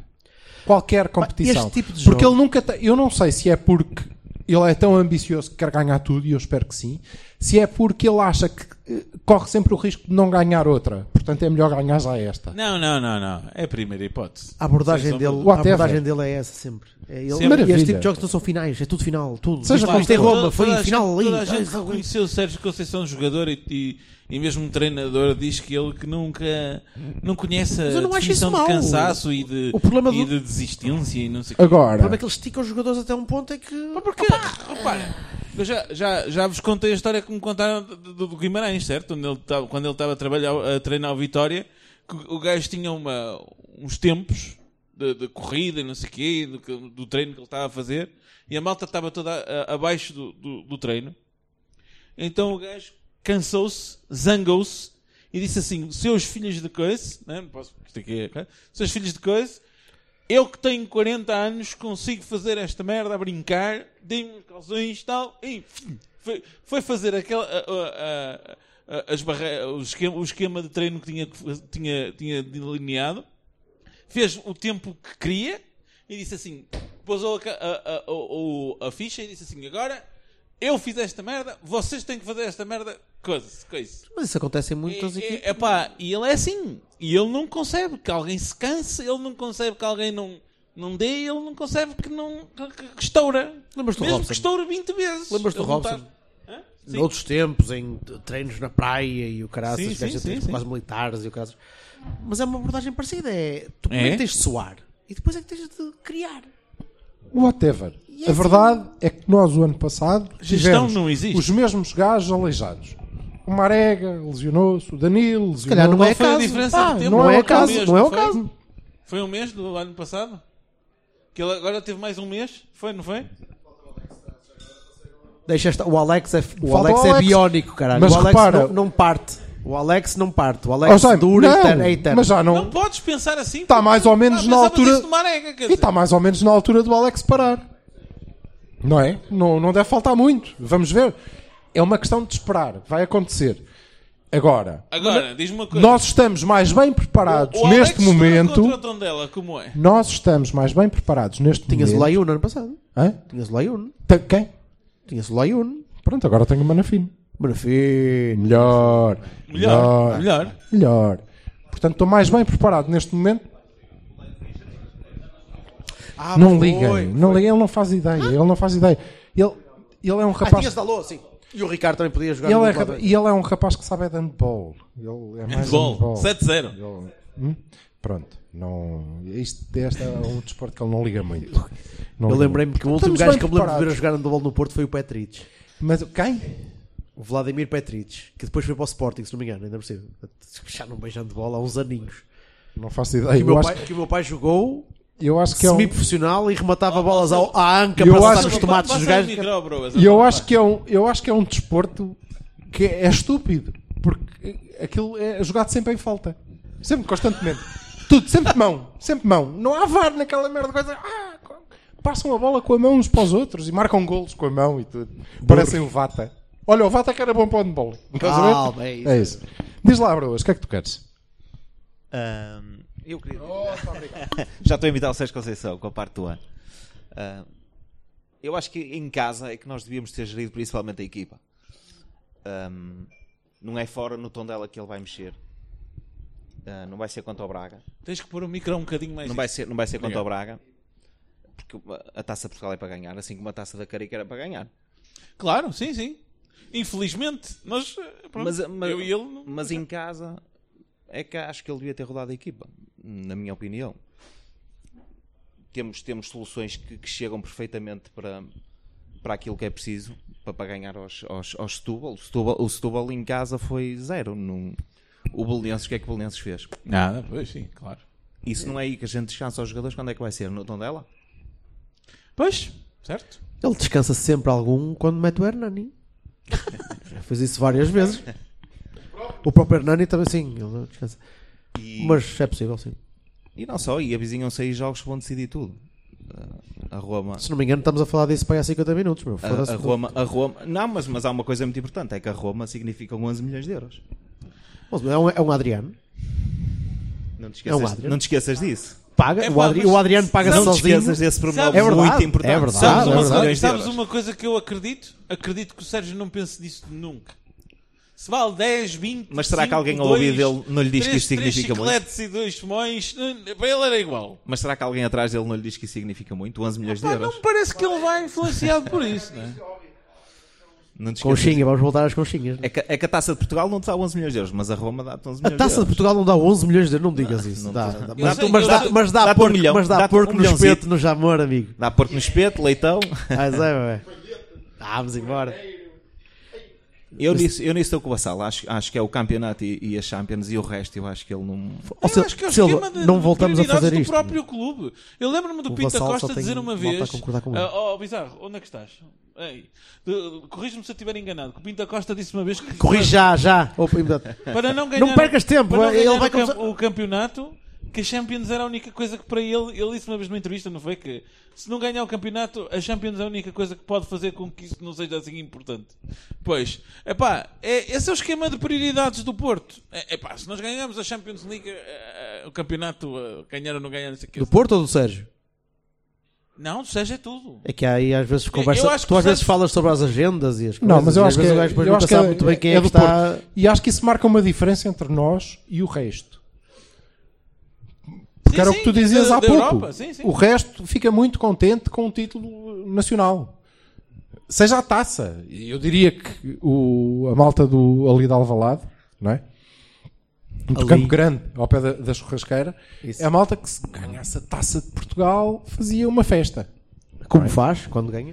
qualquer competição. este tipo de porque jogo- ele nunca tem, eu não sei se é porque ele é tão ambicioso que quer ganhar tudo e eu espero que sim, se é porque ele acha que eh, corre sempre o risco de não ganhar outra. Portanto, é melhor ganhar já esta. Não, não, não, não. É a primeira hipótese. A abordagem, Sem sombra de dele, a dúvida. abordagem dele é essa sempre. É ele, Sempre. e Maravilha. este tipo de jogos não são finais, é tudo final. Tudo. Seja Isto- isto é Roma, foi toda a final gente- ali. Toda a gente reconheceu o Sérgio Conceição um jogador e, e, e mesmo um treinador diz que ele que nunca não conhece Mas eu não a acho definição isso de mau. cansaço e de, O problema e do- de desistência e não sei o quê. O problema é que eles esticam os jogadores até um ponto é que. Eu já, já, já vos contei a história que me contaram do, do- do Guimarães, certo? Quando ele estava, quando ele estava a, trabalhar, a treinar o Vitória, que o gajo tinha uma, uns tempos de, de corrida e não sei o quê, do, que- do treino que ele estava a fazer, e a malta estava toda a- a- abaixo do, do, do treino. Então o gajo cansou-se, zangou-se e disse assim: Seus filhos de coisa, né? não posso, isto aqui é, ok? seus filhos de coisa, eu que tenho 40 anos consigo fazer esta merda a brincar, dei-me os calções e tal, e foi, foi fazer aquela, a- a- a- a- as barre- o, esquema, o esquema de treino que tinha, que fa- tinha, tinha delineado, fez o tempo que queria e disse assim: pôs a, a, a- o- a ficha e disse assim: agora eu fiz esta merda, vocês têm que fazer esta merda, coisa, coisa. Mas isso acontece em muitas equipes. É, epá, e ele é assim. E ele não concebe que alguém se canse, ele não concebe que alguém não, Não dê, ele não consegue que não. que- que- que estoura. Lembras-te do Mesmo Robson? que estoura 20 vezes. Lembras-te do Ele não tá- Robson? Hã? Sim. Noutros tempos, em t- treinos na praia e o caraças, Sim, os gajos sim, a treinos sim, quase sim. militares e o caraças. Mas é uma abordagem parecida. É, tu primeiro É? tens de soar e depois é que tens de criar. Whatever. E A assim- verdade é que nós, o ano passado, Gestão tivemos não existe. os mesmos gajos aleijados. O Marega lesionou-se, o Danilo lesionou-se. calhar não é Foi a diferença de tempo. não é Foi um caso, mês, não é o foi? caso. Foi um mês do ano passado? Que ele agora teve mais um mês? Foi, não foi? Deixa esta- o Alex é, o Falta Alex o é Alex. biónico, caralho. Mas o Alex repara- não, não parte. O Alex não parte. O Alex Ó, Jaime, dura não, e eterno, é eterno. mas já não- Não podes pensar assim. Está Tá mais ou menos Ah, na pensava altura. disso do Marega, quer E está mais ou menos na altura do Alex parar. Não é? Não, não deve faltar muito. Vamos ver. É uma questão de esperar. Vai acontecer. Agora, Agora, diz-me uma coisa. nós estamos mais bem preparados O Alex neste jogou momento. Contra o Tondela, como é? Nós estamos mais bem preparados neste Tinhas o momento. Laiuno ano passado. Hã? Tinhas o Laiuno. Ta- Quem? Tinhas o Laiuno. Pronto, agora tenho o Manafino. Manafino. Melhor. Melhor, Melhor. melhor. Melhor. Portanto, estou mais bem preparado neste momento. Ah, não foi, liguem. Não liguem. Ele não faz ideia. Ele não faz ideia. Ele, ele é um Ah, rapaz. tinhas Dalô, sim. E o Ricardo também podia jogar. ele no é, outro lado. rap- e ele é um rapaz que sabe é de handball. Ele é mais Handball. handball. 7-0. Hum? Pronto. Não, isto, este é um desporto que ele não liga muito. Não Eu liga lembrei-me muito. que o último Estamos gajo bem que eu me lembro de ver a preparados. jogar handball no Porto foi o Petric. Mas quem? O Vladimir Petric, que depois foi para o Sporting, se não me engano, ainda por cima. Já não beijando de bola há uns aninhos. Não faço ideia. Que, o Eu meu acho pai, que o meu pai jogou Eu acho que é um- semi-profissional e rematava bolas ao, à anca Eu é para acho- acertar os tomates dos Passa aí o gajos. micro, bro, E eu acho que é um, eu acho que é um desporto que é estúpido, porque aquilo é jogado sempre em falta. Sempre, constantemente. Tudo, sempre de mão, sempre de mão. Não há VAR naquela merda de coisa. Ah, co- passam a bola com a mão uns para os outros e marcam golos com a mão e tudo. Parecem o Vata. Olha, o Vata que era bom para o handball. Estás a ver? Calma, é isso. É isso. Diz lá, Broas, o que é que tu queres? Ahm, eu queria. Já estou a imitar o Sérgio Conceição com a parte do ano. Ahm, eu acho que em casa é que nós devíamos ter gerido principalmente a equipa. Ahm, não é fora no tom dela que ele vai mexer. Ah, não vai ser contra o Braga. Tens que pôr o micro um bocadinho mais. Não vai ser, não vai ser contra o Braga. Porque a taça de Portugal é para ganhar, assim como a taça da Carica era para ganhar. Claro, sim, sim. Infelizmente, nós. eh, Pronto, Mas, mas- eu e ele. não- mas em casa é que acho que ele devia ter rodado a equipa, na minha opinião. Temos, temos soluções que, que chegam perfeitamente para, para aquilo que é preciso para, para ganhar aos, aos, aos Setúbal. O Setúbal. O Setúbal em casa foi zero. Num, o Belenenses, o que é que o Belenenses fez? Nada, pois sim, claro. Isso não é aí que a gente descansa aos jogadores, quando é que vai ser? No Tondela? Pois, certo? Ele descansa sempre algum quando mete o Hernani. Já fez isso várias vezes. O próprio Hernani também, sim, ele descansa. Mas é possível, sim. E não só, e avizinham-se aí jogos que vão decidir tudo. Ah, A Roma. Se não me engano, estamos a falar disso para aí há 50 minutos, meu. Foda-se. A, a Roma, a Roma, não, mas, mas há uma coisa muito importante: é que a Roma significam 11 milhões de euros. É um, é um Adriano. Não te É um esqueças, Adrian. não te esqueças disso. Paga, É o, pá, Adri mas o Adriano paga-se não te sozinho. esqueças desse pormenor É verdade, muito importante. É verdade. Sabes é uma- verdade. milhões de Sabes euros. uma coisa que eu acredito? Acredito que o Sérgio não pense nisso nunca. Se vale 10, 20, Mas será que alguém ao dois, ouvido dele não lhe diz que isto significa muito? chicletes e dois fumões, eh, para ele era igual. Mas será que alguém atrás dele não lhe diz que isso significa muito? 11 milhões de Pá, não euros? me parece que ele vai influenciado por isso, não é? Não te esqueças. Conchinha, vamos voltar às conchinhas. É que, é que a taça de Portugal não te dá 11 milhões de euros, mas a Roma dá-te 11 A milhões taça de de euros. Portugal não dá 11 milhões de euros, não me digas isso. Ah, não Dá, dá. dá. Eu Mas, sei, mas eu dá, sei. mas dá Dá-te um porco, milhão, mas dá dá-te porco um no milhãozito. espeto, no jamor, amigo. Dá porco no espeto, leitão. Ah, Zé, bebé. Ah, vamos embora. Eu nisso, eu nisso estou com o Vassal. Acho, acho que é o campeonato e, e a Champions e o resto. Eu acho que ele não. Ó, Sil- acho que é o Silva, esquema de, não de voltamos a prioridades fazer do isto. próprio clube. Eu lembro-me do O Pinta Vassal só Costa tem dizer uma malta a vez. concordar com ele. Ah, oh, Bizarro, onde é que estás? Ei, de- Corrige-me se eu estiver enganado. que O Pinta Costa disse uma vez que. Corri já, já. Opa, Para não ganhar. não percas tempo, para não ganhar ele vai o cam- começar. o campeonato. Que a Champions era a única coisa que para ele, ele disse uma vez numa entrevista, não foi? Que se não ganhar o campeonato, a Champions é a única coisa que pode fazer com que isso não seja assim importante. Pois, epá, é, esse é o esquema de prioridades do Porto. É, epá, se nós ganhamos a Champions League, eh, eh, o campeonato, eh, ganhar ou não ganhar, não sei o quê. Do Porto ou do Sérgio? Não, seja é tudo. É que aí às vezes conversa. Eu acho que tu às o vezes Sérgio- falas sobre as agendas e as coisas. Não, mas eu e acho às que, é- vezes o gajo depois eu não acho que sabe muito bem quem é, que do está. Porto. E acho que isso marca uma diferença entre nós e o resto. Porque Sim, era o sim, que tu dizias da- há da pouco. Europa, sim, sim. O resto fica muito contente com o título nacional. Seja a taça. E Eu diria que o, a malta do, ali de Alvalade, não é? Do Ali. Campo um Grande, ao pé da, da churrasqueira, Isso. é a malta que se ganhasse a taça de Portugal fazia uma festa. é? Como faz quando ganha?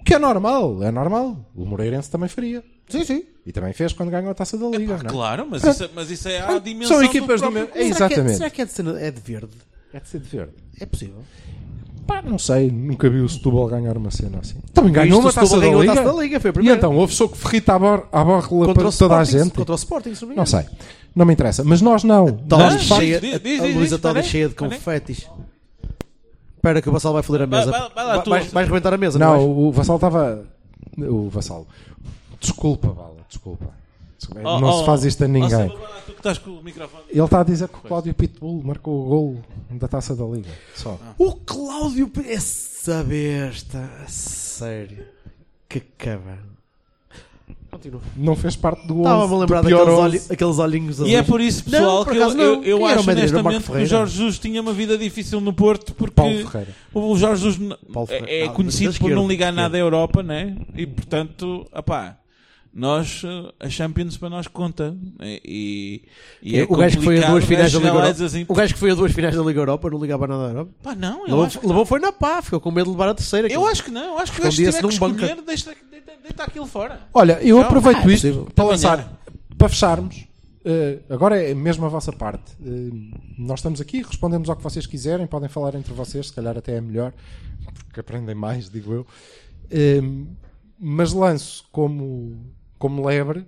O que é normal, é normal. O Moreirense também faria. Sim, sim. E também fez quando ganhou a taça da Liga. não é? Claro, mas Ah, isso, mas isso é a dimensão São equipas do, do mesmo. próprio É, clube. Será que é- exatamente. Será que é de, ser- é de verde? É de ser de verde. É possível. é- Pá, não sei, nunca vi o Setúbal ganhar uma cena assim. Também ganhou Isto, uma o Setúbal taça, da ganhou a Liga. taça da Liga, foi a e primeira. então houve soco ferrita à, bor à borla Contra para o toda a Sporting, gente. contra o Sporting, se não me Não engano. sei, não me interessa. Mas nós não. Toga Nós, de facto, cheia, diz, a- diz, a diz, Luísa diz, Toga peraí, cheia de peraí. confetis. Espera que o Vassal vai foder a mesa. vai- vai lá, tu, vais, Vassal. vais rebentar a mesa, não, não, é? tá- o Vassal estava. O Vassal. Desculpa, Vala, desculpa. Desculpa, Oh, não oh, se faz isto a oh, ninguém. Silva, vai lá, tu que estás com o microfone. Ele está a dizer que o Cláudio Pitbull marcou o golo da taça da Liga. Só. Ah. O Cláudio P- essa besta. a Sério. Que cabrão. Continua. Não fez parte do 11. Estava-me a lembrar do pior daqueles, 11. olhi- aqueles olhinhos E é azuis. por isso, Não, pessoal, por que eu, acho eu, eu Quem era acho o Madrid? Era o Marco honestamente que o Ferreira? Jorge Jesus tinha uma vida difícil no Porto porque Paulo Ferreira. o Jorge Jesus n- Paulo Ferreira. é, é Ah, conhecido da por não esquerda, ligar esquerda. nada à Europa, né? E portanto, apá, nós, eh, a Champions para nós conta. né? E, e é o gajo que foi a complicado, duas né? finais da Liga Chegar lá e Europa. dizer assim, o gajo que foi a duas finais da Liga Europa não ligava nada à Europa. Pá, não, eu levou, acho que levou foi na pá, ficou com medo de levar a terceira. Eu acho que não, eu acho que o gajo se tiver Escondia-se que num bunker. escolher, deixa, deita, deita aquilo fora. Olha, eu Não. aproveito Ah, é isto possível. para Amanhã. lançar, para fecharmos. eh, agora é mesmo a vossa parte. Eh, nós estamos aqui, respondemos ao que vocês quiserem, podem falar entre vocês, se calhar até é melhor, porque aprendem mais, digo eu. Eh, mas lanço como, como lebre.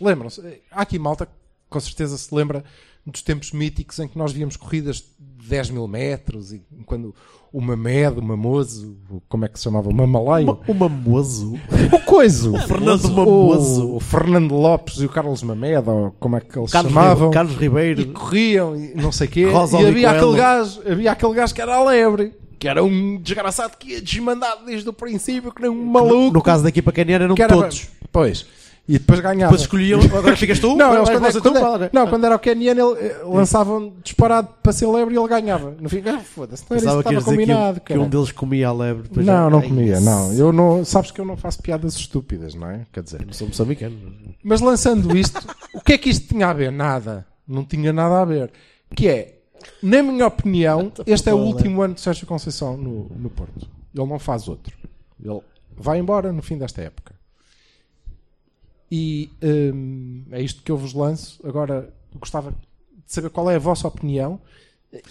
Lembram-se, eh, há aqui malta que com certeza se lembra dos tempos míticos em que nós víamos corridas de 10 mil metros e quando o Mamed, o Mamoso, o- como é que se chamava? O Mamalaio. O Mamoso. O Coiso. O Fernando O, Mamoso. Fernando Lopes e o Carlos Mameda, ou como é que eles Carlos chamavam. Ribeiro- Carlos Ribeiro. E corriam e não sei o quê. Rosa e havia Ricoello. aquele, gajo, havia aquele gajo que era a lebre. Que era um desgraçado que ia desmandado desde o princípio, que nem um maluco. No, no caso da equipa caniana eram Que era- todos. Pois. E depois ganhava. Depois escolhiam, agora ficas tu, Não, agora eles vais quando, é- você quando tu, é- agora- não, quando era o Kenyan, ele eh, lançavam disparado para ser lebre e ele ganhava. No fim, ah, foda-se, não era isso Pensava que que ias dizer que, estava um- que combinado. um caralho. deles comia a lebre. depois Não, já- não Ai, comia, esse- não. Eu não. Sabes que eu não faço piadas estúpidas, não é? Quer dizer. Eu não sou moçambicano. Mas lançando isto, o que é que isto tinha a ver? Nada. Não tinha nada a ver. Que é, na minha opinião, este é o foda. último ano de Sérgio Conceição no, no Porto. Ele não faz outro. Ele vai embora no fim desta época. E hum, é isto que eu vos lanço. Agora gostava de saber qual é a vossa opinião.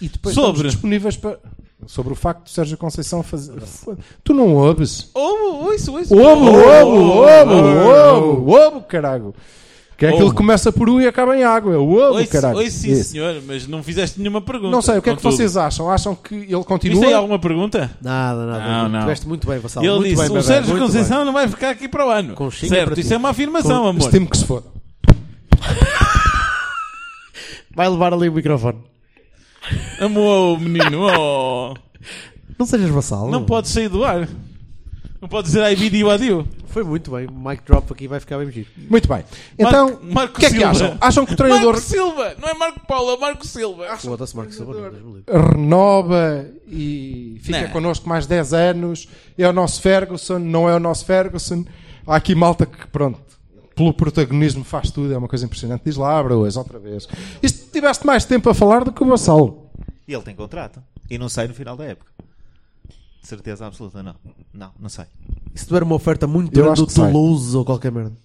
E depois Sobre? estamos disponíveis para. Sobre o facto de Sérgio Conceição fazer. Tu não ouves? Ovo, ouço, ouço. Ovo, ovo, ovo, ovo. ovo, ovo, caralho. Que é aquilo Ovo. que começa por U e acaba em água. O ovo, Ouço, caralho. ouço, sim, Esse. senhor, mas não fizeste nenhuma pergunta. Não sei, o que é que contudo. vocês acham? Acham que ele Viste aí continua? alguma pergunta? Nada, Não, nada. não. Tiveste muito bem, Vassal. E ele muito disse: bem, o bem, Sérgio muito Conceição não vai ficar aqui para o ano. Conchinha certo, para isso ti. é uma afirmação, Com- amor. Estimo que se foda. bem. Vai levar ali o microfone. Amor, menino, oh. Não sejas Vassal. não pode sair do ar. Não pode dizer IBD e adio. Foi muito bem. Mic drop aqui vai ficar bem giro. Muito bem. Então, Marco o que é que Silva. acham? Acham que o treinador Marco Silva, não é Marco Paulo, é Marco Silva. Foda-se, Marcos Silva. não, é Deus me livre. renova e fica Não. connosco mais 10 anos? É o nosso Ferguson? Não é o nosso Ferguson? Há aqui malta que, pronto, pelo protagonismo faz tudo. É uma coisa impressionante. Diz lá, abra-as outra vez. Isto tiveste mais tempo a falar do que o Vassalo. E ele tem contrato. E não sai no final da época. De certeza absoluta, não. Não, não sai. Se tiver uma oferta muito Eu grande acho do que sai. Toulouse ou qualquer merda.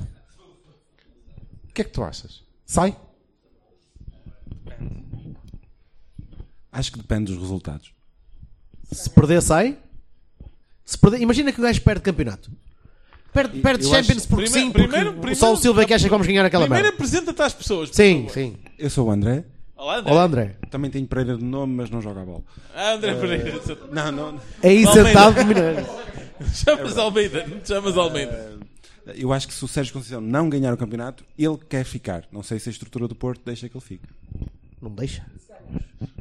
O que é que tu achas? Sai? Acho que depende dos resultados. Se perder, sai. Se perder, imagina que o gajo perde campeonato. Perde, perde eu Champions acho- porque Primeiro- sim, porque primeiro- só primeiro- o Silva é que acha que vamos ganhar aquela Primeiro merda. apresenta-te às pessoas. por Sim, favor. sim. Eu sou o André. Olá, André. Olá, André. Também tenho Pereira de nome, mas não joga a bola. Ah, André Pereira. Eh, Não, não. É É isentado de mineiros. Chamas Almeida, não te chamas Eh, Almeida. Eu acho que se o Sérgio Conceição não ganhar o campeonato, ele quer ficar. Não sei se a estrutura do Porto deixa que ele fique. Não deixa.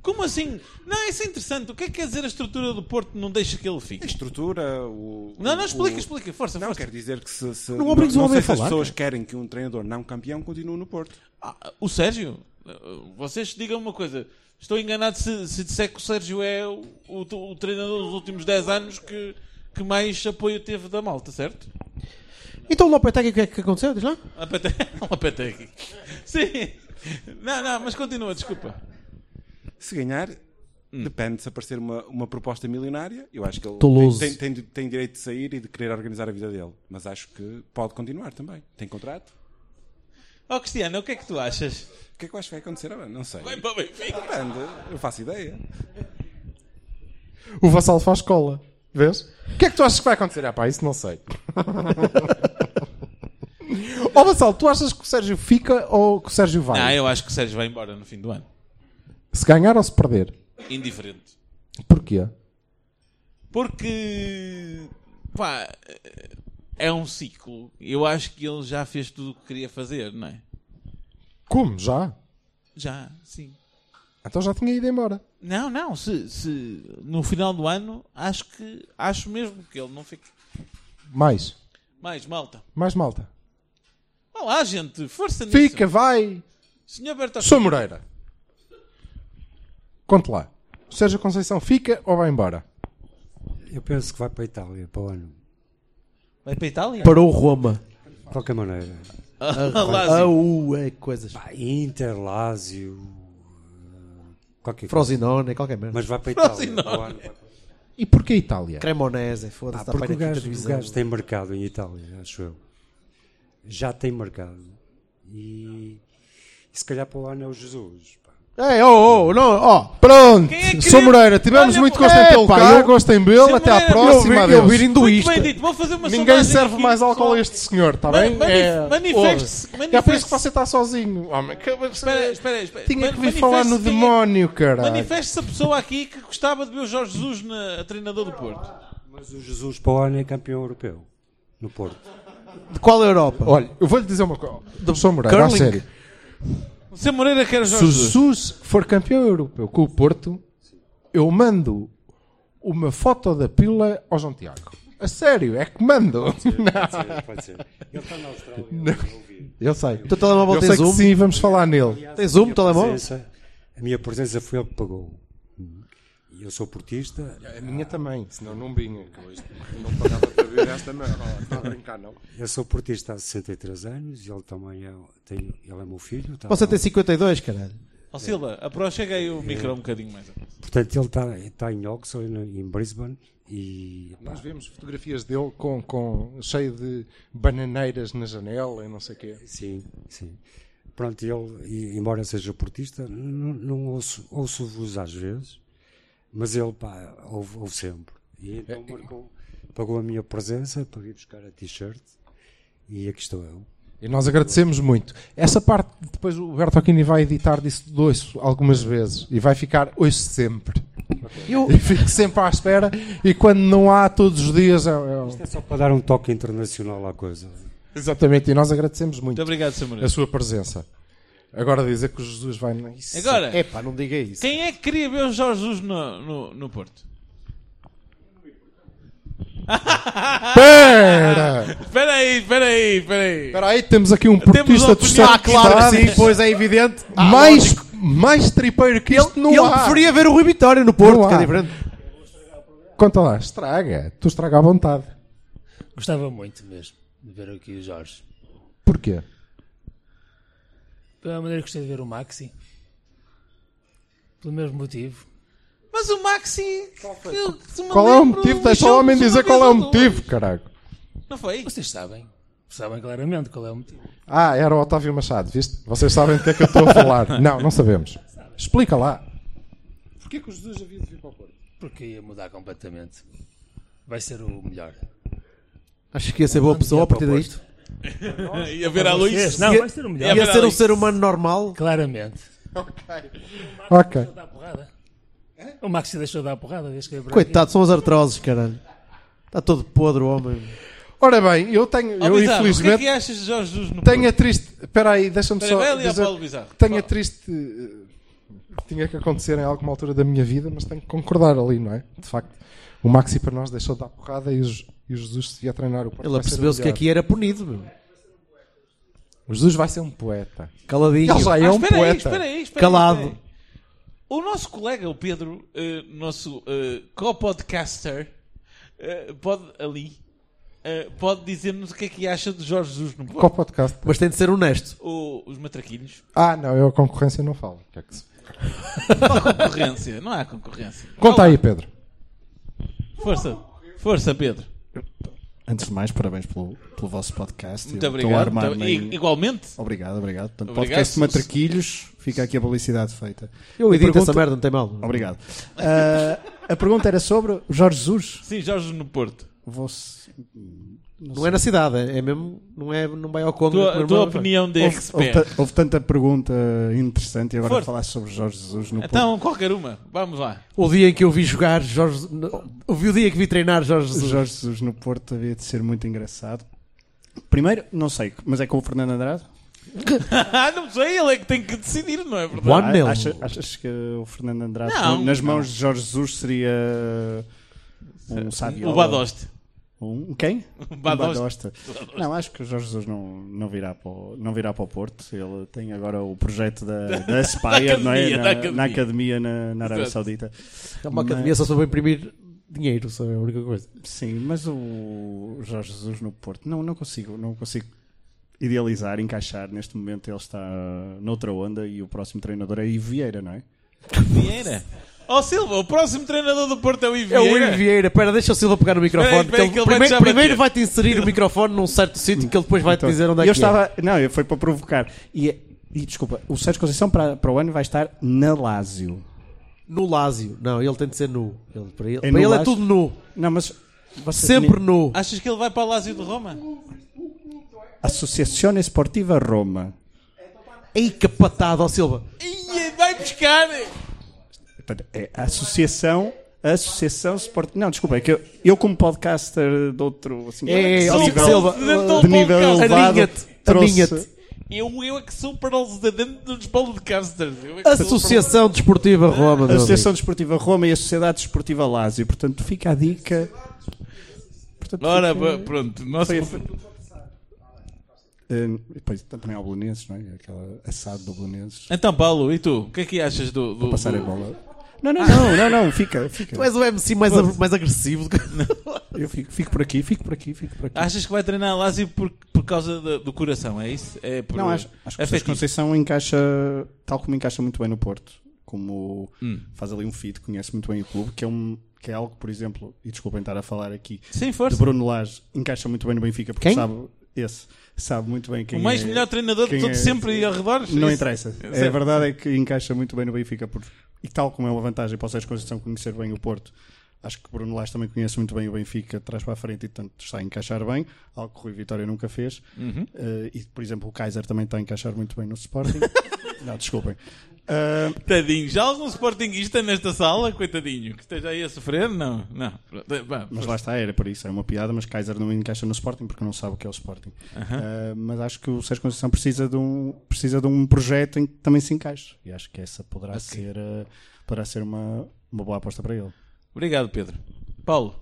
Como assim? Não, isso é interessante. O que é que quer dizer a estrutura do Porto não deixa que ele A fique? estrutura, o. Não, não, o- explica, explica. Força, Não, força. quero dizer que se, se- Não obrigues o não sei homem a se as falar, pessoas querem que um treinador não campeão continue no Porto. Ah, O Sérgio? Vocês digam uma coisa. Estou enganado se, se disser que o Sérgio é o, o- o treinador dos últimos 10 anos que, que mais apoio teve da malta, certo? Então o Lopetegui, o que é que aconteceu? Diz lá? A pate- a Patek. Sim. Não, não, mas continua, desculpa. Hum. Se ganhar, depende se aparecer uma, uma proposta milionária. Eu acho que ele Toloso. tem, tem, tem- tem direito de sair e de querer organizar a vida dele. Mas acho que pode continuar também. Tem contrato. Oh, Cristiano, o que é que tu achas? O que é que eu acho que vai acontecer agora? Não sei. Vai para o Benfica. Depende, eu faço ideia. O Vassal faz cola. Vês? O que é que tu achas que vai acontecer? Ah pá, isso não sei. Ó Vassal, tu achas que o Sérgio fica ou que o Sérgio vai? Não, eu acho que o Sérgio vai embora no fim do ano. Se ganhar ou se perder? Indiferente. Porquê? Porque. pá. É um ciclo. Eu acho que ele já fez tudo o que queria fazer, não é? Como? Já? Já, sim. Então já tinha ido embora. Não, não. Se, se no final do ano, acho que acho mesmo que ele não fica Mais. mais malta. Mais malta. Olá, gente, força nisso. Fica, vai. Senhor Berto Sou Moreira. Conte lá. O Sérgio Conceição fica ou vai embora? Eu penso que vai para a Itália para o ano. Vai para a Itália? Parou Roma. De qualquer maneira. Ah, Lazio. Ah, uh, é coisas. Pá, Inter, Lazio. uh, Qualquer Frosinone, coisa. qualquer merda. Mas vai para a Itália. Frosinone. para o ano. E porquê Itália? Cremonese, foda-se, Ah, está porque para o aqui a gajo, o televisão. gajo tem marcado em Itália, acho eu. Já tem marcado. E, e se calhar para o ano é o Jesus. pá. Ei, oh, oh, não, oh, pronto. Sou Moreira, tivemos muito gosto em tê-lo cá, gosto em vê-lo, até à próxima. Eu vi- eu adeus. vi hinduísta. Muito bem dito, vou fazer uma Ninguém sondagem serve aqui, mais álcool a este senhor, está Ma- bem? manif- É, manifeste-se, porra. É por isso manifeste-se. que você está sozinho, homem. Que- Espera, espera, espera. Tinha que vir Manifeste- falar no demónio, caralho. Manifeste-se a pessoa aqui que gostava de ver o Jorge Jesus na a treinador do Porto. Mas o Jesus para o ano é campeão europeu. No Porto. De qual Europa? Olha, eu vou-lhe dizer uma coisa. Sou Moreira, a curling. sério. O Sr. Moreira quer o Se Jorge o Jesus. SUS for campeão europeu com o Porto, eu mando uma foto da pila ao João Tiago. A sério, é que mando. Pode ser. Ele está na Austrália. Não. Eu sei. Então O teu telemóvel eu tem sei zoom? que sim, vamos falar nele. Aliás, Tem a Zoom, minha telemóvel? presença- A minha presença foi ele que pagou. E eu sou portista. É, A minha também, senão não vinha. que hoje Não pagava para ver esta merda. Está a brincar, não? Eu sou portista há 63 anos. Ele também é, tem- ele é meu filho. tá Você bom? tem 52, caralho. Ó Silva, aproxega aí o micro um bocadinho mais. Portanto, ele está está em Oxford, em Brisbane. E Nós vemos fotografias dele com, com, cheio de bananeiras na janela e não sei o quê. Sim, sim. Pronto, ele, e- embora seja portista, não, não ouço- ouço-vos às vezes, mas ele, pá, ouve, ouve sempre. E É, então marcou, pagou a minha presença para vir buscar a t-shirt e aqui estou eu. E nós agradecemos muito. Essa parte, depois o Berto Aquini vai editar disso de ouço algumas vezes e vai ficar hoje sempre. Eu fico sempre à espera e quando não há todos os dias. É, é- É só para dar um toque internacional à coisa. Exatamente, e nós agradecemos muito, obrigado, Sr. Moreira. a sua presença. Agora dizer que o Jesus vai. Isso, é Agora. Epá, não diga isso. Quem é que queria ver o Jorge Jesus no, no, no Porto? Pera! Espera aí, espera aí, espera aí. Espera aí, temos aqui um portista opinião. do Estado. Ah, claro que sim, pois é evidente. Ah, mais, mais tripeiro que isto não ele há. preferia ver o Rui Vitória no Porto, Não que é há. diferente. Conta lá, estraga. Tu estraga à vontade. Gostava muito mesmo de ver aqui o Jorge. Porquê? Pela maneira que gostei de ver o Maxi. Pelo mesmo motivo. Mas o Maxi. que- que me Qual é o lembro, motivo? Deixa o lixou-me homem uma dizer vez qual é ou o duas. motivo, caraca. Não foi? Vocês sabem. Sabem claramente qual é o motivo. Ah, era o Otávio Machado, viste? Vocês sabem do que é que eu estou a falar. não, não sabemos. Explica lá. Porquê que o Jesus havia de vir para o Porto? Porque ia mudar completamente. Vai ser o melhor. Acho que ia ser boa pessoa a partir daí. Ia ver a luz. Não, Ia- vai ser o melhor. Ia, Ia ver a ser um luz. ser humano normal. Claramente. Ok. Deixou de dar porrada. O Maxi deixou de dar porrada desde que é veio para Coitado, são as artroses, caralho. Está todo podre o homem. Ora bem, eu tenho. Ó, eu Bizarro, O que infelizmente. é que achas de Jorge Jesus no Tenho a Porto? triste. Espera aí, deixa-me Espera só. aí, vai ali ao dizer- Paulo Bizarro. Tenho a triste. eh, Tinha que acontecer em alguma altura da minha vida, mas tenho que concordar ali, não é? De facto, o Maxi para nós deixou de dar porrada e o, Je- e o Jesus se ia treinar o Porto. Ele vai ser apercebeu-se que melhor. aqui era punido. Meu. O Jesus vai ser um poeta. é- Caladinho. Ele já é Ah, um espera aí, poeta. espera aí, espera aí, espera aí. O nosso colega, o Pedro, eh, nosso eh, co-podcaster, eh, pode ali. eh, pode dizer-nos o que é que acha de Jorge Jesus no Co-podcast. Mas tem de ser honesto. os matraquilhos. Ah, não, eu a concorrência não falo. O que é que se- Não há concorrência, não há concorrência. Conta aí, Pedro. Força, força, Pedro. Antes de mais, parabéns pelo, pelo vosso podcast. Muito Eu estou a obrigado. armar-me Então, em- i- Igualmente. Obrigado, obrigado. Portanto, Obrigado. Podcast Matraquilhos, fica aqui a publicidade feita. Eu A edito pergunta- essa merda, não tem mal. Obrigado. Ah, a pergunta era sobre o Jorge Jesus. Sim, Jorge no Porto. Não, sei. é na cidade, é mesmo. Não, é, não vai ao Congo. Tua- a tua opinião de houve, expert. houve, ta- houve tanta pergunta interessante e agora Força. falaste sobre Jorge Jesus no Então, qualquer uma. Vamos lá. O dia em que eu vi jogar Jorge. Ouvi o dia que vi treinar Jorge Jesus. Jorge Jesus no Porto havia de ser muito engraçado. Primeiro, não sei, mas é com o Fernando Andrade? Ah, não sei, ele é que tem que decidir, não é verdade? Ah, acha- achas que o Fernando Andrade Não. nas mãos Não. de Jorge Jesus seria um sábio? O Badoste. Um, um quem? Um Um Badoste. Não, acho que o Jorge Jesus não, não, virá para o, não virá para o Porto. Ele tem agora o projeto da, Da da Aspire, não é? academia, da Na, na academia. academia, na, na Arábia Exato. Saudita. É uma Mas- academia só sobre imprimir dinheiro, só é a única coisa. Sim, mas o Jorge Jesus no Porto, não, não consigo, não consigo idealizar, encaixar. Neste momento ele está noutra onda e o próximo treinador é Ivo Vieira, não é? Vieira. Ó Oh, Silva, o próximo treinador do Porto é o É Ivieira. o O Ivo Vieira, pera, deixa o Silva pegar no Espera aí, microfone. espera aí, que que ele ele vai primeiro te chamar primeiro aqui. vai-te inserir o microfone num certo sítio que ele depois vai-te Então, dizer onde é eu que estava, Não, eu foi para provocar. E, é, e, desculpa, o Sérgio Conceição para, para o ano vai estar na Lásio. No Lásio. Não, ele tem de ser nu. Ele, para ele, É para no ele é Lásio? tudo nu. Não, mas Sempre nu. Achas que ele vai para o Lásio de Roma? Associação Esportiva Roma. Ei, que patada, ó Silva. Ih, vai buscar! Portanto, É a associação. a Associação Sport. Não, desculpa, é que eu, eu como podcaster de outro. Assim, É, é, de ó, nível- Silva, de nível elevado. Aninha-te, trouxe, aninha-te. Eu, eu é que sou o paralelo de dentro dos podcasters. Eu é que sou o Associação Desportiva Roma. a meu amigo. Associação Desportiva Roma e a Sociedade Desportiva Lásio. Portanto, fica a dica. Portanto, Ora, fica- pr- pronto, nosso- Eh, depois também há o Belenenses, não é? Aquela assado do Belenenses. Então, Paulo, e tu? O que é que achas do. do Vou passar do- a bola. Não, não, não, não, não, fica, fica. Tu és o MC mais, Foda-se. mais agressivo. Eu fico, fico por aqui, fico por aqui, fico por aqui. Achas que vai treinar a Lásio por, por causa da- do coração, é isso? É por, Não, acho, acho que o Sérgio afetivo. Conceição encaixa, tal como encaixa muito bem no Porto, como Hum. faz ali um fit, conhece muito bem o clube, que é, um, que é algo, por exemplo, e desculpem estar a falar aqui, Sim, força. de Bruno Lage, encaixa muito bem no Benfica, porque Quem? sabe esse, sabe muito bem quem O mais é- melhor treinador de quem todo é- sempre e arredores? Não Isso. interessa. Certo. É, a verdade é que encaixa muito bem no Benfica, por, e tal como é uma vantagem para o Sérgio Conceição conhecer bem o Porto, Acho que Bruno Lage também conhece muito bem o Benfica, de trás para a frente e, portanto, está a encaixar bem, algo que o Rui Vitória nunca fez. Uhum. Eh, e, por exemplo, o Kaiser também está a encaixar muito bem no Sporting. não, desculpem. Eh, Tadinho, já há algum sportinguista nesta sala, coitadinho, que esteja aí a sofrer? Não, não. Pronto, eh, vá, mas lá está, era por isso, é uma piada, mas Kaiser não encaixa no Sporting porque não sabe o que é o Sporting. Eh, mas acho que o Sérgio Conceição precisa de, um, precisa de um projeto em que também se encaixe. E acho que essa poderá ser, eh, poderá ser uma, uma boa aposta para ele. Obrigado, Pedro. Paulo,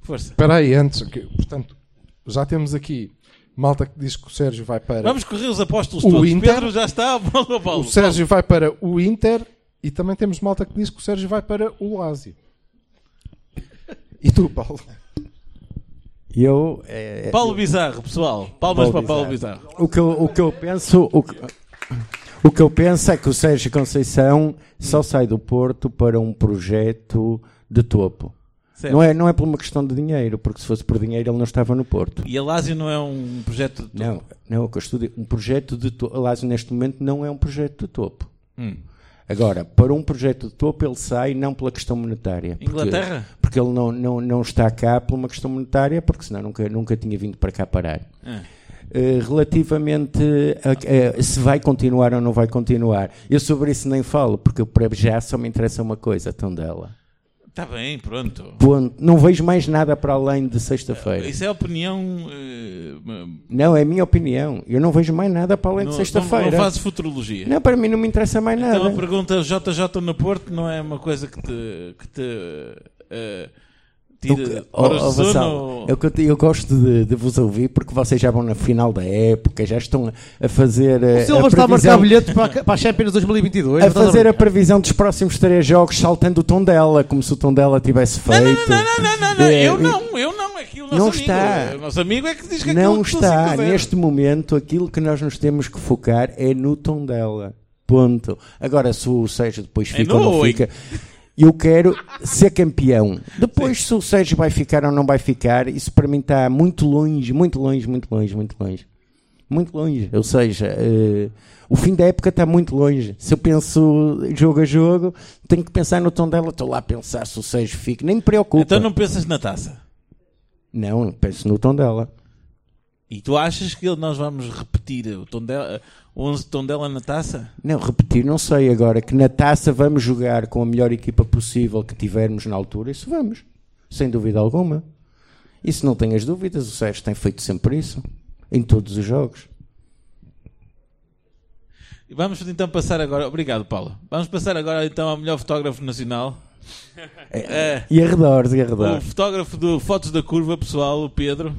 força. Espera aí, antes. que- portanto, já temos aqui malta que diz que o Sérgio vai para. Vamos correr os apóstolos o todos. Inter, Pedro já está, Paulo, Paulo. O Sérgio vai para o Inter e também temos malta que diz que o Sérgio vai para o Lásio. E tu, Paulo? Eu. é- Paulo Bizarro, pessoal. Palmas para Paulo Bizarro. O que eu, o que eu penso. O que, o que eu penso é que o Sérgio Conceição só sai do Porto para um projeto de topo. Certo. Não é, não é por uma questão de dinheiro, porque se fosse por dinheiro ele não estava no Porto. E a Lásio não é um projeto de Não, não, o que eu estudo é um projeto de topo. Aliás, neste momento não é um projeto de topo. Hum. Agora, para um projeto de topo ele sai não pela questão monetária. porque- Inglaterra? Porque, ele não, não, não está cá por uma questão monetária, porque senão nunca, nunca tinha vindo para cá parar. Ah. Eh, relativamente a- a- se vai continuar ou não vai continuar, eu sobre isso nem falo, porque eu, para já só me interessa uma coisa, a Tondela. Está Tá bem, pronto. Ponto. Não vejo mais nada para além de sexta-feira. Isso é opinião. eh, Não, é a minha opinião. Eu não vejo mais nada para além Não- de sexta-feira. não- não fazes futurologia. Não, para mim não me interessa mais nada. Então a pergunta JJ no Porto não é uma coisa que te, que te eh, tira oh, horas oh, de sono. Vassal, eu, conti- eu gosto de, de vos ouvir porque vocês já vão na final da época, já estão a fazer. eh, É, O Silva a está a marcar previsão- bilhete para, a- para a Champions 2022. a não estás fazer a brincar? previsão dos próximos três jogos saltando o tom dela, como se o tom dela tivesse feito. Não, não, não, não, eu não, eu não. Aqui o nosso Não amigo. está. O nosso amigo é que diz que Não aquilo está. 5-0. Neste momento, aquilo que nós nos temos que focar é no tom dela. Ponto. Agora, se o Sérgio depois É fica no ou não Oi. fica, eu quero ser campeão. Depois, se o Sérgio vai ficar ou não vai ficar, isso para mim está muito longe, muito longe, muito longe, muito longe. Muito longe. Ou seja, eh, o fim da época está muito longe. Se eu penso jogo a jogo, tenho que pensar no tom dela. Estou lá a pensar se o Sérgio fica. Nem me preocupa. Então não pensas na taça. Não, penso no tom dela. E tu achas que nós vamos repetir o Tondela, 11 Tondela na taça? Não, repetir, não sei agora. Que na taça vamos jogar com a melhor equipa possível que tivermos na altura. Isso vamos, sem dúvida alguma. Isso não tenhas dúvidas. O Sérgio tem feito sempre isso em todos os jogos. E Vamos então passar agora. Obrigado, Paulo. Vamos passar agora então ao melhor fotógrafo nacional. É, E arredores, e o arredores. fotógrafo do Fotos da Curva, pessoal, o Pedro.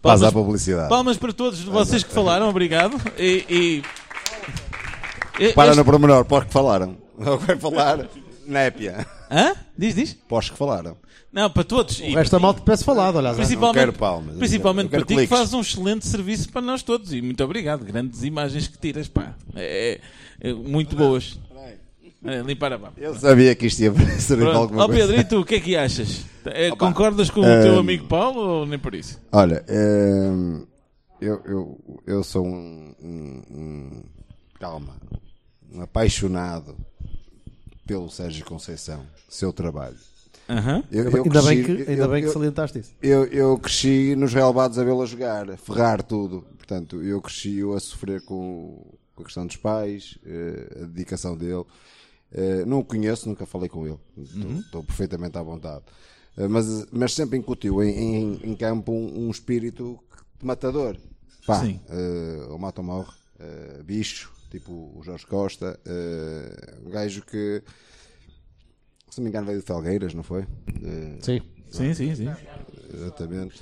Faz a publicidade. Palmas para todos vocês que falaram, obrigado. E. e... e- Para este- no pormenor, pós que falaram. Não vai falar. Népia. Hã? Diz, diz. Pós que falaram. é Não, para todos. O resto da malta parece falado, olha. azar. Principalmente, Não quero palmas, eu principalmente quero- eu quero para ti, que cliques. fazes um excelente serviço para nós todos. E muito obrigado. Grandes imagens que tiras, pá. É, é, muito boas. Olha, Limpar a pá. Eu sabia que isto ia servir para alguma oh, coisa. Eh, Pedro, e tu, o que é que achas? É, concordas com o teu Ahm. amigo Paulo ou nem por isso? Olha, hum, eu, eu, eu sou um, um- um- Calma. Um apaixonado pelo Sérgio Conceição, seu trabalho. Aham. Ainda bem cresci- que- ainda eu- bem que eu- salientaste isso. Eu, eu cresci nos relevados a vê-la jogar, a ferrar tudo. Portanto, eu cresci eu a sofrer com, com a questão dos pais, eh, a dedicação dele. Eh, não o conheço, nunca falei com ele. Estou Uhum. estou perfeitamente à vontade. Eh, mas, mas sempre incutiu em, em- em campo um, um espírito matador. Pá, Sim. eh, ou mata ou morre. eh, bicho, tipo o Jorge Costa. eh, um gajo que, se não me engano, veio de Felgueiras, não foi? Eh, Sim. Sim, sim, sim. Exatamente.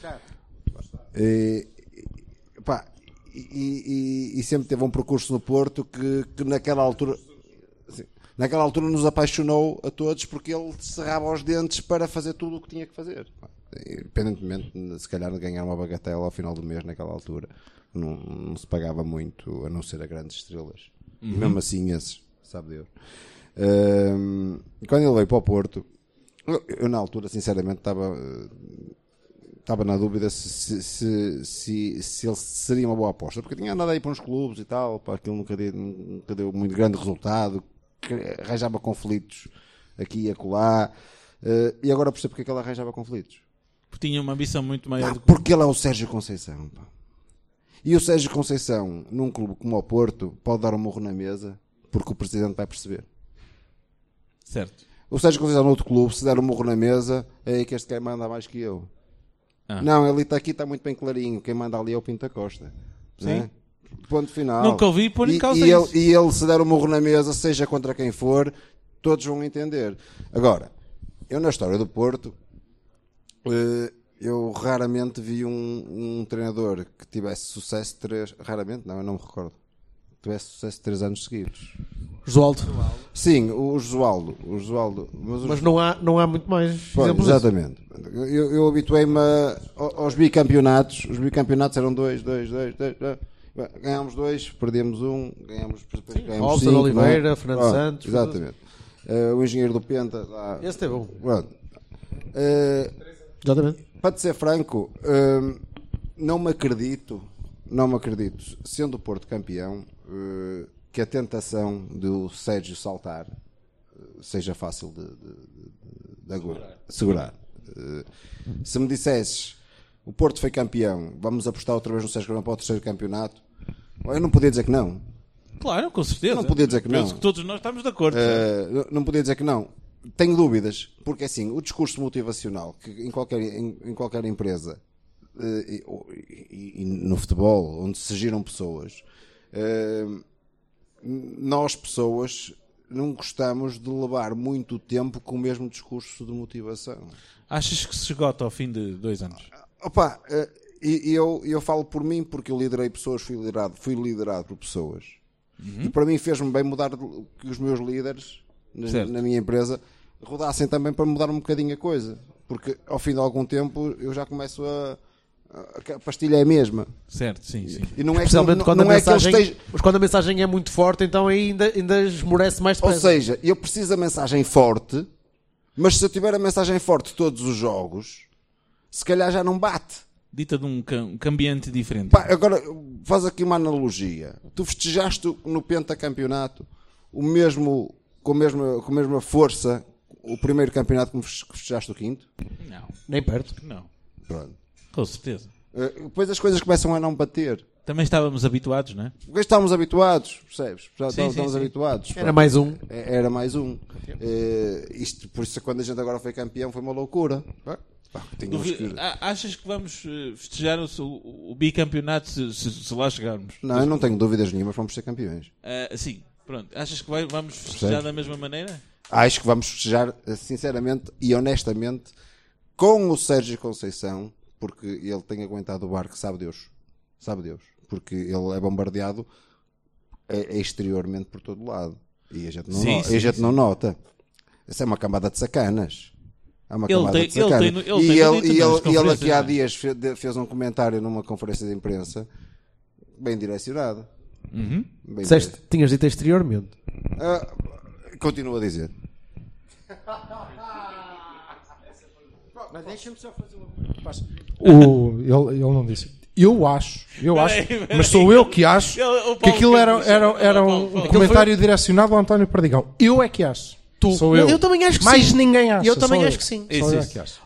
E, e- pá, e- e- e sempre teve um percurso no Porto que, que naquela altura. sim, Naquela altura nos apaixonou a todos porque ele cerrava os dentes para fazer tudo o que tinha que fazer. Pá, Independentemente, se calhar, de ganhar uma bagatela ao final do mês, naquela altura, não, não se pagava muito, a não ser a grandes estrelas. E Uhum. mesmo assim, esses, sabe Deus. Ahm, e quando ele veio para o Porto, eu, eu, na altura, sinceramente, estava eh, estava na dúvida se, se, se, se, se ele seria uma boa aposta, porque tinha andado aí para uns clubes e tal, para aquilo nunca deu, nunca deu muito grande resultado, que arranjava conflitos aqui e acolá, eh, e agora percebo porque é que ele arranjava conflitos. Porque tinha uma ambição muito maior do que. Porque ele é o Sérgio Conceição. pá. E o Sérgio Conceição, num clube como o Porto, pode dar um morro na mesa, porque o presidente vai perceber. Certo. O Sérgio Conceição, no outro clube, se der um morro na mesa, é aí que este quem manda mais que eu. Ah. Não, ele está aqui, está muito bem clarinho. Quem manda ali é o Pinta Costa. Sim. Né? Ponto final. Nunca ouvi pôr em E- causa e ele, isso. e ele, se der um morro na mesa, seja contra quem for, todos vão entender. Agora, eu na história do Porto, eh, eu raramente vi um, um treinador que tivesse sucesso três. Raramente, não, eu não me recordo. Tivesse sucesso três anos seguidos. Josualdo. Sim, o Josualdo. O Josualdo mas o Mas não há, não há muito mais Pois, exemplos disso. exatamente. Eu, eu habituei-me a- ao- aos bicampeonatos. Os bicampeonatos eram dois, dois, dois, dois. dois. Bem, Ganhámos dois, perdemos um, ganhámos, depois ganhámos Robson cinco, Oliveira, não é? Fernando Pronto, Santos, Exatamente. Eh, o engenheiro do Penta. Lá, Esse é bom. Pronto. Eh, Para te ser franco, eh, não me acredito, não me acredito, sendo o Porto campeão, eh, que a tentação do Sérgio saltar eh, seja fácil de, de- de- de agora- segurar. Eh, se me dissesses o Porto foi campeão, vamos apostar outra vez no Sérgio Grão para o terceiro campeonato, eu não podia dizer que não. Claro, com certeza. Não podia dizer que não. Penso que todos nós estamos de acordo. Eh, não- não podia dizer que não. Tenho dúvidas, porque assim, o discurso motivacional que em qualquer, em, em qualquer empresa eh, e, ou- e- e no futebol, onde se giram pessoas, eh, nós pessoas não gostamos de levar muito tempo com o mesmo discurso de motivação. Achas que se esgota ao fim de dois anos? Opa, eh, e e eu, eu falo por mim porque eu liderei pessoas, fui liderado, fui liderado por pessoas. Uhum. E para mim fez-me bem mudar de- que os meus líderes na, Certo. na minha empresa rodassem também para mudar um bocadinho a coisa. Porque ao fim de algum tempo eu já começo a. a- A pastilha é a mesma. Certo, sim, sim. E não é que, não, Especialmente quando, não a é que ele mensagem, esteja. mas quando a mensagem é muito forte, então aí ainda, ainda esmorece mais Ou depressa. seja, eu preciso da mensagem forte, mas se eu tiver a mensagem forte todos os jogos, se calhar já não bate. Dita de um, cam um ambiente diferente. Pá, agora faz aqui uma analogia. Tu festejaste no pentacampeonato o mesmo, com, a mesma, com a mesma força o primeiro campeonato como fes- que festejaste o quinto? Não. Nem perto. Não. Pronto. Com certeza. Eh, Depois as coisas começam a não bater. Também estávamos habituados, não é? Porque estávamos habituados, percebes? Já Sim, estávamos sim, sim. habituados. Era pá. mais um. É- Era mais um. Eh, isto, por isso, quando a gente agora foi campeão, foi uma loucura. Pá, pá, tínhamos Duvi- que- A- Achas que vamos eh, festejar o, o- o bicampeonato se, se- se lá chegarmos? Não, eu não tenho dúvidas nenhuma, vamos ser campeões. Ah, sim, pronto. Achas que vai- vamos festejar Percebes? da mesma maneira? Acho que vamos festejar eh, sinceramente e honestamente com o Sérgio Conceição, porque ele tem aguentado o barco, sabe Deus. Sabe Deus. Porque ele é bombardeado eh, exteriormente por todo lado. E a gente não, Sim, no- sim, a gente sim. não nota. Essa é uma cambada de sacanas. É uma Ele camada tem- de ele sacanas. tem no- ele tem e no ele, dito nas e ele- e ele conferências, aqui há não é? dias fe- de- fez um comentário numa conferência de imprensa bem direcionado. Uhum. Bem Disseste, tinhas dito exteriormente. ah, continuo a dizer. Mas deixa-me só fazer uma O- ele, ele não disse. Eu acho, eu acho, mas sou eu que acho Ele- o Paulo que aquilo era, Campos, era, era um Paulo, Paulo. comentário Aquilo direcionado ao António Perdigão. Eu é que acho. Tu. Sou eu. Eu também acho que Mais sim. ninguém acha. Eu também só acho que sim. Só Isso, eu é isso. que acho.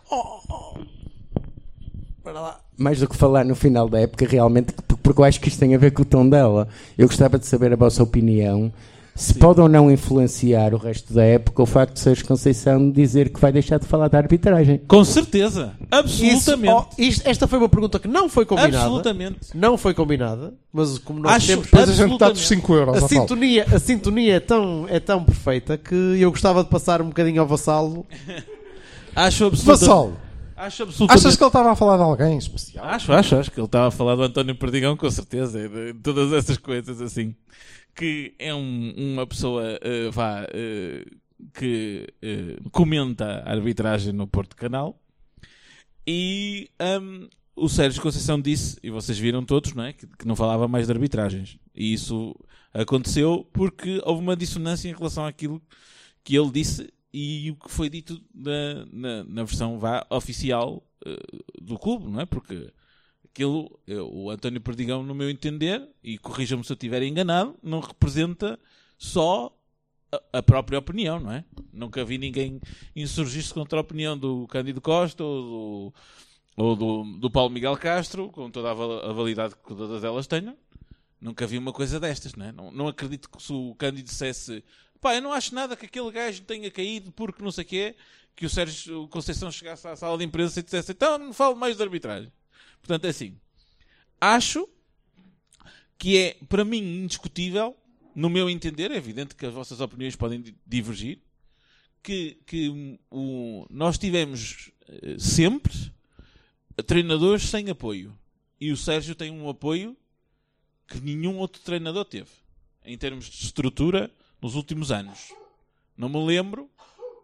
mais do que falar no final da época, realmente, p- porque eu acho que isto tem a ver com o tom dela. Eu gostava de saber a vossa opinião. Se pode ou não influenciar o resto da época o facto de Sérgio Conceição dizer que vai deixar de falar da arbitragem. Com certeza. Absolutamente. Isso, oh, isto- esta foi uma pergunta que não foi combinada. Absolutamente. Não foi combinada, mas como nós Acho temos Depois a gente dá-te os absolutamente. cinco euros, A ó Paulo. sintonia, a sintonia é, tão, é tão perfeita que eu gostava de passar um bocadinho ao Vassalo. Acho absolutamente. Vassal. Acho absolutamente. Achas que ele estava a falar de alguém especial? Acho, acho, acho que ele estava a falar do António Perdigão, com certeza, e de todas essas coisas assim. Que é um- uma pessoa, eh, vá, eh, que eh, comenta a arbitragem no Porto Canal. E ahm, o Sérgio Conceição disse, e vocês viram todos, não é? Que, que não falava mais de arbitragens. E isso aconteceu porque houve uma dissonância em relação àquilo que ele disse e o que foi dito na, na, na versão vá, oficial eh, do clube, não é? Porque aquilo, eh, o António Perdigão, no meu entender, e corrijam-me se eu estiver enganado, não representa só a, a própria opinião, não é? Nunca vi ninguém insurgir-se contra a opinião do Cândido Costa ou do, ou do, do Paulo Miguel Castro, com toda a val- a validade que todas elas tenham. Nunca vi uma coisa destas, não é? Não, não acredito que se o Cândido dissesse pá, eu não acho nada que aquele gajo tenha caído porque não sei o quê, que o Sérgio Conceição chegasse à sala de imprensa e dissesse então não falo mais de arbitragem. Portanto, é assim. Acho que é, para mim, indiscutível, no meu entender, é evidente que as vossas opiniões podem di- divergir, que, que hum, o, nós tivemos eh, sempre treinadores sem apoio. E o Sérgio tem um apoio que nenhum outro treinador teve, em termos de estrutura, nos últimos anos. Não me lembro,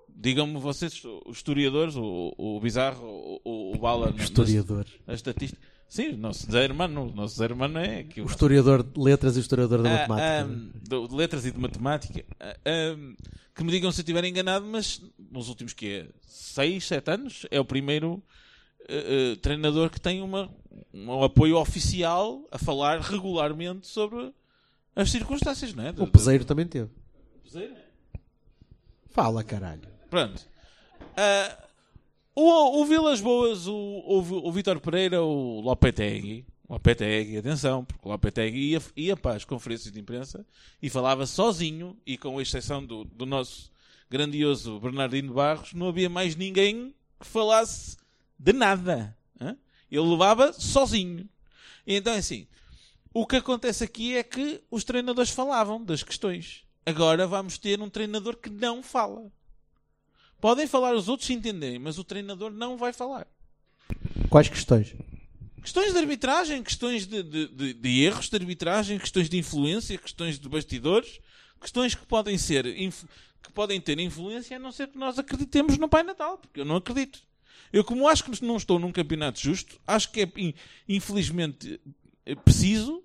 digam-me vocês, os historiadores, o, o Bizarro, o, o, o Bala... na- Historiador. A estatística. Sim, o nosso Zé Hermano, o nosso Zé Hermano é que O historiador de letras e o historiador da Ah, matemática. é? ahm, do- de letras e de matemática. Ah, ahm, que me digam se eu estiver enganado, mas nos últimos que é 6, 7 anos é o primeiro eh, eh, treinador que tem uma, um apoio oficial a falar regularmente sobre as circunstâncias, não é? O Peseiro também teve. Peseiro? Fala, caralho. Pronto. Ah, o, o Vilas Boas, o, o, o Vitor Pereira, o Lopetegui. Lopetegui, atenção, porque o Lopetegui ia, ia para as conferências de imprensa e falava sozinho e com exceção do, do nosso grandioso Bernardino Barros, não havia mais ninguém que falasse de nada. hã? Ele levava sozinho. é E então, assim, o que acontece aqui é que os treinadores falavam das questões. Agora vamos ter um treinador que não fala. Podem falar os outros se entenderem, mas o treinador não vai falar. Quais questões? Questões de arbitragem, questões de, de- de- de erros de arbitragem, questões de influência, questões de bastidores, questões que podem ser inf- que podem ter influência a não ser que nós acreditemos no Pai Natal, porque eu não acredito. Eu, como acho que não estou num campeonato justo, acho que é in- infelizmente eh, preciso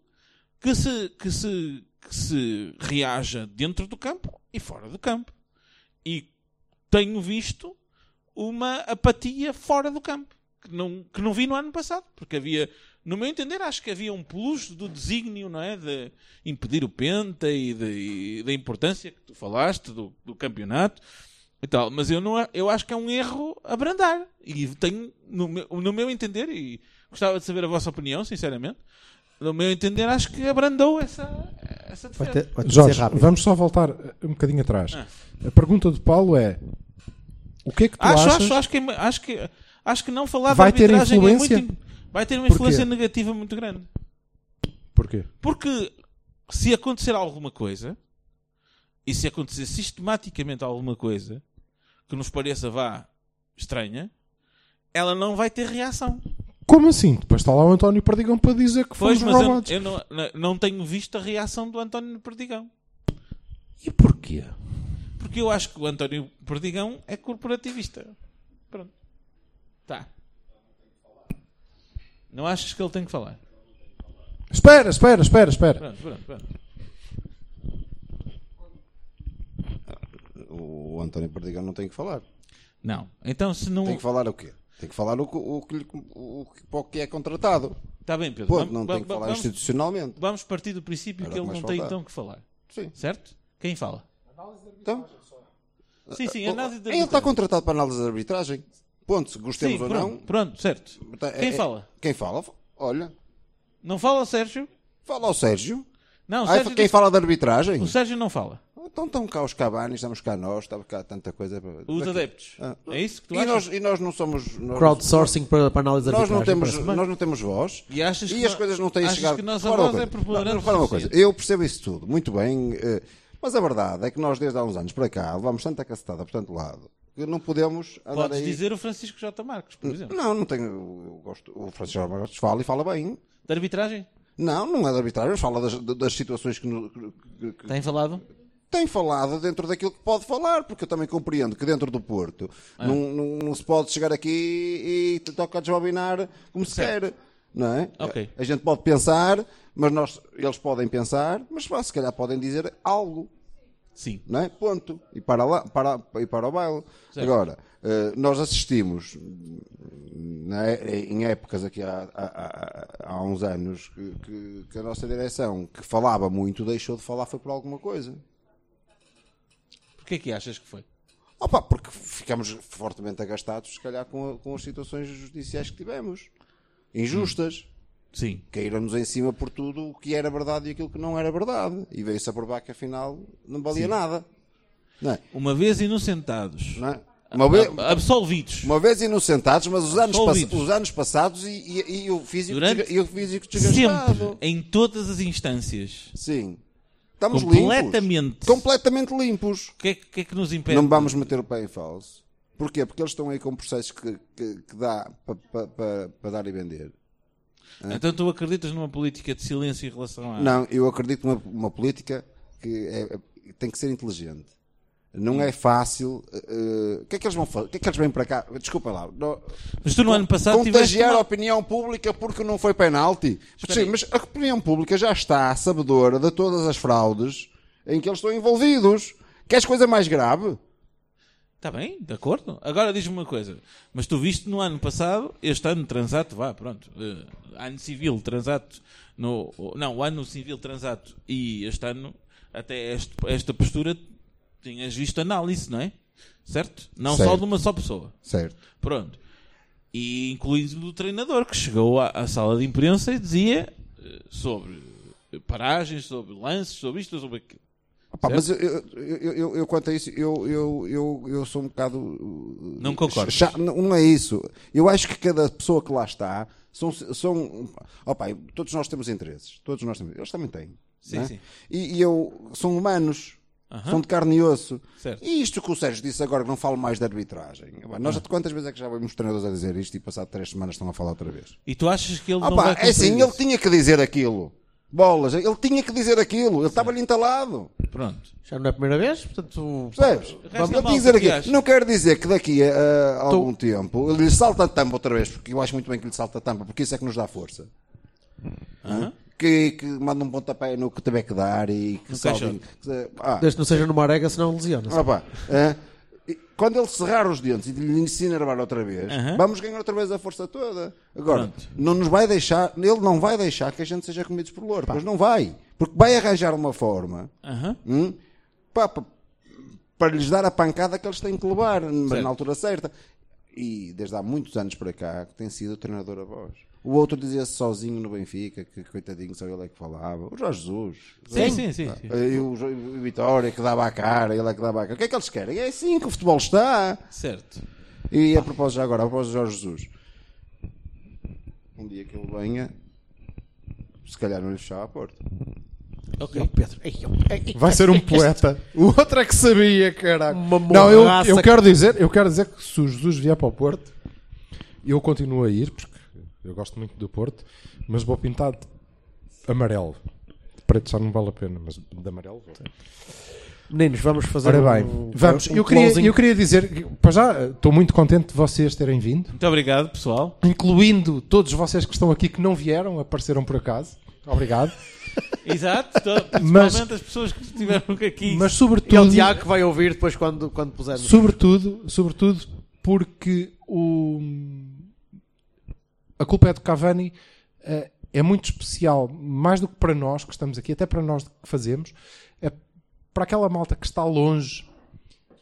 que se, que se, que se reaja dentro do campo e fora do campo. E tenho visto uma apatia fora do campo, que não, que não vi no ano passado, porque havia, no meu entender, acho que havia um plus do desígnio, não é? De impedir o penta e, de- e da importância que tu falaste do, do campeonato e tal, mas eu, não, a- eu acho que é um erro abrandar. E tenho, no meu, no meu entender, e gostava de saber a vossa opinião, sinceramente, no meu entender, acho que abrandou essa, essa defesa. Jorge, vamos só voltar eh, um bocadinho atrás. Ah. A pergunta do Paulo é: o que é que tu acho, achas? acho, acho que, é- acho que, acho que não falar Vai de ter arbitragem é influência? muito, vai ter uma Porquê? influência negativa muito grande. Porquê? Porque se acontecer alguma coisa, e se acontecer sistematicamente alguma coisa que nos pareça vá estranha, ela não vai ter reação. Como assim? Depois está lá o António Perdigão para dizer que Pois, fomos mas eu, roubados. eu não, não- não tenho visto a reação do António Perdigão. Porquê? Porque eu acho que o António Perdigão é corporativista. Pronto. Tá. Não achas que ele tem que falar? Espera, espera, espera, espera. Pronto, pronto, pronto. O António Perdigão não tem que falar. Não. Então, se não. Tem que falar o quê? Tem que falar o, que- o, que lhe- o, que- para o que é contratado. Está Tá bem, Pedro. Ponto, Vamos- não tem vamos- que falar vamos- institucionalmente. Vamos partir do princípio Era que o ele não que mais tem faltava. então que falar. Sim. Certo? Quem fala? Então? Sim, sim, Ah, análise de Ele está arbitragem. contratado para análise de arbitragem. Ponto, se gostemos Sim, ou pronto, não. Pronto, certo. Tá, é- Quem é- fala? Quem fala, olha. Não fala o Sérgio? Fala o Sérgio. Não, o Ah, Sérgio quem disse- fala de arbitragem? O Sérgio não fala. Então estão cá os Cabanes, estamos cá nós, estamos cá tanta coisa. para- Os daqui. adeptos. Ah. É isso que tu e achas? Nós, e nós não somos. nós- Crowdsourcing para, para análise de Nós não, arbitragem, temos, parece bem. nós não temos voz E achas que as nó- coisas não têm achas chegado. que nós a Repara uma voz é coisa. preponderante Não, repara uma o coisa. suficiente. Eu percebo isso tudo, muito bem, eh, mas a verdade é que nós desde há uns anos para cá levamos tanta cacetada por tanto lado que não podemos andar Podes aí- dizer o Francisco J. Marques, por exemplo. Não, não tenho. Eu gosto, o Francisco Alves fala e fala bem. De arbitragem? Não, não é de arbitragem, mas fala das, das situações que, no- que- que- Tem falado? Tem falado dentro daquilo que pode falar, porque eu também compreendo que dentro do Porto É. não, não, não se pode chegar aqui e te toca desbobinar como se quer. Não é? Ok. A gente pode pensar, mas nós, eles podem pensar, mas pá, se calhar podem dizer algo. Sim. Não é? Ponto. E para, lá, para, e para o baile. Certo. Agora, eh, nós assistimos na é- em épocas aqui há, há- há- há uns anos que, que- que a nossa direção, que falava muito, deixou de falar, foi por alguma coisa. Porquê é que achas que foi? Opa, porque ficamos fortemente agastados, se calhar, com, a- com as situações judiciais que tivemos. Injustas. Sim. Caíram-nos em cima por tudo o que era verdade e aquilo que não era verdade. E veio-se a provar que, afinal, não valia Sim. nada. Não é? Uma vez inocentados. Ah, Uma vez- Absolvidos. Uma vez inocentados, mas os anos, pass- Absolvidos. os anos passados e, e- e o físico, Durante- desga- e o físico desgastado. Sempre. Em todas as instâncias. Sim. Estamos Completamente. limpos. Completamente limpos. O que, é, que é que nos impede? Não vamos meter o pé em falso. Porquê? Porque eles estão aí com processos que, que, que dá para dar e vender. Hã? Então tu acreditas numa política de silêncio em relação a... Não, eu acredito numa uma política que é- é- tem que ser inteligente. Não é fácil. eh, eh, O que é que eles vão fazer? O que é que eles vêm para cá? Desculpa lá. no- Mas tu no ano passado tiveste Contagiar uma- a opinião pública porque não foi penalti. Sim, mas a opinião pública já está sabedora de todas as fraudes em que eles estão envolvidos. Queres coisa mais grave? Está Tá bem, de acordo. Agora diz-me uma coisa. Mas tu viste no ano passado, este ano transato, vá, pronto. eh, ano civil transato, no, não, o ano civil transato e este ano, até este- esta postura, tinhas visto análise, não é? Certo? Não só Certo. de uma só pessoa. Certo. Pronto. E incluindo do treinador, que chegou à, à sala de imprensa e dizia eh, sobre eh, paragens, sobre lances, sobre isto, sobre aquilo. Pá, mas eu, Certo? eu, eu- eu- eu quanto a isso, eu, eu, eu, eu sou um bocado. uh, Não concordas? chá- não, não é isso. Eu acho que cada pessoa que lá está são. são opa, todos nós temos interesses. Todos nós temos. Eles também têm. Sim, não é? sim. E, e eu. São humanos. Aham. São de carne e osso. Certo. E isto que o Sérgio disse agora, que não falo mais de arbitragem. Bem, Nós Ah. quantas vezes é que já vimos treinadores a dizer isto e passado três semanas estão a falar outra vez? E tu achas que ele Ah não pá, vai é assim, cumprir ele tinha que dizer aquilo. Bolas, ele tinha que dizer aquilo. Ele estava-lhe entalado. Pronto. Já não é a primeira vez, portanto. Percebes? Resta Ele tinha malta, que dizer o que aquilo. achas? Não quero dizer que daqui a, a algum tempo ele lhe salta a tampa outra vez, porque eu acho muito bem que lhe salta a tampa, porque isso é que nos dá força. Hã? Que, que manda um pontapé no que tiver que dar e que No salve. que- Ah, Desde que não seja numa arega, senão lesiona-se. Ah, pá. Hã? E Quando ele serrar os dentes e lhe ensina a barbar outra vez, Aham. vamos ganhar outra vez a força toda. Agora, não nos vai deixar, ele não vai deixar que a gente seja comidos por louro, mas não vai. Porque vai arranjar uma forma Aham. hum, pá, pá, para lhes dar a pancada que eles têm que levar n- Certo. na altura certa. E desde há muitos anos para cá que tem sido o treinador a voz. O outro dizia-se sozinho no Benfica, que coitadinho só ele é que falava. O Jorge Jesus. Sim, sim, sim, Ah, sim. E o, Jo- e o Vitória que dava a cara, ele é que dava a cara. O que é que eles querem? É assim que o futebol está. Certo. E a propósito já agora, a propósito de Jorge Jesus. Um dia que ele venha, se calhar não lhe fechava a porta. Ok. Pedro. Ei, ei, ei, Vai ser um este- poeta. O outro é que sabia, caraca. Uma Não, eu, morraça eu que- quero dizer, eu quero dizer que se o Jesus vier para o Porto, eu continuo a ir, porque eu gosto muito do Porto, mas vou pintado de amarelo. De preto já não vale a pena, mas de amarelo vou. Meninos, vamos fazer Ora um- bem, vamos. um eu, queria, closing. eu queria dizer, que, para já, estou muito contente de vocês terem vindo. Muito obrigado, pessoal. Incluindo todos vocês que estão aqui que não vieram, apareceram por acaso. Obrigado. Exato, to- Mas- principalmente as pessoas que estiveram aqui. Mas sobretudo- E ao Tiago é que vai ouvir depois quando, quando pusermos. Sobretudo, sobretudo porque o a culpa é do Cavani eh, é muito especial, mais do que para nós que estamos aqui, até para nós que fazemos, é para aquela malta que está longe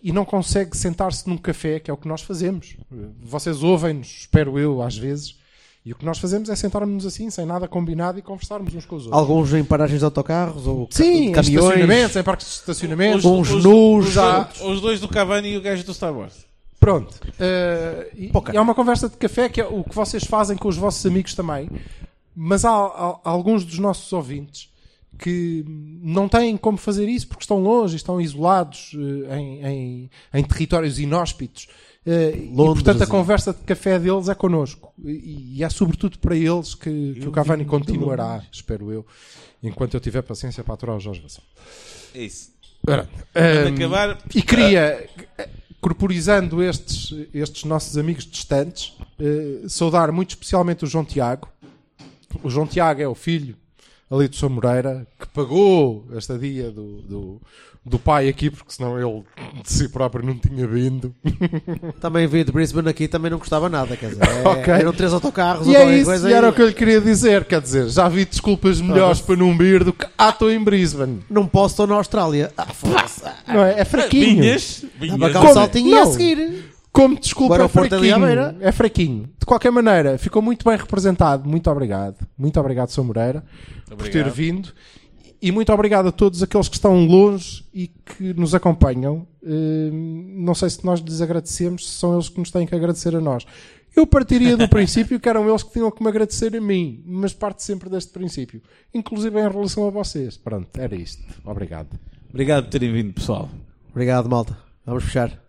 e não consegue sentar-se num café, que é o que nós fazemos. Vocês ouvem-nos, espero eu, às vezes, e o que nós fazemos é sentarmos assim, sem nada combinado e conversarmos uns com os outros. Alguns em paragens de autocarros ou ca- Sim, em caminhões. estacionamentos, em parques de estacionamento, Os- Uns os- nus, Os, há- dois- os dois do Cavani e o gajo do Star Wars. Pronto. Eh, e, e há uma conversa de café que é o que vocês fazem com os vossos amigos também. Mas há, há- há alguns dos nossos ouvintes que não têm como fazer isso porque estão longe, estão isolados eh, em, em- em territórios inóspitos. Eh, Londres, e portanto a e- conversa de café deles é connosco. E, e é sobretudo para eles que, que o Cavani vim de continuará, Londres. espero eu, enquanto eu tiver paciência para aturar o Jorge Vassal. É isso. Ora, Vamos hum, acabar. E queria, ah, eh, corporizando estes, estes nossos amigos distantes, eh, saudar muito especialmente o João Tiago. O João Tiago é o filho ali do Sr. Moreira, que pagou a estadia do, do, do pai aqui, porque senão ele de si próprio não tinha vindo. Também vi de Brisbane aqui, também não custava nada, quer dizer. é- Ok. Eram três autocarros E ou é qualquer isso, coisa. e era e- o que eu lhe queria dizer. Quer dizer, já vi desculpas melhores para não vir do que ah, estou em Brisbane. Não posso, estou na Austrália. Ah, foda-se. Não é? É fraquinho. Ah, Vinhas, vinhas. Dava cá um Como- saltinho e não, ia a seguir. Como desculpa, O é aeroporto ali à fraquinho. beira. É fraquinho. De qualquer maneira, ficou muito bem representado. Muito obrigado. Muito obrigado, Sr. Moreira, por ter Obrigado. vindo. E muito obrigado a todos aqueles que estão longe e que nos acompanham. Hum, não sei se nós lhes agradecemos, se são eles que nos têm que agradecer a nós. Eu partiria do princípio que eram eles que tinham que me agradecer a mim, mas parte sempre deste princípio, inclusive em relação a vocês. Pronto, era isto. Obrigado. Obrigado por terem vindo, pessoal. Obrigado, malta. Vamos fechar.